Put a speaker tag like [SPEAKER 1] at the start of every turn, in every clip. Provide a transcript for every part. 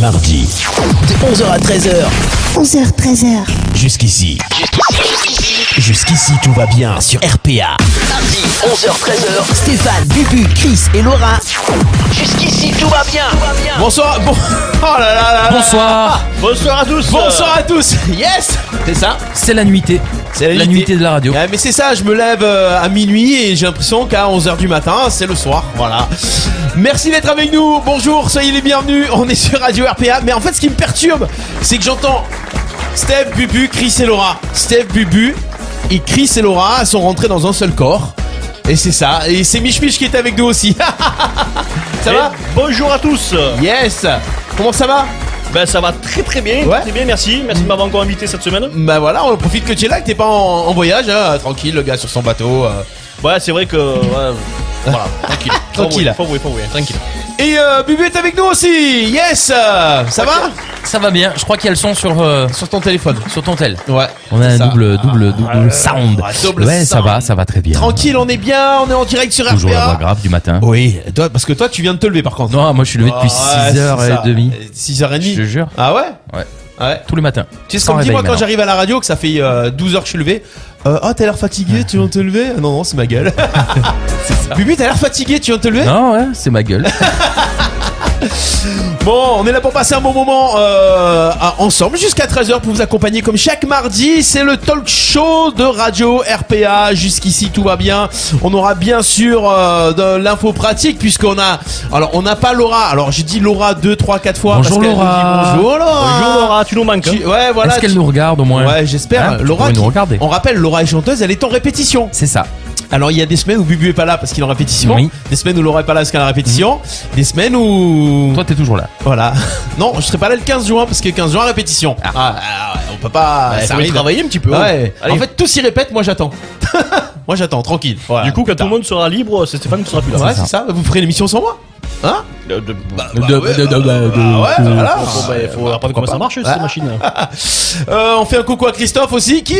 [SPEAKER 1] mardi, de 11h à 13h.
[SPEAKER 2] 11h, 13h.
[SPEAKER 1] Jusqu'ici. Jusqu'ici, tout va bien sur RPA. Mardi, 11h-13h, Stéphane, Bubu, Chris et Laura. Jusqu'ici, tout va bien.
[SPEAKER 3] Bonsoir, bon... oh là là là là.
[SPEAKER 4] Bonsoir,
[SPEAKER 3] bonsoir à tous. Bonsoir à tous. Yes, c'est ça.
[SPEAKER 4] c'est la nuitée.
[SPEAKER 3] C'est la
[SPEAKER 4] la
[SPEAKER 3] nuitée.
[SPEAKER 4] nuitée de la radio.
[SPEAKER 3] Ah, mais c'est ça, je me lève euh, à minuit et j'ai l'impression qu'à 11h du matin, c'est le soir. Voilà. Merci d'être avec nous. Bonjour, soyez les bienvenus. On est sur Radio RPA. Mais en fait, ce qui me perturbe, c'est que j'entends Steph, Bubu, Chris et Laura. Steph, Bubu et Chris et Laura sont rentrés dans un seul corps. Et c'est ça. Et c'est Mich Mich qui est avec nous aussi. ça va
[SPEAKER 5] Bonjour à tous
[SPEAKER 3] Yes. Comment ça va
[SPEAKER 5] Ben ça va très très bien,
[SPEAKER 3] Ouais.
[SPEAKER 5] très bien, merci. Merci de m'avoir encore invité cette semaine.
[SPEAKER 3] Bah voilà, on profite que tu es là, que t'es pas en, en voyage, hein, tranquille, le gars sur son bateau. euh.
[SPEAKER 5] Ouais, c'est vrai que... ouais, voilà, tranquille. Faut
[SPEAKER 3] Tranquille.
[SPEAKER 5] avouer, Faut avouer, faut avouer, tranquille.
[SPEAKER 3] Et euh, Bubu est avec nous aussi, yes, euh, ça va
[SPEAKER 4] Ça va bien, je crois qu'il y a le son sur, euh,
[SPEAKER 3] Sur ton téléphone.
[SPEAKER 4] sur ton tel.
[SPEAKER 3] Ouais.
[SPEAKER 4] On a
[SPEAKER 3] c'est
[SPEAKER 4] un
[SPEAKER 3] ça.
[SPEAKER 4] double, double, double sound.
[SPEAKER 3] ah, double
[SPEAKER 4] ouais, ça
[SPEAKER 3] sound.
[SPEAKER 4] va, ça va très bien.
[SPEAKER 3] Tranquille, on est bien, on est en direct sur
[SPEAKER 4] Toujours la voix
[SPEAKER 3] RPA.
[SPEAKER 4] grave du matin.
[SPEAKER 3] Oui, toi, parce que toi, tu viens de te lever par contre.
[SPEAKER 4] Non, moi je suis levé depuis
[SPEAKER 3] Ah,
[SPEAKER 4] 6h30
[SPEAKER 3] 6h30.
[SPEAKER 4] Je te jure.
[SPEAKER 3] Ah ouais
[SPEAKER 4] Ouais.
[SPEAKER 3] Ouais.
[SPEAKER 4] tous les matins.
[SPEAKER 3] Tu sais ce
[SPEAKER 4] Sans
[SPEAKER 3] qu'on me dit, moi,
[SPEAKER 4] réveil
[SPEAKER 3] quand
[SPEAKER 4] maintenant.
[SPEAKER 3] j'arrive à la radio, que ça fait euh, 12 heures que je suis levé. Euh, oh, t'as l'air fatigué, tu viens de te lever Ah Non, non, c'est ma gueule. Bubu, t'as l'air fatigué, tu viens de te lever
[SPEAKER 4] Non, ouais, c'est ma gueule.
[SPEAKER 3] Bon, on est là pour passer un bon moment euh, à- ensemble jusqu'à 13h pour vous accompagner comme chaque mardi. C'est le talk show de Radio RPA. Jusqu'ici, tout va bien. On aura bien sûr euh, de l'info pratique puisqu'on a... Alors, on n'a pas Laura. Alors, j'ai dit Laura 2, 3, 4 fois.
[SPEAKER 4] Bonjour
[SPEAKER 3] parce qu'elle nous dit
[SPEAKER 4] Laura.
[SPEAKER 3] Bonjour Laura.
[SPEAKER 5] Bonjour Laura, tu nous manques. hein.
[SPEAKER 3] Tu- ouais, voilà.
[SPEAKER 4] Est-ce qu'elle
[SPEAKER 3] tu-
[SPEAKER 4] nous regarde au moins
[SPEAKER 3] Ouais, j'espère.
[SPEAKER 4] Hein, tu
[SPEAKER 3] Laura,
[SPEAKER 4] pourrais nous
[SPEAKER 3] qui-
[SPEAKER 4] regarder.
[SPEAKER 3] on rappelle, Laura est chanteuse, elle est en répétition.
[SPEAKER 4] C'est ça.
[SPEAKER 3] Alors il y a des semaines où Bubu est pas là parce qu'il est en répétition,
[SPEAKER 4] Oui. Mhm.
[SPEAKER 3] des semaines où Laura est pas là parce qu'elle est en répétition, des semaines où
[SPEAKER 4] Toi, t'es toujours là.
[SPEAKER 3] voilà. Non, je serai pas là le 15 juin parce que 15 juin répétition. Ah, ah, ouais, on peut
[SPEAKER 4] Bah,
[SPEAKER 3] pas.
[SPEAKER 5] Ouais,
[SPEAKER 3] ça
[SPEAKER 5] faut
[SPEAKER 3] arrive.
[SPEAKER 5] y travailler un petit peu.
[SPEAKER 3] Ouais.
[SPEAKER 5] Allez.
[SPEAKER 3] hein. En fait, tous s'y répètent, moi j'attends. moi j'attends, tranquille. Voilà.
[SPEAKER 5] du coup, quand
[SPEAKER 3] Putain.
[SPEAKER 5] tout le monde sera libre, c'est Stéphane qui sera plus là.
[SPEAKER 3] Ouais,
[SPEAKER 4] C'est ça.
[SPEAKER 3] c'est ça. Vous ferez l'émission sans moi. Hein
[SPEAKER 5] De- de- bah,
[SPEAKER 4] De- de- de- de-
[SPEAKER 3] Ah ouais,
[SPEAKER 4] de-
[SPEAKER 3] voilà.
[SPEAKER 5] Bon, bah, faut apprendre comment ça marche, ces machines.
[SPEAKER 3] Euh, on fait un coucou à Christophe aussi qui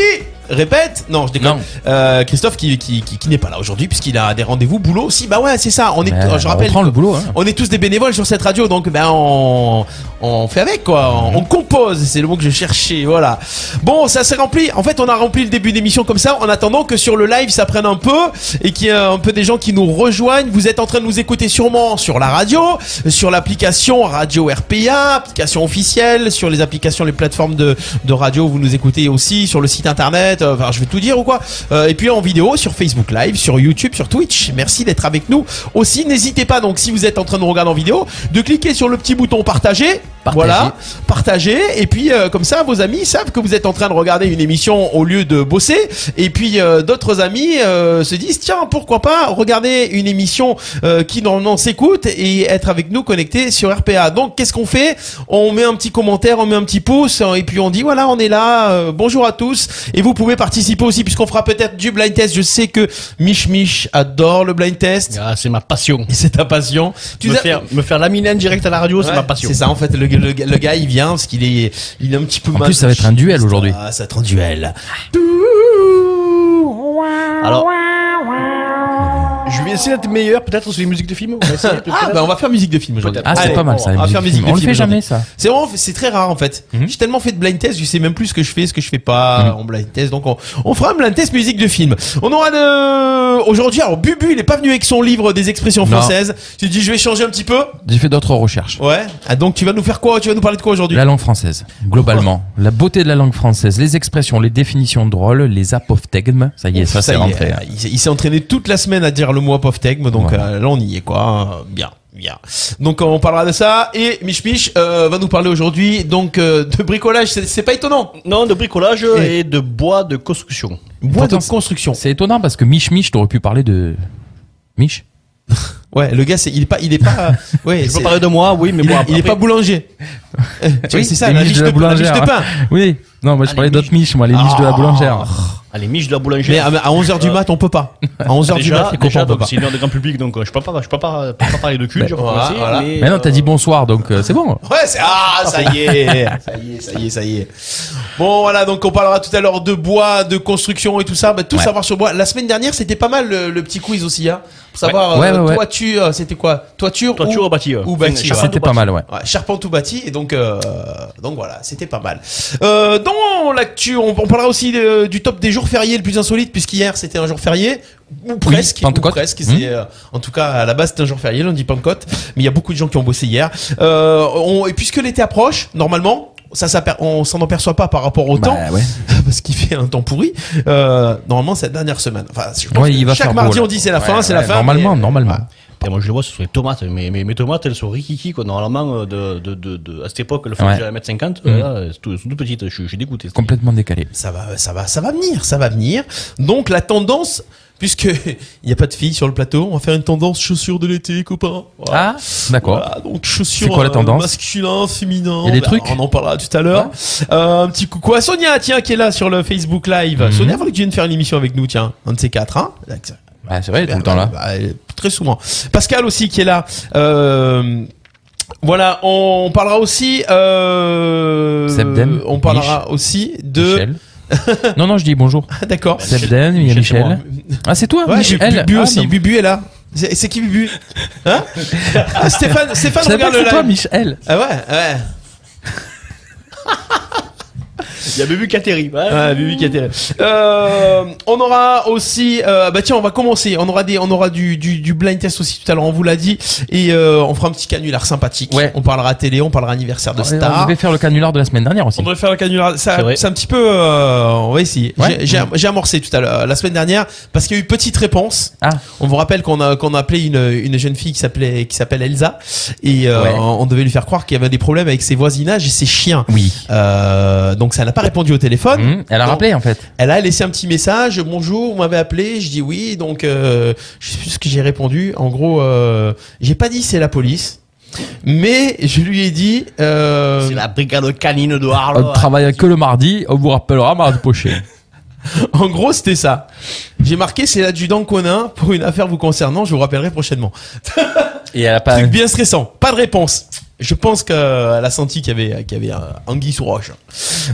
[SPEAKER 3] répète. Non, je déconne.
[SPEAKER 4] Non.
[SPEAKER 3] Euh, Christophe qui, qui, qui, qui n'est pas là aujourd'hui puisqu'il a des rendez-vous boulot. Si, bah ouais, c'est ça. On est,
[SPEAKER 4] Mais,
[SPEAKER 3] je rappelle.
[SPEAKER 4] On prend le boulot. hein.
[SPEAKER 3] On est tous des bénévoles sur cette radio, donc ben on, on fait avec quoi,
[SPEAKER 4] Mhm.
[SPEAKER 3] on, on compose, c'est le mot que je cherchais, voilà. Bon, ça s'est rempli, en fait on a rempli le début d'émission comme ça, en attendant que sur le live ça prenne un peu, et qu'il y ait un peu des gens qui nous rejoignent. Vous êtes en train de nous écouter sûrement sur la radio, sur l'application Radio RPA, application officielle, sur les applications, les plateformes de, de radio, vous nous écoutez aussi, sur le site internet, euh, enfin je vais tout dire ou quoi, Euh, et puis en vidéo sur Facebook Live, sur YouTube, sur Twitch. Merci d'être avec nous aussi. N'hésitez pas, donc si vous êtes en train de nous regarder en vidéo, de cliquer sur le petit bouton partager.
[SPEAKER 4] Partager.
[SPEAKER 3] Voilà, partager et puis euh, comme ça vos amis savent que vous êtes en train de regarder une émission au lieu de bosser et puis euh, d'autres amis euh, se disent tiens pourquoi pas regarder une émission euh, qui normalement s'écoute et être avec nous connectés sur RPA. Donc qu'est-ce qu'on fait On met un petit commentaire, on met un petit pouce hein, et puis on dit voilà on est là, euh, bonjour à tous et vous pouvez participer aussi puisqu'on fera peut-être du blind test. Je sais que Mich Mich adore le blind test.
[SPEAKER 5] Ah, c'est ma passion.
[SPEAKER 3] Et c'est ta passion. Tu
[SPEAKER 5] me,
[SPEAKER 3] as-
[SPEAKER 5] faire, me faire laminer en direct à la radio, c'est
[SPEAKER 3] Ouais,
[SPEAKER 5] ma passion.
[SPEAKER 3] C'est ça, en fait, le, le- le gars, il vient parce qu'il est, il est un petit peu.
[SPEAKER 4] En plus, ça va être un duel aujourd'hui.
[SPEAKER 3] Ah, ça va être un duel.
[SPEAKER 5] Alors, je vais essayer d'être meilleur, peut-être, sur les musiques de films. On va essayer,
[SPEAKER 3] Ah,
[SPEAKER 5] peut-être.
[SPEAKER 3] bah on va faire musique de film aujourd'hui.
[SPEAKER 5] Peut-être.
[SPEAKER 4] Ah, c'est
[SPEAKER 3] Allez,
[SPEAKER 4] pas mal ça.
[SPEAKER 3] On
[SPEAKER 4] la
[SPEAKER 3] va faire musique
[SPEAKER 4] musique.
[SPEAKER 3] de
[SPEAKER 4] On le
[SPEAKER 3] film
[SPEAKER 4] fait jamais
[SPEAKER 3] aujourd'hui.
[SPEAKER 4] ça.
[SPEAKER 3] C'est vraiment, c'est très rare en fait.
[SPEAKER 4] Mhm.
[SPEAKER 3] J'ai tellement fait de blind test, je sais même plus ce que je fais, ce que je fais pas en blind test. Donc on, on fera un blind test musique de film. On aura de... aujourd'hui. Alors Bubu, il est pas venu avec son livre des expressions
[SPEAKER 4] Non.
[SPEAKER 3] françaises. Tu dis, je vais changer un petit peu.
[SPEAKER 4] J'ai fait d'autres recherches.
[SPEAKER 3] Ouais. Ah, donc tu vas nous faire quoi Tu vas nous parler de quoi aujourd'hui
[SPEAKER 4] La langue française, globalement. La beauté de la langue française, les expressions, les définitions drôles, les apophthegmes. Ça y est, ça,
[SPEAKER 3] Ça
[SPEAKER 4] c'est
[SPEAKER 3] y est,
[SPEAKER 4] rentré. hein.
[SPEAKER 3] euh, Il, s'est- il s'est entraîné toute la semaine à dire le mot apophthegme, donc
[SPEAKER 4] Voilà.
[SPEAKER 3] euh, là on y est quoi. Euh, Bien, bien. Donc euh, on parlera de ça et Mich Mich euh, va nous parler aujourd'hui donc euh, de bricolage. C'est c'est pas étonnant.
[SPEAKER 5] Non, de bricolage
[SPEAKER 3] Et-
[SPEAKER 5] et, de bois de construction.
[SPEAKER 3] Bois de
[SPEAKER 4] Pourtant, c'est-
[SPEAKER 3] construction.
[SPEAKER 4] C'est étonnant parce que Mich Mich, t'aurais pu parler de. Mich
[SPEAKER 3] Ouais, le gars, c'est il est pas, il est pas. ouais,
[SPEAKER 5] Je
[SPEAKER 3] c'est-
[SPEAKER 5] peux parler de moi, oui, mais
[SPEAKER 3] il,
[SPEAKER 5] bon,
[SPEAKER 3] est-
[SPEAKER 5] après-
[SPEAKER 3] il est pas boulanger. Euh, tu vois, c'est ça,
[SPEAKER 4] les
[SPEAKER 3] la
[SPEAKER 4] miches
[SPEAKER 3] miche de,
[SPEAKER 4] de la
[SPEAKER 3] la miche de
[SPEAKER 4] boulangère. hein.
[SPEAKER 3] pain.
[SPEAKER 4] Oui, non, moi je
[SPEAKER 5] Ah,
[SPEAKER 4] parlais
[SPEAKER 5] les
[SPEAKER 4] d'autres Mich, moi, les Mich de la
[SPEAKER 3] Ah.
[SPEAKER 4] boulangère.
[SPEAKER 5] Allez, miche de la
[SPEAKER 3] Mais
[SPEAKER 5] boulangerie.
[SPEAKER 3] à, 11h
[SPEAKER 5] Ah.
[SPEAKER 3] du mat, on peut pas. À 11h du mat,
[SPEAKER 5] déjà,
[SPEAKER 3] les copains,
[SPEAKER 5] déjà,
[SPEAKER 3] on peut
[SPEAKER 5] donc
[SPEAKER 3] pas.
[SPEAKER 5] c'est une heure de grand public, donc euh, je peux pas, je peux pas, je peux pas parler de cul, déjà, pour
[SPEAKER 3] Ben, voilà,
[SPEAKER 5] commencer,
[SPEAKER 3] voilà.
[SPEAKER 5] mais,
[SPEAKER 4] Mais non, t'as
[SPEAKER 5] euh,
[SPEAKER 4] dit bonsoir, donc euh, c'est bon.
[SPEAKER 3] Ouais, c'est... Ah, ça y est Ça y est, ça y est, ça y est. Bon, voilà, donc on parlera tout à l'heure de bois, de construction et tout ça. Bah, tout
[SPEAKER 4] Ouais.
[SPEAKER 3] savoir sur bois. La semaine dernière, c'était pas mal le, le petit quiz aussi, hein. Pour savoir,
[SPEAKER 4] Ouais,
[SPEAKER 3] euh,
[SPEAKER 4] ouais, ouais.
[SPEAKER 3] toiture, euh, c'était quoi Toiture,
[SPEAKER 5] Toiture
[SPEAKER 3] ou...
[SPEAKER 5] ou bâti, euh.
[SPEAKER 3] ou bâti,
[SPEAKER 5] Charpente
[SPEAKER 3] ouais.
[SPEAKER 4] C'était pas mal, ouais.
[SPEAKER 3] Ouais, charpente ou bâti, et donc euh, donc voilà, c'était pas mal. Euh, dans l'actu, on, on parlera aussi de- du top des jours fériés le plus insolite, puisqu'hier c'était un jour férié ou presque, ou
[SPEAKER 4] Pentecôte.
[SPEAKER 3] presque.
[SPEAKER 4] Mmh.
[SPEAKER 3] c'est, euh, en tout cas, à la base c'était un jour férié, lundi Pentecôte, mais il y a beaucoup de gens qui ont bossé hier. Euh, on- et puisque l'été approche, normalement. Ça, s'aper- on s'en aperçoit pas par rapport au temps
[SPEAKER 4] Bah, ouais.
[SPEAKER 3] parce qu'il fait un temps pourri. Euh, normalement, cette dernière semaine. Enfin, je pense
[SPEAKER 4] Ouais,
[SPEAKER 3] que
[SPEAKER 4] il va
[SPEAKER 3] chaque
[SPEAKER 4] faire
[SPEAKER 3] mardi
[SPEAKER 4] beau, là.
[SPEAKER 3] on dit c'est la
[SPEAKER 4] Ouais,
[SPEAKER 3] fin, c'est la
[SPEAKER 4] ouais,
[SPEAKER 3] fin.
[SPEAKER 4] Normalement,
[SPEAKER 3] mais-
[SPEAKER 4] normalement.
[SPEAKER 5] Et moi, je le vois, ce sont les tomates. Mes, mes, mes tomates, elles sont rikiki, quoi. Normalement, euh, de, de, de, de- à cette époque, elles font
[SPEAKER 4] Ouais.
[SPEAKER 5] déjà 1m50.
[SPEAKER 3] Mhm.
[SPEAKER 5] euh, Là, elles sont toutes- elles sont toutes petites. Je suis je suis dégoûté.
[SPEAKER 4] Complètement décalé.
[SPEAKER 3] ça va, ça va, ça va venir, ça va venir. Donc la tendance, puisque il n'y a pas de filles sur le plateau, on va faire une tendance chaussures de l'été, copains. Voilà.
[SPEAKER 4] Ah, d'accord.
[SPEAKER 3] Voilà, donc chaussures
[SPEAKER 4] C'est quoi la
[SPEAKER 3] euh,
[SPEAKER 4] tendance
[SPEAKER 3] masculin, féminin. Bah,
[SPEAKER 4] Y a des trucs
[SPEAKER 3] On en parlera tout à l'heure. Euh, un petit coucou à Sonia, tiens, qui est là sur le Facebook Live.
[SPEAKER 4] Mhm.
[SPEAKER 3] Sonia, il que tu viennes faire une émission avec nous, tiens. Un de ces quatre, hein.
[SPEAKER 4] Ah, c'est vrai, il est tout le temps là.
[SPEAKER 3] Bah, euh, très souvent. Pascal aussi qui est là. Euh, voilà, on parlera aussi. Euh,
[SPEAKER 4] Sebden,
[SPEAKER 3] on parlera aussi de.
[SPEAKER 4] Michel. non, non, je dis bonjour.
[SPEAKER 3] Ah, D'accord.
[SPEAKER 4] Sebden, il y a
[SPEAKER 5] Michel, c'est
[SPEAKER 4] Michel. Ah, c'est toi,
[SPEAKER 3] Ouais,
[SPEAKER 4] Michel.
[SPEAKER 3] Bubu
[SPEAKER 4] Ah,
[SPEAKER 3] aussi.
[SPEAKER 4] non.
[SPEAKER 3] Bubu est là. C'est c'est qui Bubu Hein Ah, Stéphane,
[SPEAKER 4] Je
[SPEAKER 3] Stéphane
[SPEAKER 4] savais pas
[SPEAKER 3] regarde
[SPEAKER 4] que
[SPEAKER 3] le
[SPEAKER 4] c'est toi,
[SPEAKER 3] live.
[SPEAKER 4] Michel.
[SPEAKER 3] ah ouais, ouais.
[SPEAKER 5] Il y a Bébu Kateri.
[SPEAKER 3] Ouais, Bubu qui était là. Euh, on aura aussi, euh, bah tiens, on va commencer. On aura des, on aura du, du, du blind test aussi tout à l'heure. On vous l'a dit et euh, on fera un petit canular sympathique.
[SPEAKER 4] Ouais.
[SPEAKER 3] On parlera télé, on parlera anniversaire de
[SPEAKER 4] On
[SPEAKER 3] star.
[SPEAKER 4] devait faire le canular de la semaine dernière aussi.
[SPEAKER 3] On devrait faire le canular. Ça-
[SPEAKER 5] C'est vrai.
[SPEAKER 3] C'est un petit peu. euh, on va essayer.
[SPEAKER 4] Ouais.
[SPEAKER 3] J'ai- J'ai am- j'ai amorcé tout à l'heure la semaine dernière parce qu'il y a eu petite réponse.
[SPEAKER 4] Ah,
[SPEAKER 3] On vous rappelle qu'on a qu'on a appelé une, une jeune fille qui s'appelait qui s'appelle Elsa et euh,
[SPEAKER 4] Ouais.
[SPEAKER 3] on, on devait lui faire croire qu'il y avait des problèmes avec ses voisinages et ses chiens.
[SPEAKER 4] oui.
[SPEAKER 3] Euh, donc ça n'a pas répondu au téléphone.
[SPEAKER 4] Mmh, Elle a
[SPEAKER 3] Non.
[SPEAKER 4] rappelé en fait.
[SPEAKER 3] Elle a laissé un petit message. Bonjour, vous m'avez appelé. Je dis oui. Donc euh, je sais plus ce que j'ai répondu. En gros, euh, j'ai pas dit c'est la police, mais je lui ai dit. Euh,
[SPEAKER 5] C'est la brigade canine de
[SPEAKER 4] On
[SPEAKER 5] Harlow.
[SPEAKER 4] ne travaille que le mardi. On vous rappellera mardi prochain.
[SPEAKER 3] En gros, c'était ça. J'ai marqué c'est l'adjudant Conin pour une affaire vous concernant. Je vous rappellerai prochainement.
[SPEAKER 4] Et elle a pas.
[SPEAKER 3] Truc bien stressant. Pas de réponse. Je pense qu'elle a senti qu'il y avait, qu'il y avait un anguille sous roche.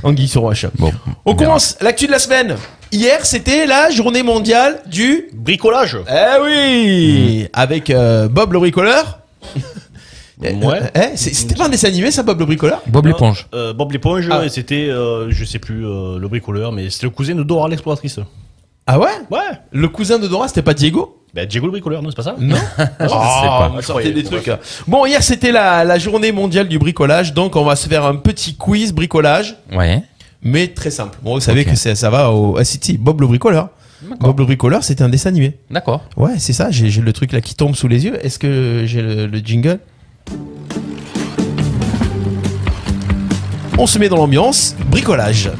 [SPEAKER 3] Anguille sous roche.
[SPEAKER 4] Bon.
[SPEAKER 3] On
[SPEAKER 4] verra.
[SPEAKER 3] commence l'actu de la semaine. Hier, c'était la journée mondiale du.
[SPEAKER 5] Bricolage.
[SPEAKER 3] Eh oui
[SPEAKER 4] Hmm.
[SPEAKER 3] Avec euh, Bob le bricoleur. Eh,
[SPEAKER 5] Ouais.
[SPEAKER 3] eh, c'est- c'était pas un dessin animé, ça, Bob le bricoleur
[SPEAKER 4] Bob l'éponge.
[SPEAKER 5] Euh, Bob l'éponge,
[SPEAKER 3] Ah.
[SPEAKER 5] et c'était, euh, je sais plus, euh, le bricoleur, mais c'était le cousin de Dora l'exploratrice.
[SPEAKER 3] Ah ouais
[SPEAKER 5] Ouais.
[SPEAKER 3] Le cousin de Dora, c'était pas Diego
[SPEAKER 5] Bah, Diego le bricoleur, non, c'est pas ça Ah,
[SPEAKER 3] Non
[SPEAKER 4] Je sais pas.
[SPEAKER 3] on sortait des trucs. Bon, hier, c'était la, la journée mondiale du bricolage, donc on va se faire un petit quiz bricolage.
[SPEAKER 4] Ouais.
[SPEAKER 3] mais très simple. Bon, vous savez
[SPEAKER 4] Ok.
[SPEAKER 3] que c'est- ça va au à City. Bob le bricoleur. Bob le bricoleur, c'était un dessin animé.
[SPEAKER 4] D'accord.
[SPEAKER 3] Ouais, c'est ça. J'ai j'ai le truc là qui tombe sous les yeux. Est-ce que j'ai le, le jingle On se met dans l'ambiance bricolage.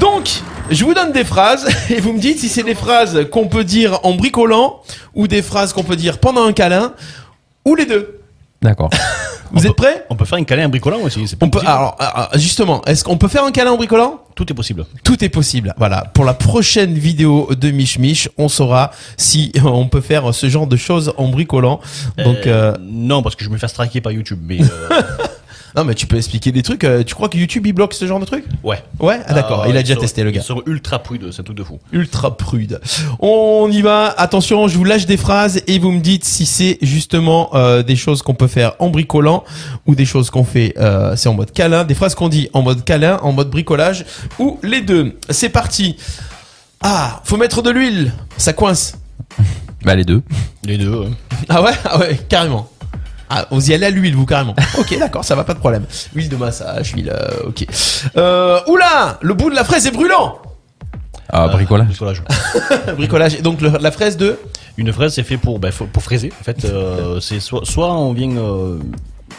[SPEAKER 3] Donc, je vous donne des phrases et vous me dites si c'est des phrases qu'on peut dire en bricolant ou des phrases qu'on peut dire pendant un câlin ou les deux.
[SPEAKER 4] D'accord.
[SPEAKER 3] Vous
[SPEAKER 5] On
[SPEAKER 3] êtes prêts
[SPEAKER 5] On peut faire un câlin un bricolant aussi. c'est pas
[SPEAKER 3] On peut
[SPEAKER 5] possible.
[SPEAKER 3] alors alors, justement, est-ce qu'on peut faire un câlin en bricolant
[SPEAKER 5] Tout est possible.
[SPEAKER 3] Tout est possible. Voilà. Pour la prochaine vidéo de Mich Mich, on saura si on peut faire ce genre de choses en bricolant. Donc, euh,
[SPEAKER 5] Non, parce que je me fais traquer par YouTube, mais euh,
[SPEAKER 3] non, mais tu peux expliquer des trucs. euh, Tu crois que YouTube, il bloque ce genre de trucs
[SPEAKER 5] ouais.
[SPEAKER 3] Ouais, ah, d'accord.
[SPEAKER 5] Ah, ouais,
[SPEAKER 3] il a déjà
[SPEAKER 5] sont-
[SPEAKER 3] testé, le gars.
[SPEAKER 5] Ils sont ultra prudents, c'est tout de fou.
[SPEAKER 3] Ultra prude. On y va. Attention, je vous lâche des phrases et vous me dites si c'est justement euh, des choses qu'on peut faire en bricolant ou des choses qu'on fait, euh, c'est en mode câlin, des phrases qu'on dit en mode câlin, en mode bricolage ou les deux. C'est parti. Ah, faut mettre de l'huile. Ça coince.
[SPEAKER 4] Bah les deux.
[SPEAKER 5] Les deux. hein.
[SPEAKER 3] Ah ouais, ah ouais, carrément. Ah, vous y allez à l'huile, vous, carrément. Ok, d'accord, ça va, pas de problème. Huile de massage, huile, euh, ok. Euh, oula, le bout de la fraise est brûlant. Euh,
[SPEAKER 4] Ah bricolage.
[SPEAKER 5] Bricolage.
[SPEAKER 3] Bricolage, et donc le- la fraise de...
[SPEAKER 5] Une fraise, c'est fait pour, ben, faut- pour fraiser. En fait, Euh, c'est soit, soit on vient euh,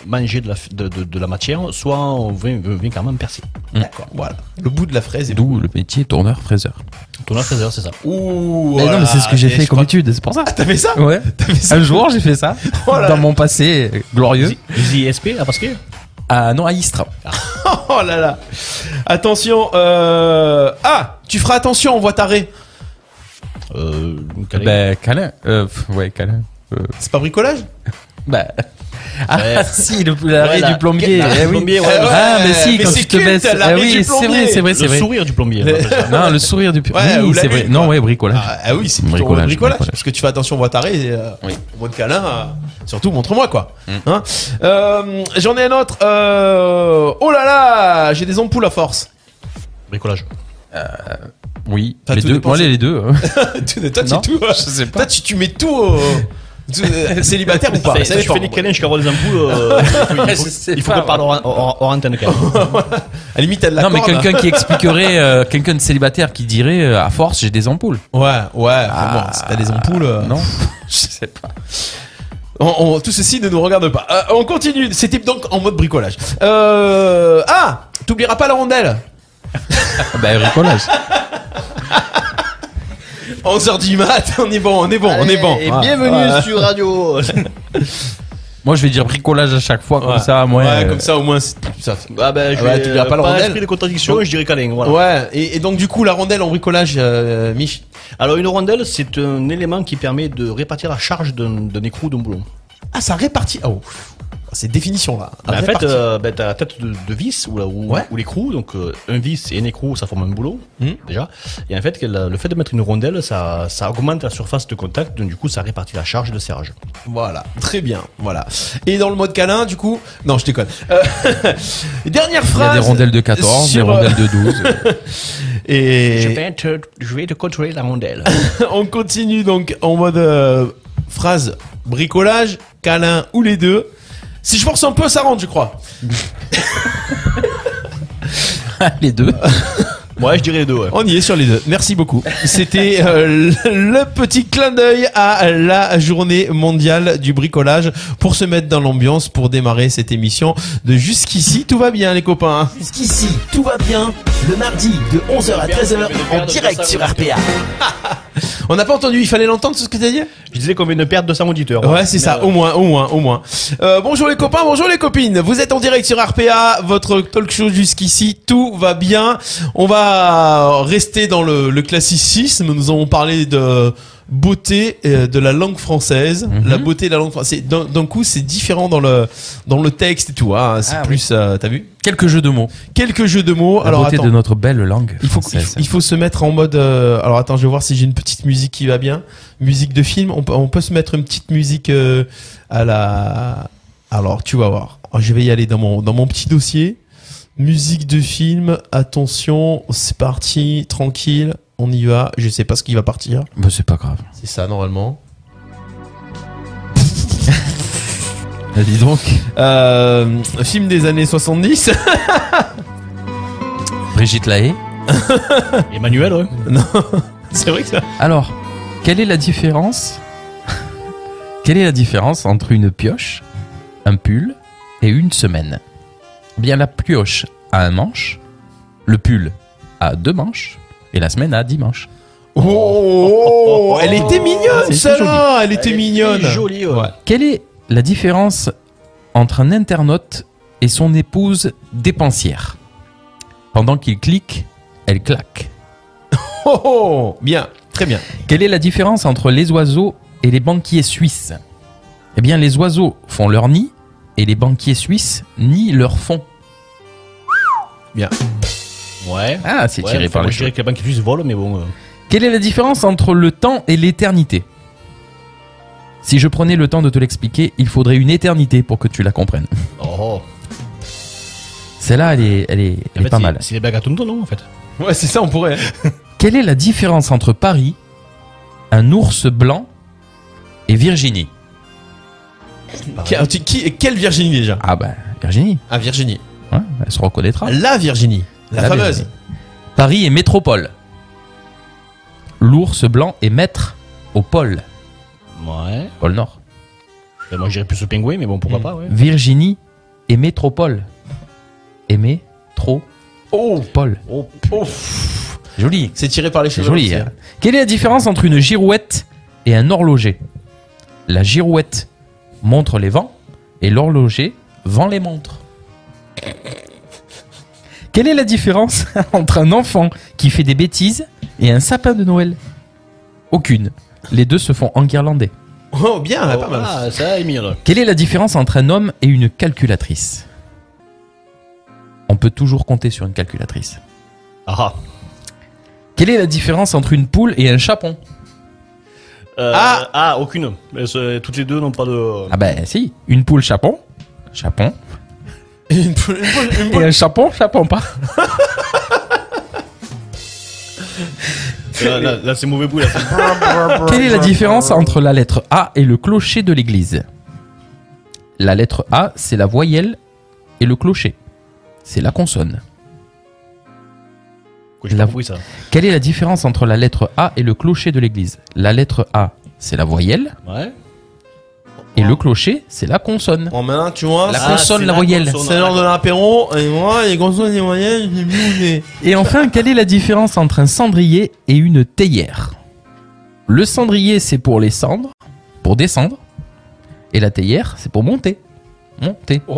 [SPEAKER 5] manger de la, f- de, de- de la matière, soit on vient, on vient quand même percer.
[SPEAKER 3] D'accord, voilà. Le bout de la fraise est...
[SPEAKER 4] Mm. D'où le métier tourneur fraiseur.
[SPEAKER 5] Tourneur fraiseur, c'est ça.
[SPEAKER 3] Ouh,
[SPEAKER 4] Mais Eh non
[SPEAKER 3] voilà,
[SPEAKER 4] mais c'est ce que j'ai
[SPEAKER 3] et
[SPEAKER 4] fait
[SPEAKER 3] je
[SPEAKER 4] comme
[SPEAKER 3] crois-
[SPEAKER 4] étude, c'est pour ça.
[SPEAKER 3] Ah, t'as fait ça
[SPEAKER 4] Ouais.
[SPEAKER 3] T'as fait ça
[SPEAKER 4] Un jour j'ai fait ça
[SPEAKER 3] Oh là là.
[SPEAKER 4] dans mon passé Ah, euh, glorieux
[SPEAKER 5] Les ISP, à Pasquier
[SPEAKER 4] à non à Istres.
[SPEAKER 3] Oh là là Attention, euh... Ah, tu feras attention, on voit taré.
[SPEAKER 5] Euh, calé.
[SPEAKER 4] Ben, câlin. Euh, pff, ouais, câlin. Euh,
[SPEAKER 3] C'est pas bricolage
[SPEAKER 4] bah. Ah
[SPEAKER 5] Ouais.
[SPEAKER 4] si, le,
[SPEAKER 5] Ouais,
[SPEAKER 4] la raie
[SPEAKER 5] la-
[SPEAKER 4] du plombier.
[SPEAKER 5] la raie
[SPEAKER 4] eh
[SPEAKER 5] du
[SPEAKER 4] oui.
[SPEAKER 5] plombier, ouais.
[SPEAKER 4] Ah,
[SPEAKER 3] Ouais,
[SPEAKER 4] mais si,
[SPEAKER 3] mais
[SPEAKER 4] quand
[SPEAKER 3] c'est
[SPEAKER 4] tu te
[SPEAKER 3] culte,
[SPEAKER 4] baisses.
[SPEAKER 3] la
[SPEAKER 4] Ah
[SPEAKER 3] raie du
[SPEAKER 4] oui, c'est
[SPEAKER 3] plombier.
[SPEAKER 4] vrai, c'est vrai, c'est
[SPEAKER 5] le
[SPEAKER 4] vrai.
[SPEAKER 5] sourire du plombier.
[SPEAKER 3] Le-
[SPEAKER 5] on appelle ça.
[SPEAKER 4] Non, le sourire du plombier.
[SPEAKER 3] Ouais, ou
[SPEAKER 4] oui,
[SPEAKER 3] la
[SPEAKER 4] c'est
[SPEAKER 3] lune,
[SPEAKER 4] vrai. Non,
[SPEAKER 3] quoi.
[SPEAKER 4] ouais, bricolage.
[SPEAKER 3] Ah, ah oui, c'est plutôt bricolage, bricolage,
[SPEAKER 4] Bricolage, bricolage.
[SPEAKER 3] parce que tu fais attention au taré. Et, euh,
[SPEAKER 4] Oui.
[SPEAKER 3] Au moins de câlin, euh, surtout montre-moi quoi.
[SPEAKER 5] Mm.
[SPEAKER 3] Hein Euh, J'en ai un autre. euh, Oh là là, j'ai des ampoules à force.
[SPEAKER 5] Bricolage.
[SPEAKER 3] Euh,
[SPEAKER 4] Oui,
[SPEAKER 3] T'as
[SPEAKER 4] les
[SPEAKER 3] tout
[SPEAKER 4] deux.
[SPEAKER 3] dépensé.
[SPEAKER 4] Moi, les les deux. hein.
[SPEAKER 3] Toi, tu
[SPEAKER 4] Non,
[SPEAKER 3] tout. euh, Toi, tu, tu mets tout. au- tout, euh, célibataire ou pas
[SPEAKER 5] Enfin,
[SPEAKER 3] Ça
[SPEAKER 5] si tu
[SPEAKER 3] dépend.
[SPEAKER 5] fais des câlins jusqu'à avoir des ampoules, euh, il faut,
[SPEAKER 4] Je
[SPEAKER 5] il faut-
[SPEAKER 4] sais
[SPEAKER 5] il faut
[SPEAKER 4] pas,
[SPEAKER 5] qu'on parle hors, hors- hors antenne quand même.
[SPEAKER 3] À la limite, elle hein. la
[SPEAKER 4] Non, mais
[SPEAKER 3] corde,
[SPEAKER 4] quelqu'un qui expliquerait, euh, quelqu'un de célibataire qui dirait, euh, à force, j'ai des ampoules.
[SPEAKER 3] hein. Ouais, ouais. enfin bon, si t'as des ampoules. euh,
[SPEAKER 4] Non, je sais pas.
[SPEAKER 3] On- on- tout ceci ne nous regarde pas. Euh, on continue. C'était donc en mode bricolage. Euh, ah, t'oublieras pas la rondelle.
[SPEAKER 4] Bah, bricolage.
[SPEAKER 3] 11h du mat, on est bon, on est bon, on est bon.
[SPEAKER 5] Et
[SPEAKER 4] Ouais.
[SPEAKER 5] bienvenue sur Radio.
[SPEAKER 4] Moi, je vais dire bricolage à chaque fois,
[SPEAKER 3] Ouais.
[SPEAKER 4] comme ça, moi.
[SPEAKER 3] Ouais,
[SPEAKER 4] euh,
[SPEAKER 3] comme ça au moins. c'est- ça-
[SPEAKER 5] ah ben, je
[SPEAKER 3] Ah ouais,
[SPEAKER 5] vais,
[SPEAKER 3] tu verras
[SPEAKER 5] euh,
[SPEAKER 3] pas le rondel.
[SPEAKER 5] esprit de contradiction, je dirais câlin. Voilà.
[SPEAKER 3] Ouais. Et, et donc du coup la rondelle en bricolage, euh, Mich.
[SPEAKER 5] Alors une rondelle, c'est un élément qui permet de répartir la charge d'un d'un écrou ou d'un boulon.
[SPEAKER 3] Ah, ça répartit. Ah, oh. C'est définition là.
[SPEAKER 5] Bah, en fait,
[SPEAKER 3] Répartit.
[SPEAKER 5] euh, bah, t'as la tête de, de vis ou, la- ou,
[SPEAKER 3] Ouais.
[SPEAKER 5] ou l'écrou, donc euh, un vis et un écrou, ça forme un boulot
[SPEAKER 3] Mhm.
[SPEAKER 5] déjà. Et en fait, que la- le fait de mettre une rondelle, ça, ça augmente la surface de contact, donc du coup, ça répartit la charge de serrage.
[SPEAKER 3] Voilà, très bien. Voilà. Et dans le mode câlin, du coup, non, je déconne. Euh, Dernière
[SPEAKER 4] Il y a
[SPEAKER 3] phrase.
[SPEAKER 4] des rondelles de 14, des
[SPEAKER 3] sur, euh,
[SPEAKER 4] rondelles de 12.
[SPEAKER 3] Et
[SPEAKER 5] te, je vais te contrôler la rondelle.
[SPEAKER 3] on continue donc en mode euh, phrase bricolage, câlin ou les deux. Si je force un peu, ça rentre, je crois.
[SPEAKER 4] les deux.
[SPEAKER 5] ouais, je dirais les deux. Ouais.
[SPEAKER 3] On y est sur les deux. Merci beaucoup. C'était euh, le le petit clin d'œil à la journée mondiale du bricolage pour se mettre dans l'ambiance pour démarrer cette émission de jusqu'ici tout va bien les copains.
[SPEAKER 1] Jusqu'ici, tout va bien. Le mardi de 11h à 13h en direct sur RPA.
[SPEAKER 3] On n'a pas entendu, il fallait l'entendre ce que t'as dit
[SPEAKER 5] Je disais qu'on vient de perdre 200 auditeurs.
[SPEAKER 3] Ouais, c'est
[SPEAKER 4] euh,
[SPEAKER 3] ça, au moins, au moins, au moins. Euh, bonjour les copains, bonjour les copines. Vous êtes en direct sur RPA, votre talk show jusqu'ici, tout va bien. On va rester dans le, le classicisme. Nous avons parlé de beauté euh, de la langue française,
[SPEAKER 4] Mhm.
[SPEAKER 3] la beauté de la langue française. D'un d'un coup, c'est différent dans le dans le texte et tout. Hein. C'est
[SPEAKER 4] Ah oui.
[SPEAKER 3] plus, euh, t'as vu
[SPEAKER 4] Quelques jeux de mots.
[SPEAKER 3] Quelques jeux de mots.
[SPEAKER 4] La
[SPEAKER 3] Alors
[SPEAKER 4] beauté
[SPEAKER 3] attends.
[SPEAKER 4] de notre belle langue.
[SPEAKER 3] Il faut, il,
[SPEAKER 4] française.
[SPEAKER 3] faut, il faut se mettre en mode. euh, alors attends, je vais voir si j'ai une petite musique qui va bien. Musique de film. On peut, on peut se mettre une petite musique euh, à la. Alors tu vas voir. Alors, je vais y aller dans mon dans mon petit dossier. Musique de film. Attention, c'est parti. Tranquille, on y va. Je sais pas ce qui va partir.
[SPEAKER 4] Bah, c'est pas grave.
[SPEAKER 3] C'est ça normalement.
[SPEAKER 4] Ah, Dis donc,
[SPEAKER 3] Euh, film des années 70.
[SPEAKER 4] Brigitte Lahaye.
[SPEAKER 5] Emmanuel, ouais.
[SPEAKER 3] c'est vrai que ça.
[SPEAKER 4] Alors, quelle est la différence Quelle est la différence entre une pioche, un pull et une semaine Eh Bien, la pioche a un manche, le pull a deux manches et la semaine a dix manches.
[SPEAKER 3] Oh,
[SPEAKER 5] oh, oh.
[SPEAKER 3] elle était mignonne
[SPEAKER 4] C'est
[SPEAKER 3] celle-là. Elle était
[SPEAKER 5] Elle est
[SPEAKER 3] mignonne.
[SPEAKER 5] Jolie, ouais.
[SPEAKER 3] Ouais.
[SPEAKER 4] Quelle est la différence entre un internaute et son épouse dépensière Pendant qu'il clique, elle claque.
[SPEAKER 3] Oh, oh, bien, très bien.
[SPEAKER 4] Quelle est la différence entre les oiseaux et les banquiers suisses Eh bien, les oiseaux font leur nid et les banquiers suisses nient leur fond.
[SPEAKER 5] Ouais.
[SPEAKER 4] Ah, c'est
[SPEAKER 5] Ouais,
[SPEAKER 4] tiré
[SPEAKER 5] enfin,
[SPEAKER 4] par
[SPEAKER 5] moi,
[SPEAKER 4] les
[SPEAKER 5] je dirais
[SPEAKER 4] cheveux.
[SPEAKER 5] que la banque suisse vole, mais bon. euh,
[SPEAKER 4] Quelle est la différence entre le temps et l'éternité Si je prenais le temps de te l'expliquer, il faudrait une éternité pour que tu la comprennes.
[SPEAKER 5] Oh.
[SPEAKER 4] Celle-là, elle est, elle est,
[SPEAKER 5] En
[SPEAKER 4] elle est
[SPEAKER 5] fait,
[SPEAKER 4] pas
[SPEAKER 5] c'est-
[SPEAKER 4] mal.
[SPEAKER 5] C'est des blagues à tonton, non, en fait
[SPEAKER 3] Ouais, c'est ça, on pourrait. hein.
[SPEAKER 4] Quelle est la différence entre Paris, un ours blanc et Virginie
[SPEAKER 3] Qui- alors, tu- qui- quelle Virginie déjà
[SPEAKER 4] Ah bah, Virginie,
[SPEAKER 3] Ah Virginie.
[SPEAKER 4] hein, elle se reconnaîtra.
[SPEAKER 3] La Virginie. La,
[SPEAKER 4] La
[SPEAKER 3] fameuse.
[SPEAKER 4] Virginie. Paris est métropole. L'ours blanc est maître au pôle,
[SPEAKER 5] Ouais.
[SPEAKER 4] pôle Nord.
[SPEAKER 5] Ben, moi, je dirais plus le pingouin, mais bon, pourquoi
[SPEAKER 3] Mm.
[SPEAKER 5] pas, ouais.
[SPEAKER 4] Virginie est métropole. Et métropole.
[SPEAKER 3] Oh,
[SPEAKER 5] Oh,
[SPEAKER 3] oh.
[SPEAKER 4] Joli.
[SPEAKER 3] C'est tiré par les
[SPEAKER 4] C'est
[SPEAKER 3] cheveux.
[SPEAKER 4] joli.
[SPEAKER 3] aussi,
[SPEAKER 4] hein. Quelle est la différence entre une girouette et un horloger La girouette montre les vents et l'horloger vend les montres. Quelle est la différence entre un enfant qui fait des bêtises et un sapin de Noël Aucune. Les deux se font enguirlander.
[SPEAKER 3] Oh, bien,
[SPEAKER 5] Ah,
[SPEAKER 3] pas mal.
[SPEAKER 5] ça, Emile.
[SPEAKER 4] Quelle est la différence entre un homme et une calculatrice On peut toujours compter sur une calculatrice.
[SPEAKER 5] Ah.
[SPEAKER 4] Quelle est la différence entre une poule et un chapon
[SPEAKER 5] Euh,
[SPEAKER 3] Ah.
[SPEAKER 5] ah. aucune. Mais c'est- Toutes les deux n'ont pas de.
[SPEAKER 4] Ah ben si, une poule chapon, chapon,
[SPEAKER 3] Une poule- une poule- une
[SPEAKER 4] et
[SPEAKER 3] poule-
[SPEAKER 4] un chapon, chapon pas.
[SPEAKER 5] Là, là- là, c'est mauvais bout. Là.
[SPEAKER 4] Quelle est la différence entre la lettre A et le clocher de l'église La lettre A, c'est la voyelle et le clocher, c'est la consonne.
[SPEAKER 5] J'ai
[SPEAKER 4] La-
[SPEAKER 5] pas compris ça.
[SPEAKER 4] Quelle est la différence entre la lettre A et le clocher de l'église La lettre A, c'est la voyelle
[SPEAKER 5] Ouais.
[SPEAKER 4] et le clocher, c'est la consonne.
[SPEAKER 3] En main, tu vois,
[SPEAKER 4] La
[SPEAKER 3] c'est-
[SPEAKER 5] Ah,
[SPEAKER 4] consonne,
[SPEAKER 5] c'est
[SPEAKER 4] la
[SPEAKER 5] la
[SPEAKER 4] voyelle.
[SPEAKER 5] consonne.
[SPEAKER 3] c'est l'heure de l'apéro, et moi, les consonnes et moyennes, j'ai mis au nez.
[SPEAKER 4] Et enfin, quelle est la différence entre un cendrier et une théière Le cendrier, c'est pour les cendres, pour descendre, et la théière, c'est pour monter. Monter. Monter.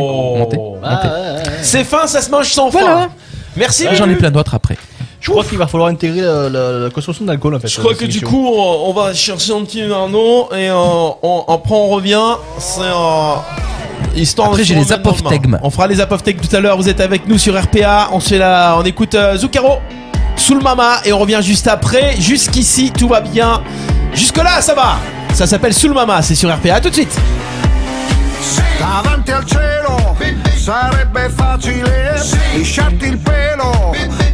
[SPEAKER 4] Monter. monter.
[SPEAKER 5] Ah, ouais, ouais, ouais.
[SPEAKER 3] C'est fin, ça se mange sans
[SPEAKER 4] Voilà. Ah,
[SPEAKER 3] fin. Merci,
[SPEAKER 4] J'en ai
[SPEAKER 3] Bibu.
[SPEAKER 4] plein d'autres après.
[SPEAKER 5] Je crois qu'il va falloir intégrer la, la- la consommation d'alcool en fait.
[SPEAKER 3] Je crois
[SPEAKER 5] dans
[SPEAKER 3] que
[SPEAKER 5] cette
[SPEAKER 3] du
[SPEAKER 5] émission.
[SPEAKER 3] coup, on on va chercher un petit Arnaud et euh, on, après on revient. C'est euh, histoire
[SPEAKER 4] Après,
[SPEAKER 3] de se
[SPEAKER 4] j'ai les
[SPEAKER 3] remettre dans le bain.
[SPEAKER 4] apophthegmes.
[SPEAKER 3] On fera les apophthegmes tout à l'heure. Vous êtes avec nous sur RPA. On se fait là, on écoute euh, Zucchero, Soul Mama et on revient juste après. Jusqu'ici, tout va bien. Jusque là, ça va. Ça s'appelle Soul Mama. C'est sur RPA. À tout de suite.
[SPEAKER 2] Davanti al cielo sarebbe facile lisciarti il pelo,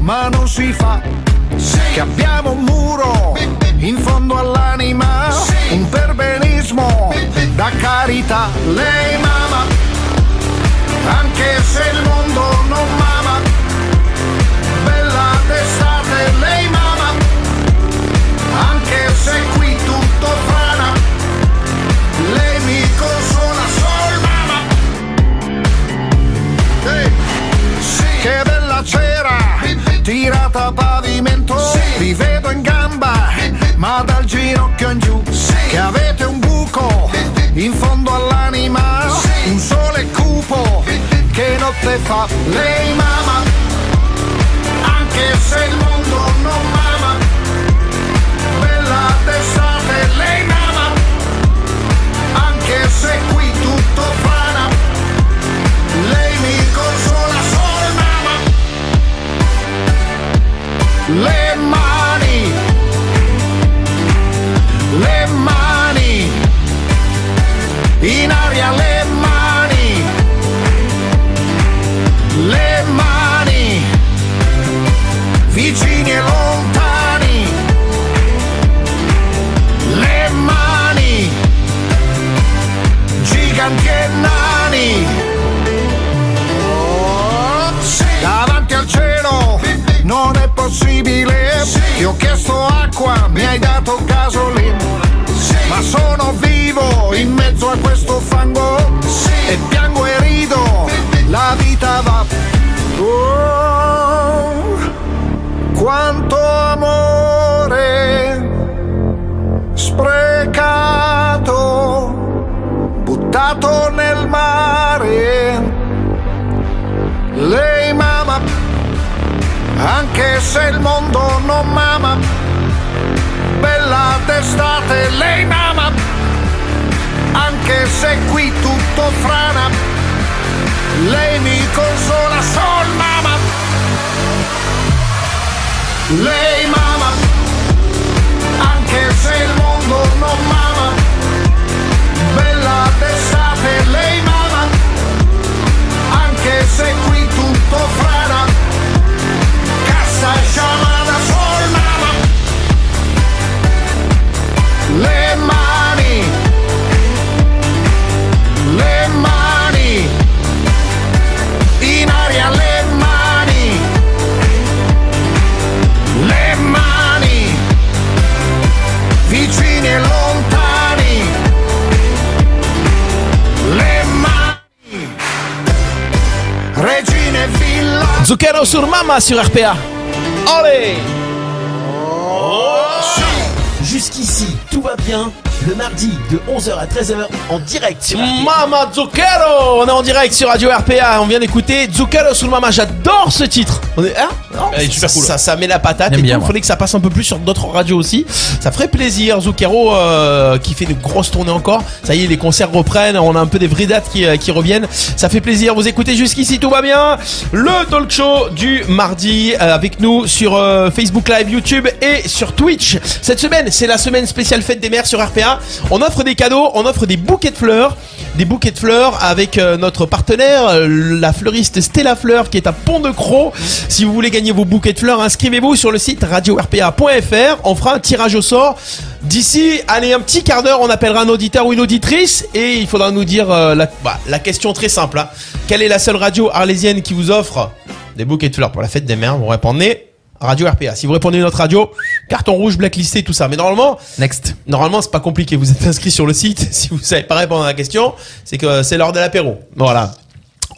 [SPEAKER 2] ma non si fa. Che abbiamo un muro in fondo all'anima, un perbenismo da carità. Lei mama, anche se il mondo non mama. Bella d'estate, lei mama, anche se qui tutto frana. Lei mi consola sol mamma Ehi, Che bella cera Tirata a pavimento Vi vedo in gamba Ma dal ginocchio in giù Che avete un buco In fondo all'anima Un sole cupo Che notte fa Lei mamma Anche se il mondo non mama Bella d'estate Lei mamma anche se qui tutto frana, lei mi consola sol mamma. Le mani, le mani, in aria le mani, le mani, vicini e lontani, le mani giganti e nani. Oh, sì. Davanti al cielo non è possibile. Ti ho chiesto acqua, mi hai dato gasolina. Ma sono vivo in mezzo a questo fango e piango e rido. La vita va. Oh, quanto amore sprecato buttato nel mare. Lei mama, anche se il mondo non mama. Bella d'estate, lei mama, anche se qui tutto frana. Lei mi consola sol mama. Lei mama, anche se il mondo non mama bella d'estate lei mama anche se qui tutto frana cassa sciamana sol mama le mani le mani in aria le mani le mani vicini e lontani le mani, regine villa,
[SPEAKER 3] Zucchero sur Mama sur RPA.
[SPEAKER 1] Oh.
[SPEAKER 3] Allez. Jusqu'ici, tout va bien.
[SPEAKER 1] le mardi de 11h à 13h en direct sur RPA.
[SPEAKER 3] Mama Zucchero On est en direct sur Radio RPA, on vient d'écouter Zucchero sul Mama, j'adore ce titre On est, hein Non,
[SPEAKER 5] Elle est super cool.
[SPEAKER 3] ça, ça met la patate
[SPEAKER 4] J'aime
[SPEAKER 3] et
[SPEAKER 4] bien,
[SPEAKER 3] tout. il
[SPEAKER 4] moi.
[SPEAKER 3] faudrait que ça passe un peu plus sur d'autres radios aussi, ça ferait plaisir Zucchero euh, qui fait de grosses tournées encore, ça y est les concerts reprennent, on a un peu des vraies dates qui, euh, qui reviennent, ça fait plaisir, vous écoutez jusqu'ici, tout va bien Le talk show du mardi euh, avec nous sur euh, Facebook Live, YouTube et sur Twitch Cette semaine, c'est la semaine spéciale fête des mères sur RPA, on offre des cadeaux, on offre des bouquets de fleurs des bouquets de fleurs avec euh, notre partenaire, euh, la fleuriste Stella Fleur, qui est à Pont-de-Croix. Si vous voulez gagner vos bouquets de fleurs, inscrivez-vous sur le site radio-rpa.fr. On fera un tirage au sort. D'ici, allez, un petit quart d'heure, on appellera un auditeur ou une auditrice et il faudra nous dire euh, la, bah, la question très simple. hein. Quelle est la seule radio arlésienne qui vous offre des bouquets de fleurs pour la fête des mères Vous répondez Radio RPA. Si vous répondez à notre radio, carton rouge, blacklisté, tout ça. Mais normalement,
[SPEAKER 4] Next.
[SPEAKER 3] Normalement, c'est pas compliqué. Vous êtes inscrit sur le site. Si vous savez pas répondre à la question, c'est que euh, c'est l'heure de l'apéro. Voilà.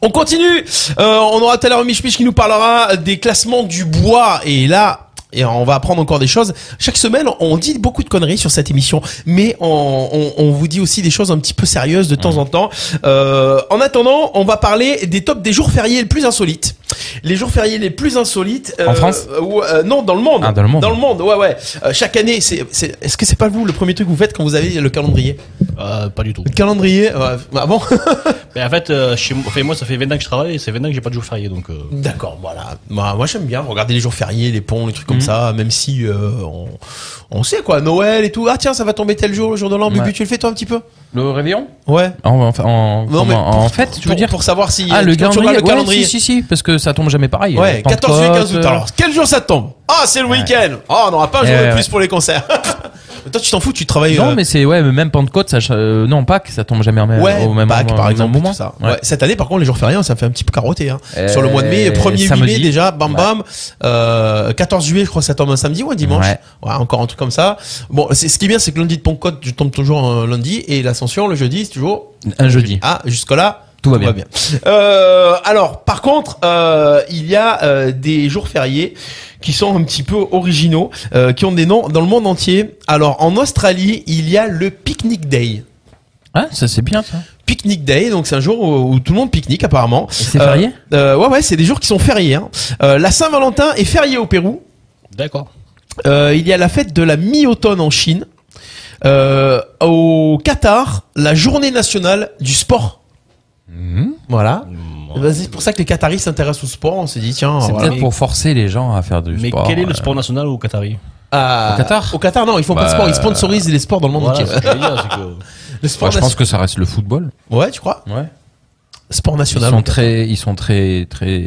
[SPEAKER 3] On continue. Euh, on aura tout à l'heure Mich Mich qui nous parlera des classements du bois. Et là. Et on va apprendre encore des choses. Chaque semaine, on dit beaucoup de conneries sur cette émission, mais on, on- on vous dit aussi des choses un petit peu sérieuses de
[SPEAKER 4] Mm.
[SPEAKER 3] temps en temps. Euh, en attendant, on va parler des tops des jours fériés les plus insolites. Les jours fériés les plus insolites.
[SPEAKER 4] En France
[SPEAKER 3] euh, ou, euh, Non, dans le monde.
[SPEAKER 4] Ah, dans le monde.
[SPEAKER 3] Dans le monde, ouais, ouais. Euh, chaque année, c'est, c'est- est-ce que c'est pas vous le premier truc que vous faites quand vous avez le calendrier
[SPEAKER 5] Euh, pas du tout.
[SPEAKER 3] Le calendrier, ouais, ah bon
[SPEAKER 5] Mais en fait, euh, chez moi, enfin, moi, ça fait 20 ans que je travaille et c'est 20 ans que j'ai pas de jour férié. Donc, euh,
[SPEAKER 3] D'accord, voilà. Bah, moi, j'aime bien regarder les jours fériés, les ponts, les trucs comme
[SPEAKER 4] Mhm. Mm.
[SPEAKER 3] ça, même si euh, on, on sait quoi, Noël et tout. Ah tiens, ça va tomber tel jour, le jour de l'an.
[SPEAKER 4] Ouais.
[SPEAKER 3] Bubu, tu le fais toi un petit peu
[SPEAKER 4] Le réveillon
[SPEAKER 3] Ouais.
[SPEAKER 4] en, en, en, comment- en fait, tu veux
[SPEAKER 3] pour-
[SPEAKER 4] dire
[SPEAKER 3] Pour savoir si.
[SPEAKER 4] Ah, le
[SPEAKER 3] quand tu regardes
[SPEAKER 4] calendrier.
[SPEAKER 3] le
[SPEAKER 4] ouais,
[SPEAKER 3] calendrier.
[SPEAKER 4] si, si, si, parce que ça tombe jamais pareil.
[SPEAKER 3] Ouais,
[SPEAKER 4] Euh, Pentecôte,
[SPEAKER 3] 14 juillet, 15 août.
[SPEAKER 4] euh,
[SPEAKER 3] Alors, quel jour ça tombe Ah, c'est le week-end Oh, on n'aura pas un
[SPEAKER 4] Eh
[SPEAKER 3] jour de
[SPEAKER 4] ouais,
[SPEAKER 3] plus
[SPEAKER 4] ouais.
[SPEAKER 3] pour les concerts. toi, tu t'en fous, tu travailles. euh,
[SPEAKER 4] Non, mais c'est ouais, mais même Pentecôte, ça, euh, non, Pâques, ça tombe jamais
[SPEAKER 3] Ouais,
[SPEAKER 4] au même
[SPEAKER 3] Pâques,
[SPEAKER 4] moment, au
[SPEAKER 3] par
[SPEAKER 4] même
[SPEAKER 3] exemple,
[SPEAKER 4] moment.
[SPEAKER 3] tout ça.
[SPEAKER 4] Ouais.
[SPEAKER 3] Ouais, Cette année, par contre, les jours fériés, ça me fait un petit peu carotter. Hein.
[SPEAKER 4] Euh,
[SPEAKER 3] Sur le mois de mai, 1er 8 mai
[SPEAKER 4] samedi.
[SPEAKER 3] déjà, bam bam. Euh, 14 juillet, je crois, que ça tombe un samedi ou un dimanche. Ouais.
[SPEAKER 4] Ouais.
[SPEAKER 3] encore un truc comme ça. Bon, c'est ce qui est bien, c'est que lundi de Pentecôte, je tombe toujours un lundi, et l'ascension le jeudi, c'est toujours
[SPEAKER 4] Un jeudi.
[SPEAKER 3] Ah, jusque là.
[SPEAKER 4] Tout va bien.
[SPEAKER 3] Euh, alors, par contre, euh, il y a euh, des jours fériés qui sont un petit peu originaux, euh, qui ont des noms dans le monde entier. Alors, en Australie, il y a le Picnic Day.
[SPEAKER 4] Ah, ça c'est bien ça.
[SPEAKER 3] Picnic Day, donc c'est un jour où, où tout le monde pique-nique apparemment.
[SPEAKER 4] c'est
[SPEAKER 3] Euh,
[SPEAKER 4] férié
[SPEAKER 3] euh, Ouais, ouais, c'est des jours qui sont fériés. hein. Euh, la Saint-Valentin est fériée au Pérou.
[SPEAKER 5] d'accord.
[SPEAKER 3] Euh, il y a la fête de la mi-automne en Chine. Euh, au Qatar, la journée nationale du sport. Voilà. Bah, c'est pour ça que les Qataris s'intéressent au sport. On s'est dit, tiens,
[SPEAKER 4] C'est
[SPEAKER 3] voilà.
[SPEAKER 4] peut-être pour forcer les gens à faire du
[SPEAKER 5] Mais
[SPEAKER 4] sport.
[SPEAKER 5] quel est
[SPEAKER 4] euh,
[SPEAKER 5] le sport national au Qatari
[SPEAKER 3] Ah,
[SPEAKER 4] Au Qatar
[SPEAKER 3] Au Qatar, non, ils font pas de
[SPEAKER 4] Bah,
[SPEAKER 3] sport. Ils sponsorisent les sports dans le monde
[SPEAKER 5] Voilà,
[SPEAKER 3] entier.
[SPEAKER 5] c'est ce que je veux dire, c'est que-
[SPEAKER 3] Le sport
[SPEAKER 4] ouais, je pense
[SPEAKER 3] national.
[SPEAKER 4] que ça reste le football.
[SPEAKER 3] Ouais, tu crois
[SPEAKER 4] Ouais.
[SPEAKER 3] Sport
[SPEAKER 4] Ils
[SPEAKER 3] national.
[SPEAKER 4] sont très, ils sont très, très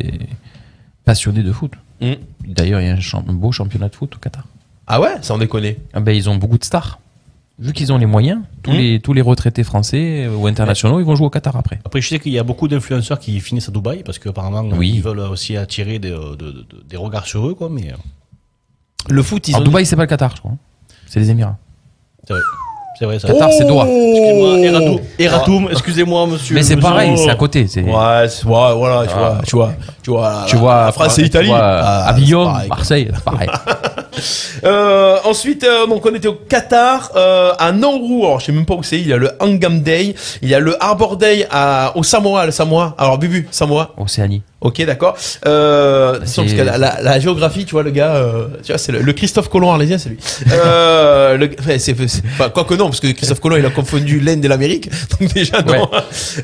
[SPEAKER 4] passionnés de foot.
[SPEAKER 3] Mm.
[SPEAKER 4] D'ailleurs, il y a un, champ- un beau championnat de foot au Qatar.
[SPEAKER 3] Ah ouais, ça en déconne.
[SPEAKER 4] Ah ben, ils ont beaucoup de stars. Vu qu'ils ont les moyens, tous
[SPEAKER 3] Mm.
[SPEAKER 4] les tous les retraités français euh, ou internationaux, ils vont jouer au Qatar après.
[SPEAKER 5] Après, je sais qu'il y a beaucoup d'influenceurs qui finissent à Dubaï parce qu'apparemment,
[SPEAKER 4] Oui.
[SPEAKER 5] ils veulent aussi attirer des, euh, de- de- des regards sur eux. Quoi, mais euh,
[SPEAKER 3] Le foot, ils
[SPEAKER 4] Alors
[SPEAKER 3] ont.
[SPEAKER 4] Dubaï, c'est pas le Qatar, je crois. hein. C'est les Émirats.
[SPEAKER 5] c'est vrai. C'est vrai, ça.
[SPEAKER 4] Qatar,
[SPEAKER 3] Oh,
[SPEAKER 4] c'est Doha.
[SPEAKER 5] Excusez-moi, Eratum, Eratum,
[SPEAKER 3] Ah.
[SPEAKER 5] excusez-moi, monsieur.
[SPEAKER 4] Mais c'est
[SPEAKER 5] monsieur-
[SPEAKER 4] pareil, c'est à côté. C'est Ah.
[SPEAKER 3] Ouais, c'est- ouais, voilà, tu vois, tu vois, tu vois,
[SPEAKER 4] tu vois,
[SPEAKER 3] la France et
[SPEAKER 4] tu
[SPEAKER 3] l'Italie.
[SPEAKER 4] vois,
[SPEAKER 3] Ah,
[SPEAKER 4] Avignon,
[SPEAKER 3] c'est pareil, quoi.
[SPEAKER 4] Marseille, c'est pareil.
[SPEAKER 3] Euh, ensuite, euh, donc on était au Qatar, euh, à Nauru. Alors, je sais même pas où c'est. Il y a le Hangam Day, il y a le Arbor Day à, au Samoa, le Samoa. Alors, Bubu, Samoa.
[SPEAKER 4] Océanie.
[SPEAKER 3] Ok, d'accord. Euh, attention, parce
[SPEAKER 4] Bah, c'est-
[SPEAKER 3] que la, la- la géographie, tu vois, le gars, euh, tu vois, c'est le, le Christophe Colomb arlésien, c'est lui. Euh, le, ouais, c'est, c'est- enfin, quoi que Bah, non, parce que Christophe Colomb, il a confondu l'Inde et l'Amérique. Donc déjà, non.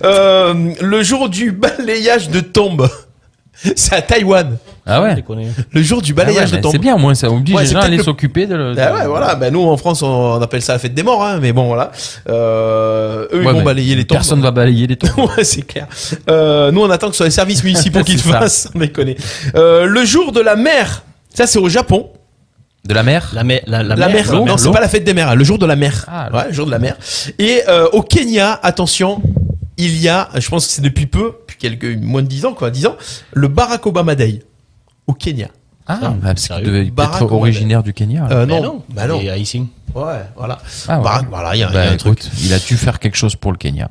[SPEAKER 3] Euh, le jour du balayage de tombe. C'est à Taïwan.
[SPEAKER 4] Ah
[SPEAKER 5] Sans
[SPEAKER 4] ouais.
[SPEAKER 5] déconner.
[SPEAKER 3] Le jour du balayage
[SPEAKER 4] Ah ouais,
[SPEAKER 3] de
[SPEAKER 4] mais
[SPEAKER 3] tombe.
[SPEAKER 4] C'est bien, au moins, ça oblige
[SPEAKER 3] Ouais,
[SPEAKER 4] les
[SPEAKER 3] c'est
[SPEAKER 4] gens à
[SPEAKER 3] peut-être
[SPEAKER 4] aller
[SPEAKER 3] le-
[SPEAKER 4] s'occuper de. le-
[SPEAKER 3] Ah ouais, voilà. Ben nous, en France, on appelle ça la fête des morts, hein, mais bon, voilà. Euh, eux,
[SPEAKER 4] Ouais,
[SPEAKER 3] ils vont
[SPEAKER 4] mais
[SPEAKER 3] balayer les tombes.
[SPEAKER 4] Personne va balayer les tombes.
[SPEAKER 3] Ouais, c'est clair. Euh, nous, on attend que ce soit les services municipaux qui le
[SPEAKER 4] C'est ça.
[SPEAKER 3] fassent. On les connaît. Euh, le jour de la mer. Ça, c'est au Japon.
[SPEAKER 4] De la mer.
[SPEAKER 5] La, mer- la, la,
[SPEAKER 3] La, mer.
[SPEAKER 5] mer, la mer.
[SPEAKER 3] Non, c'est pas la fête des mers. hein, Le jour de la mer.
[SPEAKER 4] Ah,
[SPEAKER 3] ouais, le jour de la mer. Et euh, au Kenya, attention, il y a, je pense que c'est depuis peu, depuis quelques moins de 10 ans, quoi, 10 ans, le Barack Obama Day au Kenya.
[SPEAKER 4] Ah, bah, parce
[SPEAKER 5] Sérieux.
[SPEAKER 4] qu'il devait
[SPEAKER 3] Barack
[SPEAKER 4] être
[SPEAKER 3] Obama.
[SPEAKER 4] originaire du Kenya. alors.
[SPEAKER 3] Euh,
[SPEAKER 5] Mais
[SPEAKER 3] non, bah non.
[SPEAKER 5] Et haïtien.
[SPEAKER 3] Ouais, voilà.
[SPEAKER 4] Ah ouais.
[SPEAKER 3] Barack, voilà, il y a, il y a
[SPEAKER 4] Bah,
[SPEAKER 3] un truc.
[SPEAKER 4] écoute, il a dû faire quelque chose pour le Kenya.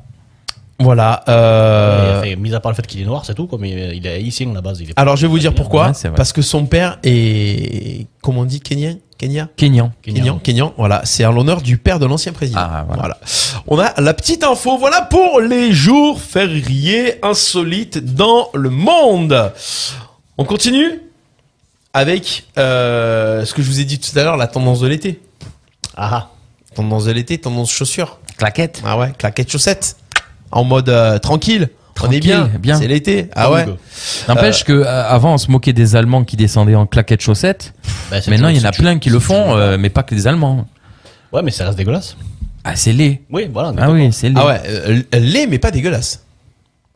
[SPEAKER 3] Voilà. Euh...
[SPEAKER 5] Et, enfin, mis à part le fait qu'il est noir, c'est tout, quoi, mais il est haïtien à la base. Il est
[SPEAKER 3] Alors je vais vous dire pourquoi.
[SPEAKER 4] Ouais, c'est vrai.
[SPEAKER 3] parce que son père est, comment on dit, kenyan Kenya
[SPEAKER 4] Kenyan.
[SPEAKER 3] Kenyan, Kenyan, voilà, c'est à l'honneur du père de l'ancien président.
[SPEAKER 4] Ah, voilà.
[SPEAKER 3] On a la petite info, voilà pour les jours fériés insolites dans le monde. On continue avec euh, ce que je vous ai dit tout à l'heure, la tendance de l'été.
[SPEAKER 5] Ah,
[SPEAKER 3] Tendance de l'été, tendance chaussures.
[SPEAKER 4] Claquette.
[SPEAKER 3] Ah ouais, claquettes chaussettes. En mode euh, tranquille. On est
[SPEAKER 4] Tranquille,
[SPEAKER 3] bien,
[SPEAKER 4] bien.
[SPEAKER 3] c'est l'été. Ah ouais.
[SPEAKER 4] N'empêche que euh, avant on se moquait des Allemands qui descendaient en claquettes chaussettes.
[SPEAKER 5] Bah, c'est-
[SPEAKER 4] Maintenant il y en a
[SPEAKER 5] c'est-
[SPEAKER 4] plein qui le font, euh, mais pas que les Allemands.
[SPEAKER 5] Ouais, mais ça reste dégueulasse.
[SPEAKER 4] Ah c'est laid.
[SPEAKER 5] Oui, voilà.
[SPEAKER 4] Ah oui, c'est laid.
[SPEAKER 3] Ah ouais, euh, laid mais pas dégueulasse.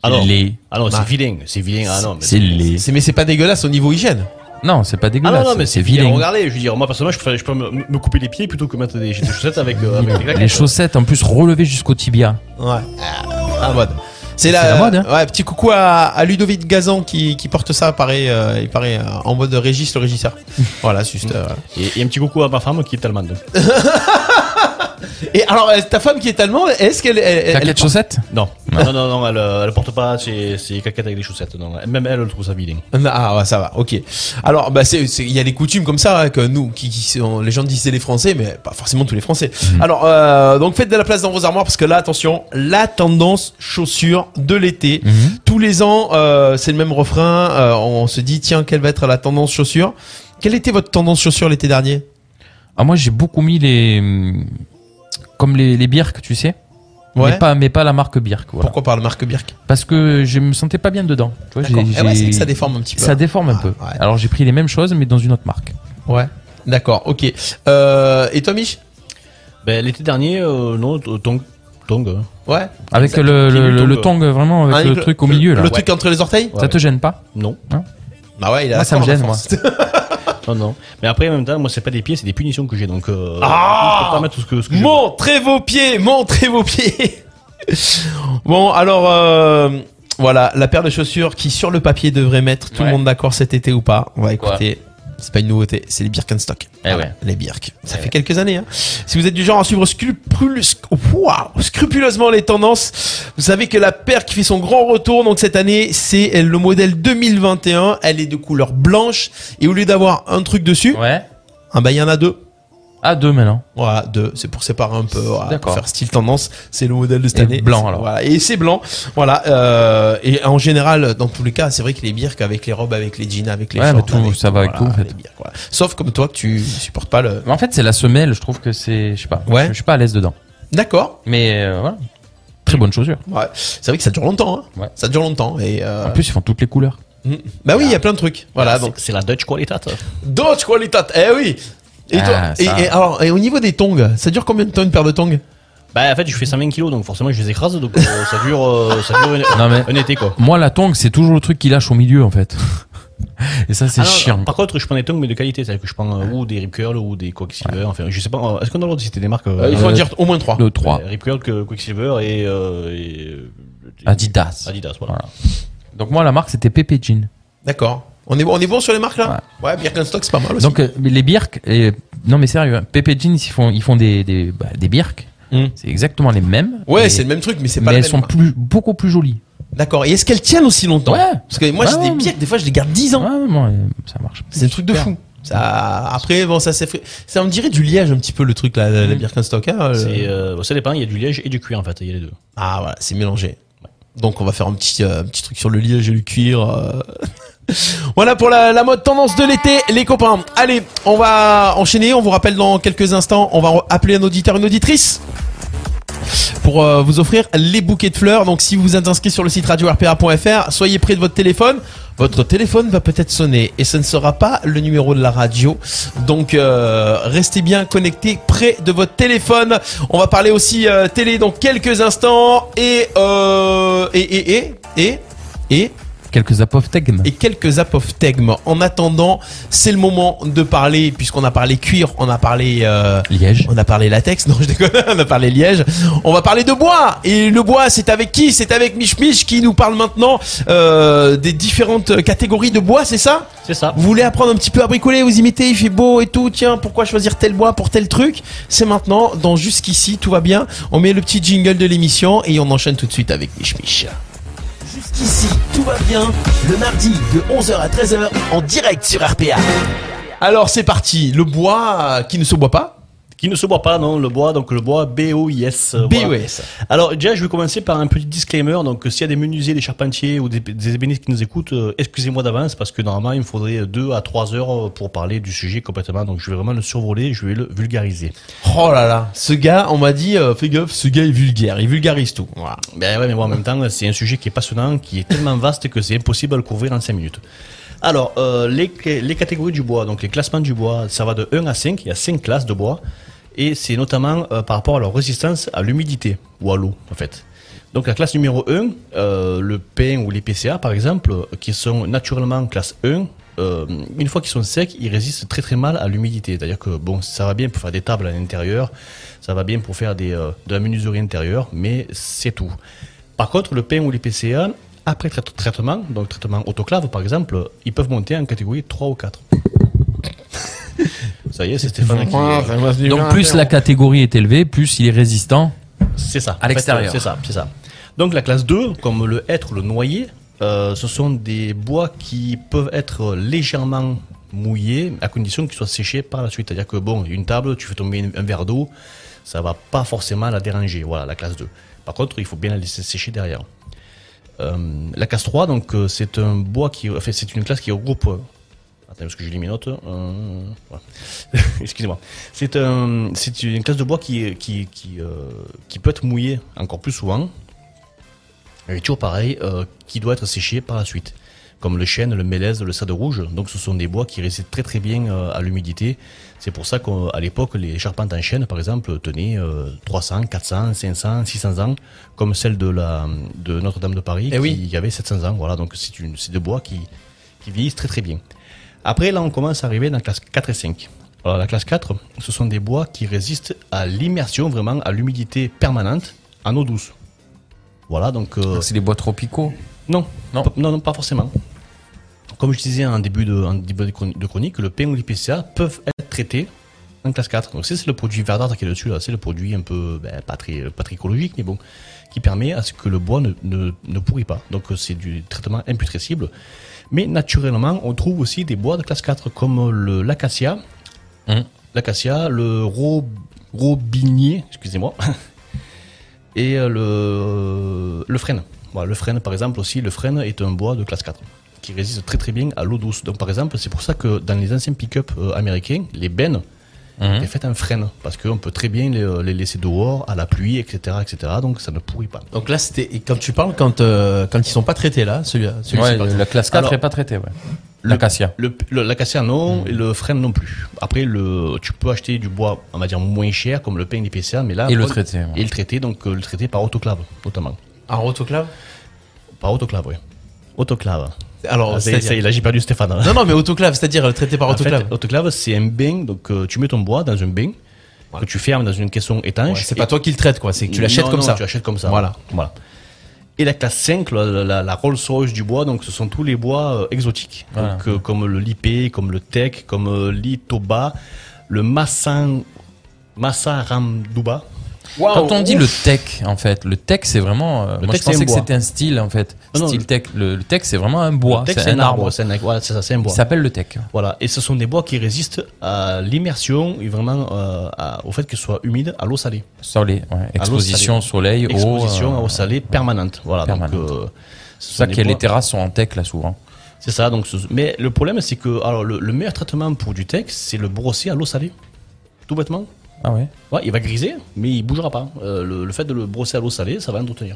[SPEAKER 5] Alors, Ah,
[SPEAKER 4] laid.
[SPEAKER 5] alors
[SPEAKER 3] Bah.
[SPEAKER 5] c'est vilain, c'est vilain. Ah non, mais
[SPEAKER 4] C'est laid.
[SPEAKER 3] C'est- mais c'est pas dégueulasse au niveau hygiène.
[SPEAKER 4] Non, c'est pas
[SPEAKER 5] Ah
[SPEAKER 4] dégueulasse.
[SPEAKER 5] non, non, mais c'est vilain.
[SPEAKER 4] vilain.
[SPEAKER 5] Regardez, je veux dire, moi personnellement, je préfère- je peux me, me couper les pieds plutôt que mettre des, des chaussettes avec, euh, avec des
[SPEAKER 4] Les
[SPEAKER 5] claquettes.
[SPEAKER 4] chaussettes en plus relevées jusqu'au tibia.
[SPEAKER 3] Ouais. À Ah, mode. C'est la,
[SPEAKER 4] la mode, hein.
[SPEAKER 3] Ouais, petit coucou à, à Ludovic Gazan qui, qui porte ça, pareil, euh, il paraît euh, en mode Régis le régisseur. voilà, c'est juste. euh, voilà.
[SPEAKER 5] Et, et un petit coucou à ma femme qui est allemande.
[SPEAKER 3] Et alors, euh, ta femme qui est allemande, est-ce qu'elle. elle- elle-
[SPEAKER 4] Claquettes chaussettes
[SPEAKER 5] Non, non, non, non, elle, euh, elle porte pas ses, ses claquettes avec des chaussettes. Non. Même elle, elle trouve ça vilain.
[SPEAKER 3] elle- Ah, ouais, ça va, ok. Alors, bah, c'est, c'est- il y a des coutumes comme ça, hein, que nous, qui, qui sont- les gens disent c'est les Français, mais pas forcément tous les Français.
[SPEAKER 4] Mhm.
[SPEAKER 3] Alors, euh, donc faites de la place dans vos armoires parce que là, attention, la tendance chaussures de l'été.
[SPEAKER 4] Mhm.
[SPEAKER 3] Tous les ans, euh, c'est le même refrain. euh, on se dit, tiens, quelle va être la tendance chaussures Quelle était votre tendance chaussures l'été dernier
[SPEAKER 4] Ah, moi, j'ai beaucoup mis les. hum, Comme les, les Birk, tu sais.
[SPEAKER 3] Ouais.
[SPEAKER 4] Mais, pas, mais pas la marque Birk. Voilà.
[SPEAKER 3] Pourquoi par la marque Birk
[SPEAKER 4] Parce que je me sentais pas bien dedans. Tu vois,
[SPEAKER 3] D'accord.
[SPEAKER 4] j'ai-
[SPEAKER 3] Eh ouais, c'est
[SPEAKER 4] j'ai-
[SPEAKER 3] que ça déforme un petit peu.
[SPEAKER 4] Ça déforme un peu.
[SPEAKER 3] Ah, ouais.
[SPEAKER 4] Alors, j'ai pris les mêmes choses, mais dans une autre marque.
[SPEAKER 3] Ouais. D'accord, ok. Euh, et toi, Mich
[SPEAKER 5] Ben, l'été dernier, euh, non, t- tong, tong. euh.
[SPEAKER 3] Ouais.
[SPEAKER 4] Avec le,
[SPEAKER 5] Qui est
[SPEAKER 4] le,
[SPEAKER 5] du
[SPEAKER 4] le- le
[SPEAKER 5] tong.
[SPEAKER 4] tong, vraiment, avec
[SPEAKER 3] Hein,
[SPEAKER 4] le,
[SPEAKER 3] le-
[SPEAKER 4] truc au milieu, là.
[SPEAKER 3] Le truc entre les orteils
[SPEAKER 4] Ça te gêne pas Hein
[SPEAKER 5] Non,
[SPEAKER 3] Bah ouais, il a
[SPEAKER 4] Moi, ça me
[SPEAKER 3] corne,
[SPEAKER 4] gêne,
[SPEAKER 3] la
[SPEAKER 4] moi.
[SPEAKER 3] force.
[SPEAKER 5] non, non. Mais après, en même temps, moi, c'est pas des pieds, c'est des punitions que j'ai. Donc, euh,
[SPEAKER 3] Ah
[SPEAKER 5] je peux pas mettre tout ce que, ce que je veux.
[SPEAKER 3] Montrez vos pieds, montrez vos pieds. bon, alors euh, voilà, la paire de chaussures qui sur le papier devrait mettre tout le
[SPEAKER 4] Ouais.
[SPEAKER 3] monde d'accord cet été ou pas. On va écouter. C'est pas une nouveauté, c'est les Birkenstock.
[SPEAKER 4] Eh
[SPEAKER 3] Voilà,
[SPEAKER 4] ouais.
[SPEAKER 3] Ah, Les Birk. Ça fait quelques années. hein. Si vous êtes du genre à suivre scrupule- sc- oh, waouh, scrupuleusement les tendances, vous savez que la paire qui fait son grand retour donc cette année, c'est le modèle 2021. Elle est de couleur blanche et au lieu d'avoir un truc dessus,
[SPEAKER 4] Ouais.
[SPEAKER 3] ah bah, il y en a deux.
[SPEAKER 4] Ah, deux maintenant.
[SPEAKER 3] Voilà, deux. C'est pour séparer un peu, voilà, pour
[SPEAKER 4] D'accord.
[SPEAKER 3] faire style tendance. C'est le modèle de cette
[SPEAKER 4] Et
[SPEAKER 3] année.
[SPEAKER 4] blanc, alors.
[SPEAKER 3] Voilà, et c'est blanc. Voilà. euh, et en général, dans tous les cas, c'est vrai que les birks avec les robes, avec les jeans, avec les
[SPEAKER 4] Ouais,
[SPEAKER 3] shorts,
[SPEAKER 4] mais tout, ça va avec tout, en fait.
[SPEAKER 3] les birks, voilà. Sauf comme toi que tu supportes pas le.
[SPEAKER 4] Mais en fait, c'est la semelle, je trouve que c'est. Je sais pas.
[SPEAKER 3] Ouais.
[SPEAKER 4] Je, je suis pas à l'aise dedans.
[SPEAKER 3] D'accord.
[SPEAKER 4] Mais euh, voilà. Très bonne chaussure.
[SPEAKER 3] Ouais. C'est vrai que ça dure longtemps. hein.
[SPEAKER 4] Ouais.
[SPEAKER 3] Ça dure longtemps. Et euh,
[SPEAKER 4] En plus, ils font toutes les couleurs.
[SPEAKER 3] mm. bah oui, il y a plein de trucs. Voilà.
[SPEAKER 5] C'est-
[SPEAKER 3] Donc
[SPEAKER 5] C'est la Dutch Qualitat.
[SPEAKER 3] d'autres qualités. Eh oui. Et,
[SPEAKER 4] Ah,
[SPEAKER 3] toi-
[SPEAKER 4] ça.
[SPEAKER 3] et- et alors, et au niveau des tongs, ça dure combien de temps une paire de tongs
[SPEAKER 5] Bah, en fait, je fais 120 kilos, donc forcément, je les écrase. Donc, euh, ça dure, euh, ça dure une-
[SPEAKER 4] Non, mais-
[SPEAKER 5] un été, quoi.
[SPEAKER 4] Moi, la tong, c'est toujours le truc qui lâche au milieu, en fait. Et ça, c'est
[SPEAKER 5] Ah non,
[SPEAKER 4] chiant.
[SPEAKER 5] Par contre, je prends des tongs, mais de qualité. C'est-à-dire que je prends euh, ou des Rip Curl ou des Quicksilver. Enfin, je sais pas. euh, Est-ce qu'on a l'ordre de citer des marques euh,
[SPEAKER 3] Il faut en
[SPEAKER 5] euh,
[SPEAKER 3] dire au moins trois.
[SPEAKER 4] Le 3.
[SPEAKER 5] euh, Rip Curl, que- Quicksilver et, euh, et, euh,
[SPEAKER 4] Adidas.
[SPEAKER 5] Adidas, voilà.
[SPEAKER 4] Voilà. Donc moi, la marque, c'était Pepe Jean.
[SPEAKER 3] D'accord. On est, on est bon sur les marques là Ouais, Birkenstock c'est pas mal aussi.
[SPEAKER 4] Donc euh, les Birk, et... non mais sérieux, hein, Pepe Jean, ils font, ils font des, des, bah, des Birk.
[SPEAKER 3] Hmm.
[SPEAKER 4] C'est exactement les mêmes.
[SPEAKER 3] Ouais,
[SPEAKER 4] mais-
[SPEAKER 3] c'est le même truc, mais c'est pas
[SPEAKER 4] Mais
[SPEAKER 3] la
[SPEAKER 4] elles
[SPEAKER 3] même,
[SPEAKER 4] sont
[SPEAKER 3] quoi.
[SPEAKER 4] plus, beaucoup plus jolies.
[SPEAKER 3] D'accord. Et est-ce qu'elles tiennent aussi longtemps
[SPEAKER 4] Ouais.
[SPEAKER 3] Parce que moi, j'ai
[SPEAKER 4] Ouais,
[SPEAKER 3] des
[SPEAKER 4] ouais.
[SPEAKER 3] bières, des fois, je les garde 10 ans.
[SPEAKER 4] Ouais, ouais, ouais, ça marche.
[SPEAKER 3] C'est un truc de
[SPEAKER 4] Super.
[SPEAKER 3] fou. Ça, après, bon, ça s'est Ça, on dirait du liège un petit peu le truc, là,
[SPEAKER 4] Mm.
[SPEAKER 3] la, la Birkenstock. hein, euh.
[SPEAKER 5] C'est, euh, bon, ça dépend, il y a du liège et du cuir en fait, il y a les deux.
[SPEAKER 3] Ah, voilà, c'est mélangé. Donc, on va faire un petit, euh, un petit truc sur le liège et le cuir. euh. voilà pour la, la mode tendance de l'été, les copains. Allez, on va enchaîner. On vous rappelle dans quelques instants, on va re- appeler un auditeur, une auditrice. pour euh, vous offrir les bouquets de fleurs. Donc si vous vous êtes inscrit sur le site radio-rpa.fr, soyez près de votre téléphone. Votre téléphone va peut-être sonner et ce ne sera pas le numéro de la radio. Donc euh, restez bien connectés près de votre téléphone. On va parler aussi euh, télé dans quelques instants et euh, et et et et et
[SPEAKER 4] Quelques apophthegmes.
[SPEAKER 3] et quelques apophthegmes. En attendant, c'est le moment de parler puisqu'on a parlé cuir, on a parlé euh,
[SPEAKER 4] Liège.
[SPEAKER 3] on a parlé latex, non je déconne, on a parlé liège. On va parler de bois. Et le bois, c'est avec qui C'est avec Mich Mich qui nous parle maintenant euh, des différentes catégories de bois, c'est ça
[SPEAKER 5] C'est ça.
[SPEAKER 3] Vous voulez apprendre un petit peu à bricoler, vous imitez, il fait beau et tout, tiens, pourquoi choisir tel bois pour tel truc C'est maintenant, dans Jusqu'ici, tout va bien. On met le petit jingle de l'émission et on enchaîne tout de suite avec Mich Mich.
[SPEAKER 1] Jusqu'ici, tout va bien. Le mardi de 11h à 13h en direct sur RPA.
[SPEAKER 3] Alors c'est parti. Le bois euh, qui ne se boit pas.
[SPEAKER 5] Qui ne se boit pas, non, le bois, donc le bois BOIS. euh, voilà.
[SPEAKER 3] BES.
[SPEAKER 5] Alors déjà, je vais commencer par un petit disclaimer. Donc euh, s'il y a des menuisiers, des charpentiers ou des, des ébénistes qui nous écoutent, euh, excusez-moi d'avance parce que normalement, il me faudrait deux à trois heures euh, pour parler du sujet complètement. Donc je vais vraiment le survoler, je vais le vulgariser.
[SPEAKER 3] Oh là là, ce gars, on m'a dit, euh, fais gaffe, ce gars est vulgaire, il vulgarise tout. Voilà.
[SPEAKER 5] Ben ouais, mais bon, en même temps, c'est un sujet qui est passionnant, qui est tellement vaste que c'est impossible à le couvrir en 5 minutes. Alors, euh, les, les catégories du bois, donc les classements du bois, ça va de 1 à 5, il y a 5 classes de bois, et c'est notamment euh, par rapport à leur résistance à l'humidité, ou à l'eau, en fait. Donc la classe numéro 1, euh, le pin ou les PCA par exemple, qui sont naturellement classe 1, euh, une fois qu'ils sont secs, ils résistent très très mal à l'humidité. C'est-à-dire que bon, ça va bien pour faire des tables à l'intérieur, ça va bien pour faire des, euh, de la menuiserie intérieure, mais c'est tout. Par contre, le pain ou les PCA, après trai- traitement, donc traitement autoclave par exemple, ils peuvent monter en catégorie 3 ou 4. ça y est, c'est Stéphane qui...
[SPEAKER 4] Donc plus la catégorie est élevée, plus il est résistant.
[SPEAKER 5] C'est ça.
[SPEAKER 4] À
[SPEAKER 5] En fait,
[SPEAKER 4] l'extérieur.
[SPEAKER 5] C'est ça, c'est ça. Donc la classe 2, comme le hêtre, le noyer, euh, ce sont des bois qui peuvent être légèrement mouillés à condition qu'ils soient séchés par la suite. C'est-à-dire que bon, une table, tu fais tomber une- un verre d'eau, ça va pas forcément la déranger. Voilà, la classe 2. Par contre, il faut bien la laisser sécher derrière. Euh, la classe 3, donc euh, c'est un bois qui, enfin, c'est une classe qui regroupe. euh, Attends, parce que j'ai lu mes notes. euh, voilà. Excusez-moi. C'est un, c'est une classe de bois qui, qui, qui, euh, qui peut être mouillée encore plus souvent. Et toujours pareil, euh, qui doit être séchée par la suite. Comme le chêne, le mélèze, le sade rouge. Donc ce sont des bois qui résistent très très bien euh, à l'humidité. C'est pour ça qu'à l'époque, les charpentes en chêne, par exemple, tenaient euh, 300, 400, 500, 600 ans, comme celle de, la, de Notre-Dame de Paris,
[SPEAKER 3] Eh
[SPEAKER 5] qui
[SPEAKER 3] oui.
[SPEAKER 5] avait 700 ans. Voilà, donc c'est une- c'est des bois qui, qui vieillissent très très bien. Après, là, on commence à arriver dans la classe 4 et 5. Alors, la classe 4, ce sont des bois qui résistent à l'immersion, vraiment à l'humidité permanente en eau douce. Voilà, donc. euh,
[SPEAKER 4] C'est les bois tropicaux.
[SPEAKER 5] non,
[SPEAKER 4] Non.
[SPEAKER 5] pas- non, non, pas forcément. Comme je disais en début de, en début de chroni- de chronique, le pain ou l'IPCA peuvent être traités en classe 4. Donc, ça, c'est le produit verdâtre qui est dessus, là. c'est le produit un peu ben, pas, très, pas très écologique, mais bon, qui permet à ce que le bois ne, ne, ne pourrit pas. Donc, euh, c'est du traitement imputrescible. Mais naturellement, on trouve aussi des bois de classe 4 comme le- l'acacia,
[SPEAKER 4] Hum.
[SPEAKER 5] l'acacia, le ro- robinier, excusez-moi, et euh, le, le frêne. Voilà, le frêne, par exemple, aussi, le frêne est un bois de classe 4 qui résiste très très bien à l'eau douce. Donc, par exemple, c'est pour ça que dans les anciens pick-up euh, américains, les bennes étaient faites en frêne parce qu'on peut très bien les, euh, les laisser dehors à la pluie, etc., etc. Donc, ça ne pourrit pas.
[SPEAKER 3] Donc là, c'était et quand tu parles quand euh, quand ils sont pas traités là, celui celui
[SPEAKER 4] Ouais, la classe 4
[SPEAKER 5] Alors,
[SPEAKER 4] n'est pas traitée. Ouais. L'acacia.
[SPEAKER 5] Le, le- l'acacia
[SPEAKER 4] Hmm.
[SPEAKER 5] non, et le frêne non plus. Après, le, tu peux acheter du bois, on va dire, moins cher, comme le peigne d'épicéa, mais là...
[SPEAKER 4] Et le
[SPEAKER 5] bon,
[SPEAKER 4] traité, ouais.
[SPEAKER 5] Et le traité, donc euh, le traité par autoclave, notamment.
[SPEAKER 3] un Ah, autoclave.
[SPEAKER 5] Par autoclave, oui. Autoclave.
[SPEAKER 3] Alors
[SPEAKER 5] Ah, ça y est,
[SPEAKER 3] c'est-à-dire-
[SPEAKER 5] ça y est, là, j'ai perdu Stéphane. hein.
[SPEAKER 3] non non mais autoclave, c'est-à-dire euh, traité par
[SPEAKER 5] En fait,
[SPEAKER 3] autoclave.
[SPEAKER 5] autoclave, c'est un bain, donc euh, tu mets ton bois dans un bain, que tu fermes dans une caisson étanche.
[SPEAKER 3] Ouais, c'est
[SPEAKER 5] et-
[SPEAKER 3] pas toi qui le traites quoi, c'est que tu l'achètes
[SPEAKER 5] Non,
[SPEAKER 3] comme
[SPEAKER 5] non,
[SPEAKER 3] ça.
[SPEAKER 5] Tu l'achètes comme ça.
[SPEAKER 3] Voilà.
[SPEAKER 5] voilà. Et la classe 5, la, la- la Rolls-Royce du bois, donc ce sont tous les bois euh, exotiques.
[SPEAKER 4] Voilà.
[SPEAKER 5] Donc, euh, comme le lipé, comme le tech, comme euh, l'itoba, le massan, massaramduba.
[SPEAKER 4] Quand on dit le tech, en fait, le tech, c'est vraiment. euh,
[SPEAKER 5] Le
[SPEAKER 4] moi,
[SPEAKER 5] tech,
[SPEAKER 4] je
[SPEAKER 5] c'est un
[SPEAKER 4] pensais que
[SPEAKER 5] bois.
[SPEAKER 4] c'était un style, en fait.
[SPEAKER 5] Non, non,
[SPEAKER 4] style
[SPEAKER 5] le-
[SPEAKER 4] tech. Le, le tech, c'est vraiment un bois.
[SPEAKER 5] Le tech,
[SPEAKER 4] C'est un, arbre.
[SPEAKER 5] C'est un, voilà, c'est ça, c'est un bois.
[SPEAKER 4] Il s'appelle le tech.
[SPEAKER 5] Voilà, et ce sont des bois qui résistent à l'immersion et vraiment euh, à- au fait qu'ils soient humides à l'eau salée.
[SPEAKER 4] Soleil, ouais. Exposition, au soleil, eau,
[SPEAKER 5] Exposition
[SPEAKER 4] euh,
[SPEAKER 5] à eau salée permanente. Voilà,
[SPEAKER 4] permanente.
[SPEAKER 5] donc. euh, ce
[SPEAKER 4] C'est
[SPEAKER 5] sont
[SPEAKER 4] ça
[SPEAKER 5] des
[SPEAKER 4] que les
[SPEAKER 5] bois-
[SPEAKER 4] terrasses sont en tech, là, souvent.
[SPEAKER 5] C'est ça, donc. ce- Mais le problème, c'est que alors, le, le meilleur traitement pour du tech, c'est le brosser à l'eau salée. Tout bêtement.
[SPEAKER 4] Ah ouais
[SPEAKER 5] Ouais, il va griser, mais il bougera pas. Euh, le, le fait de le brosser à l'eau salée, ça va entretenir.